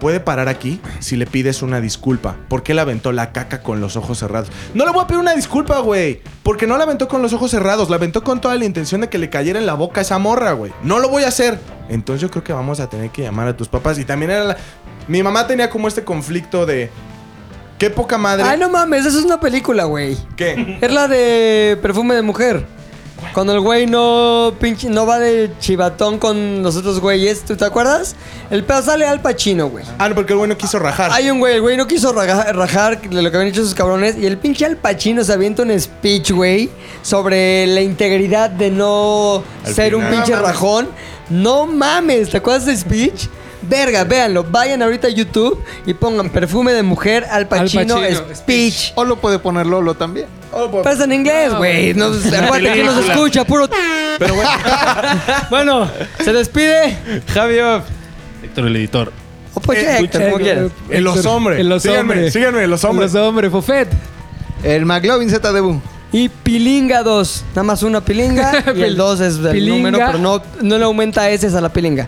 Puede parar aquí si le pides una disculpa. Porque él aventó la caca con los ojos cerrados. No le voy a pedir una disculpa, güey. Porque no la aventó con los ojos cerrados. La aventó con toda la intención de que le cayera en la boca a esa morra, güey. No lo voy a hacer. Entonces yo creo que vamos a tener que llamar a tus papás. Y también era la- Mi mamá tenía como este conflicto de. Qué poca madre.
Ay, Ah, no mames, eso es una película, güey.
¿Qué?
Es la de perfume de mujer. Cuando el güey no pinche, no va de chivatón con los otros güeyes, ¿tú te acuerdas? El pedo sale al pachino, güey.
Ah, no, porque el güey no quiso
<laughs>
rajar.
Hay un güey, el güey no quiso raja- rajar de lo que habían hecho esos cabrones. Y el pinche Al Pacino se avienta un speech, güey, sobre la integridad de no
Al
ser un
final.
pinche
No mames.
rajón. No mames, ¿te acuerdas de Speech? Verga, véanlo. Vayan ahorita a YouTube y pongan perfume de mujer Al Pacino, Speech.
O lo puede poner Lolo también.
Pasa en inglés, güey. <laughs> No, acuérdate que no se
Película.
escucha, puro. Pero <laughs> bueno. bueno, se despide.
Javier.
Héctor, el editor.
O pues, Héctor, como quieras.
En los hombres.
En los
Síganme,
hombres.
síganme, en los hombres.
En los hombres, Fofet.
El McLovin ZDU.
Y pilinga 2. Nada más una pilinga. y el 2 es el
Pilinga.
número, pero no, no le aumenta ese a la pilinga.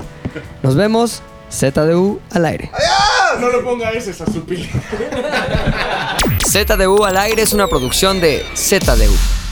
Nos vemos. ZDU al aire.
No le ponga ese a su pila.
ZDU al aire es una producción de ZDU.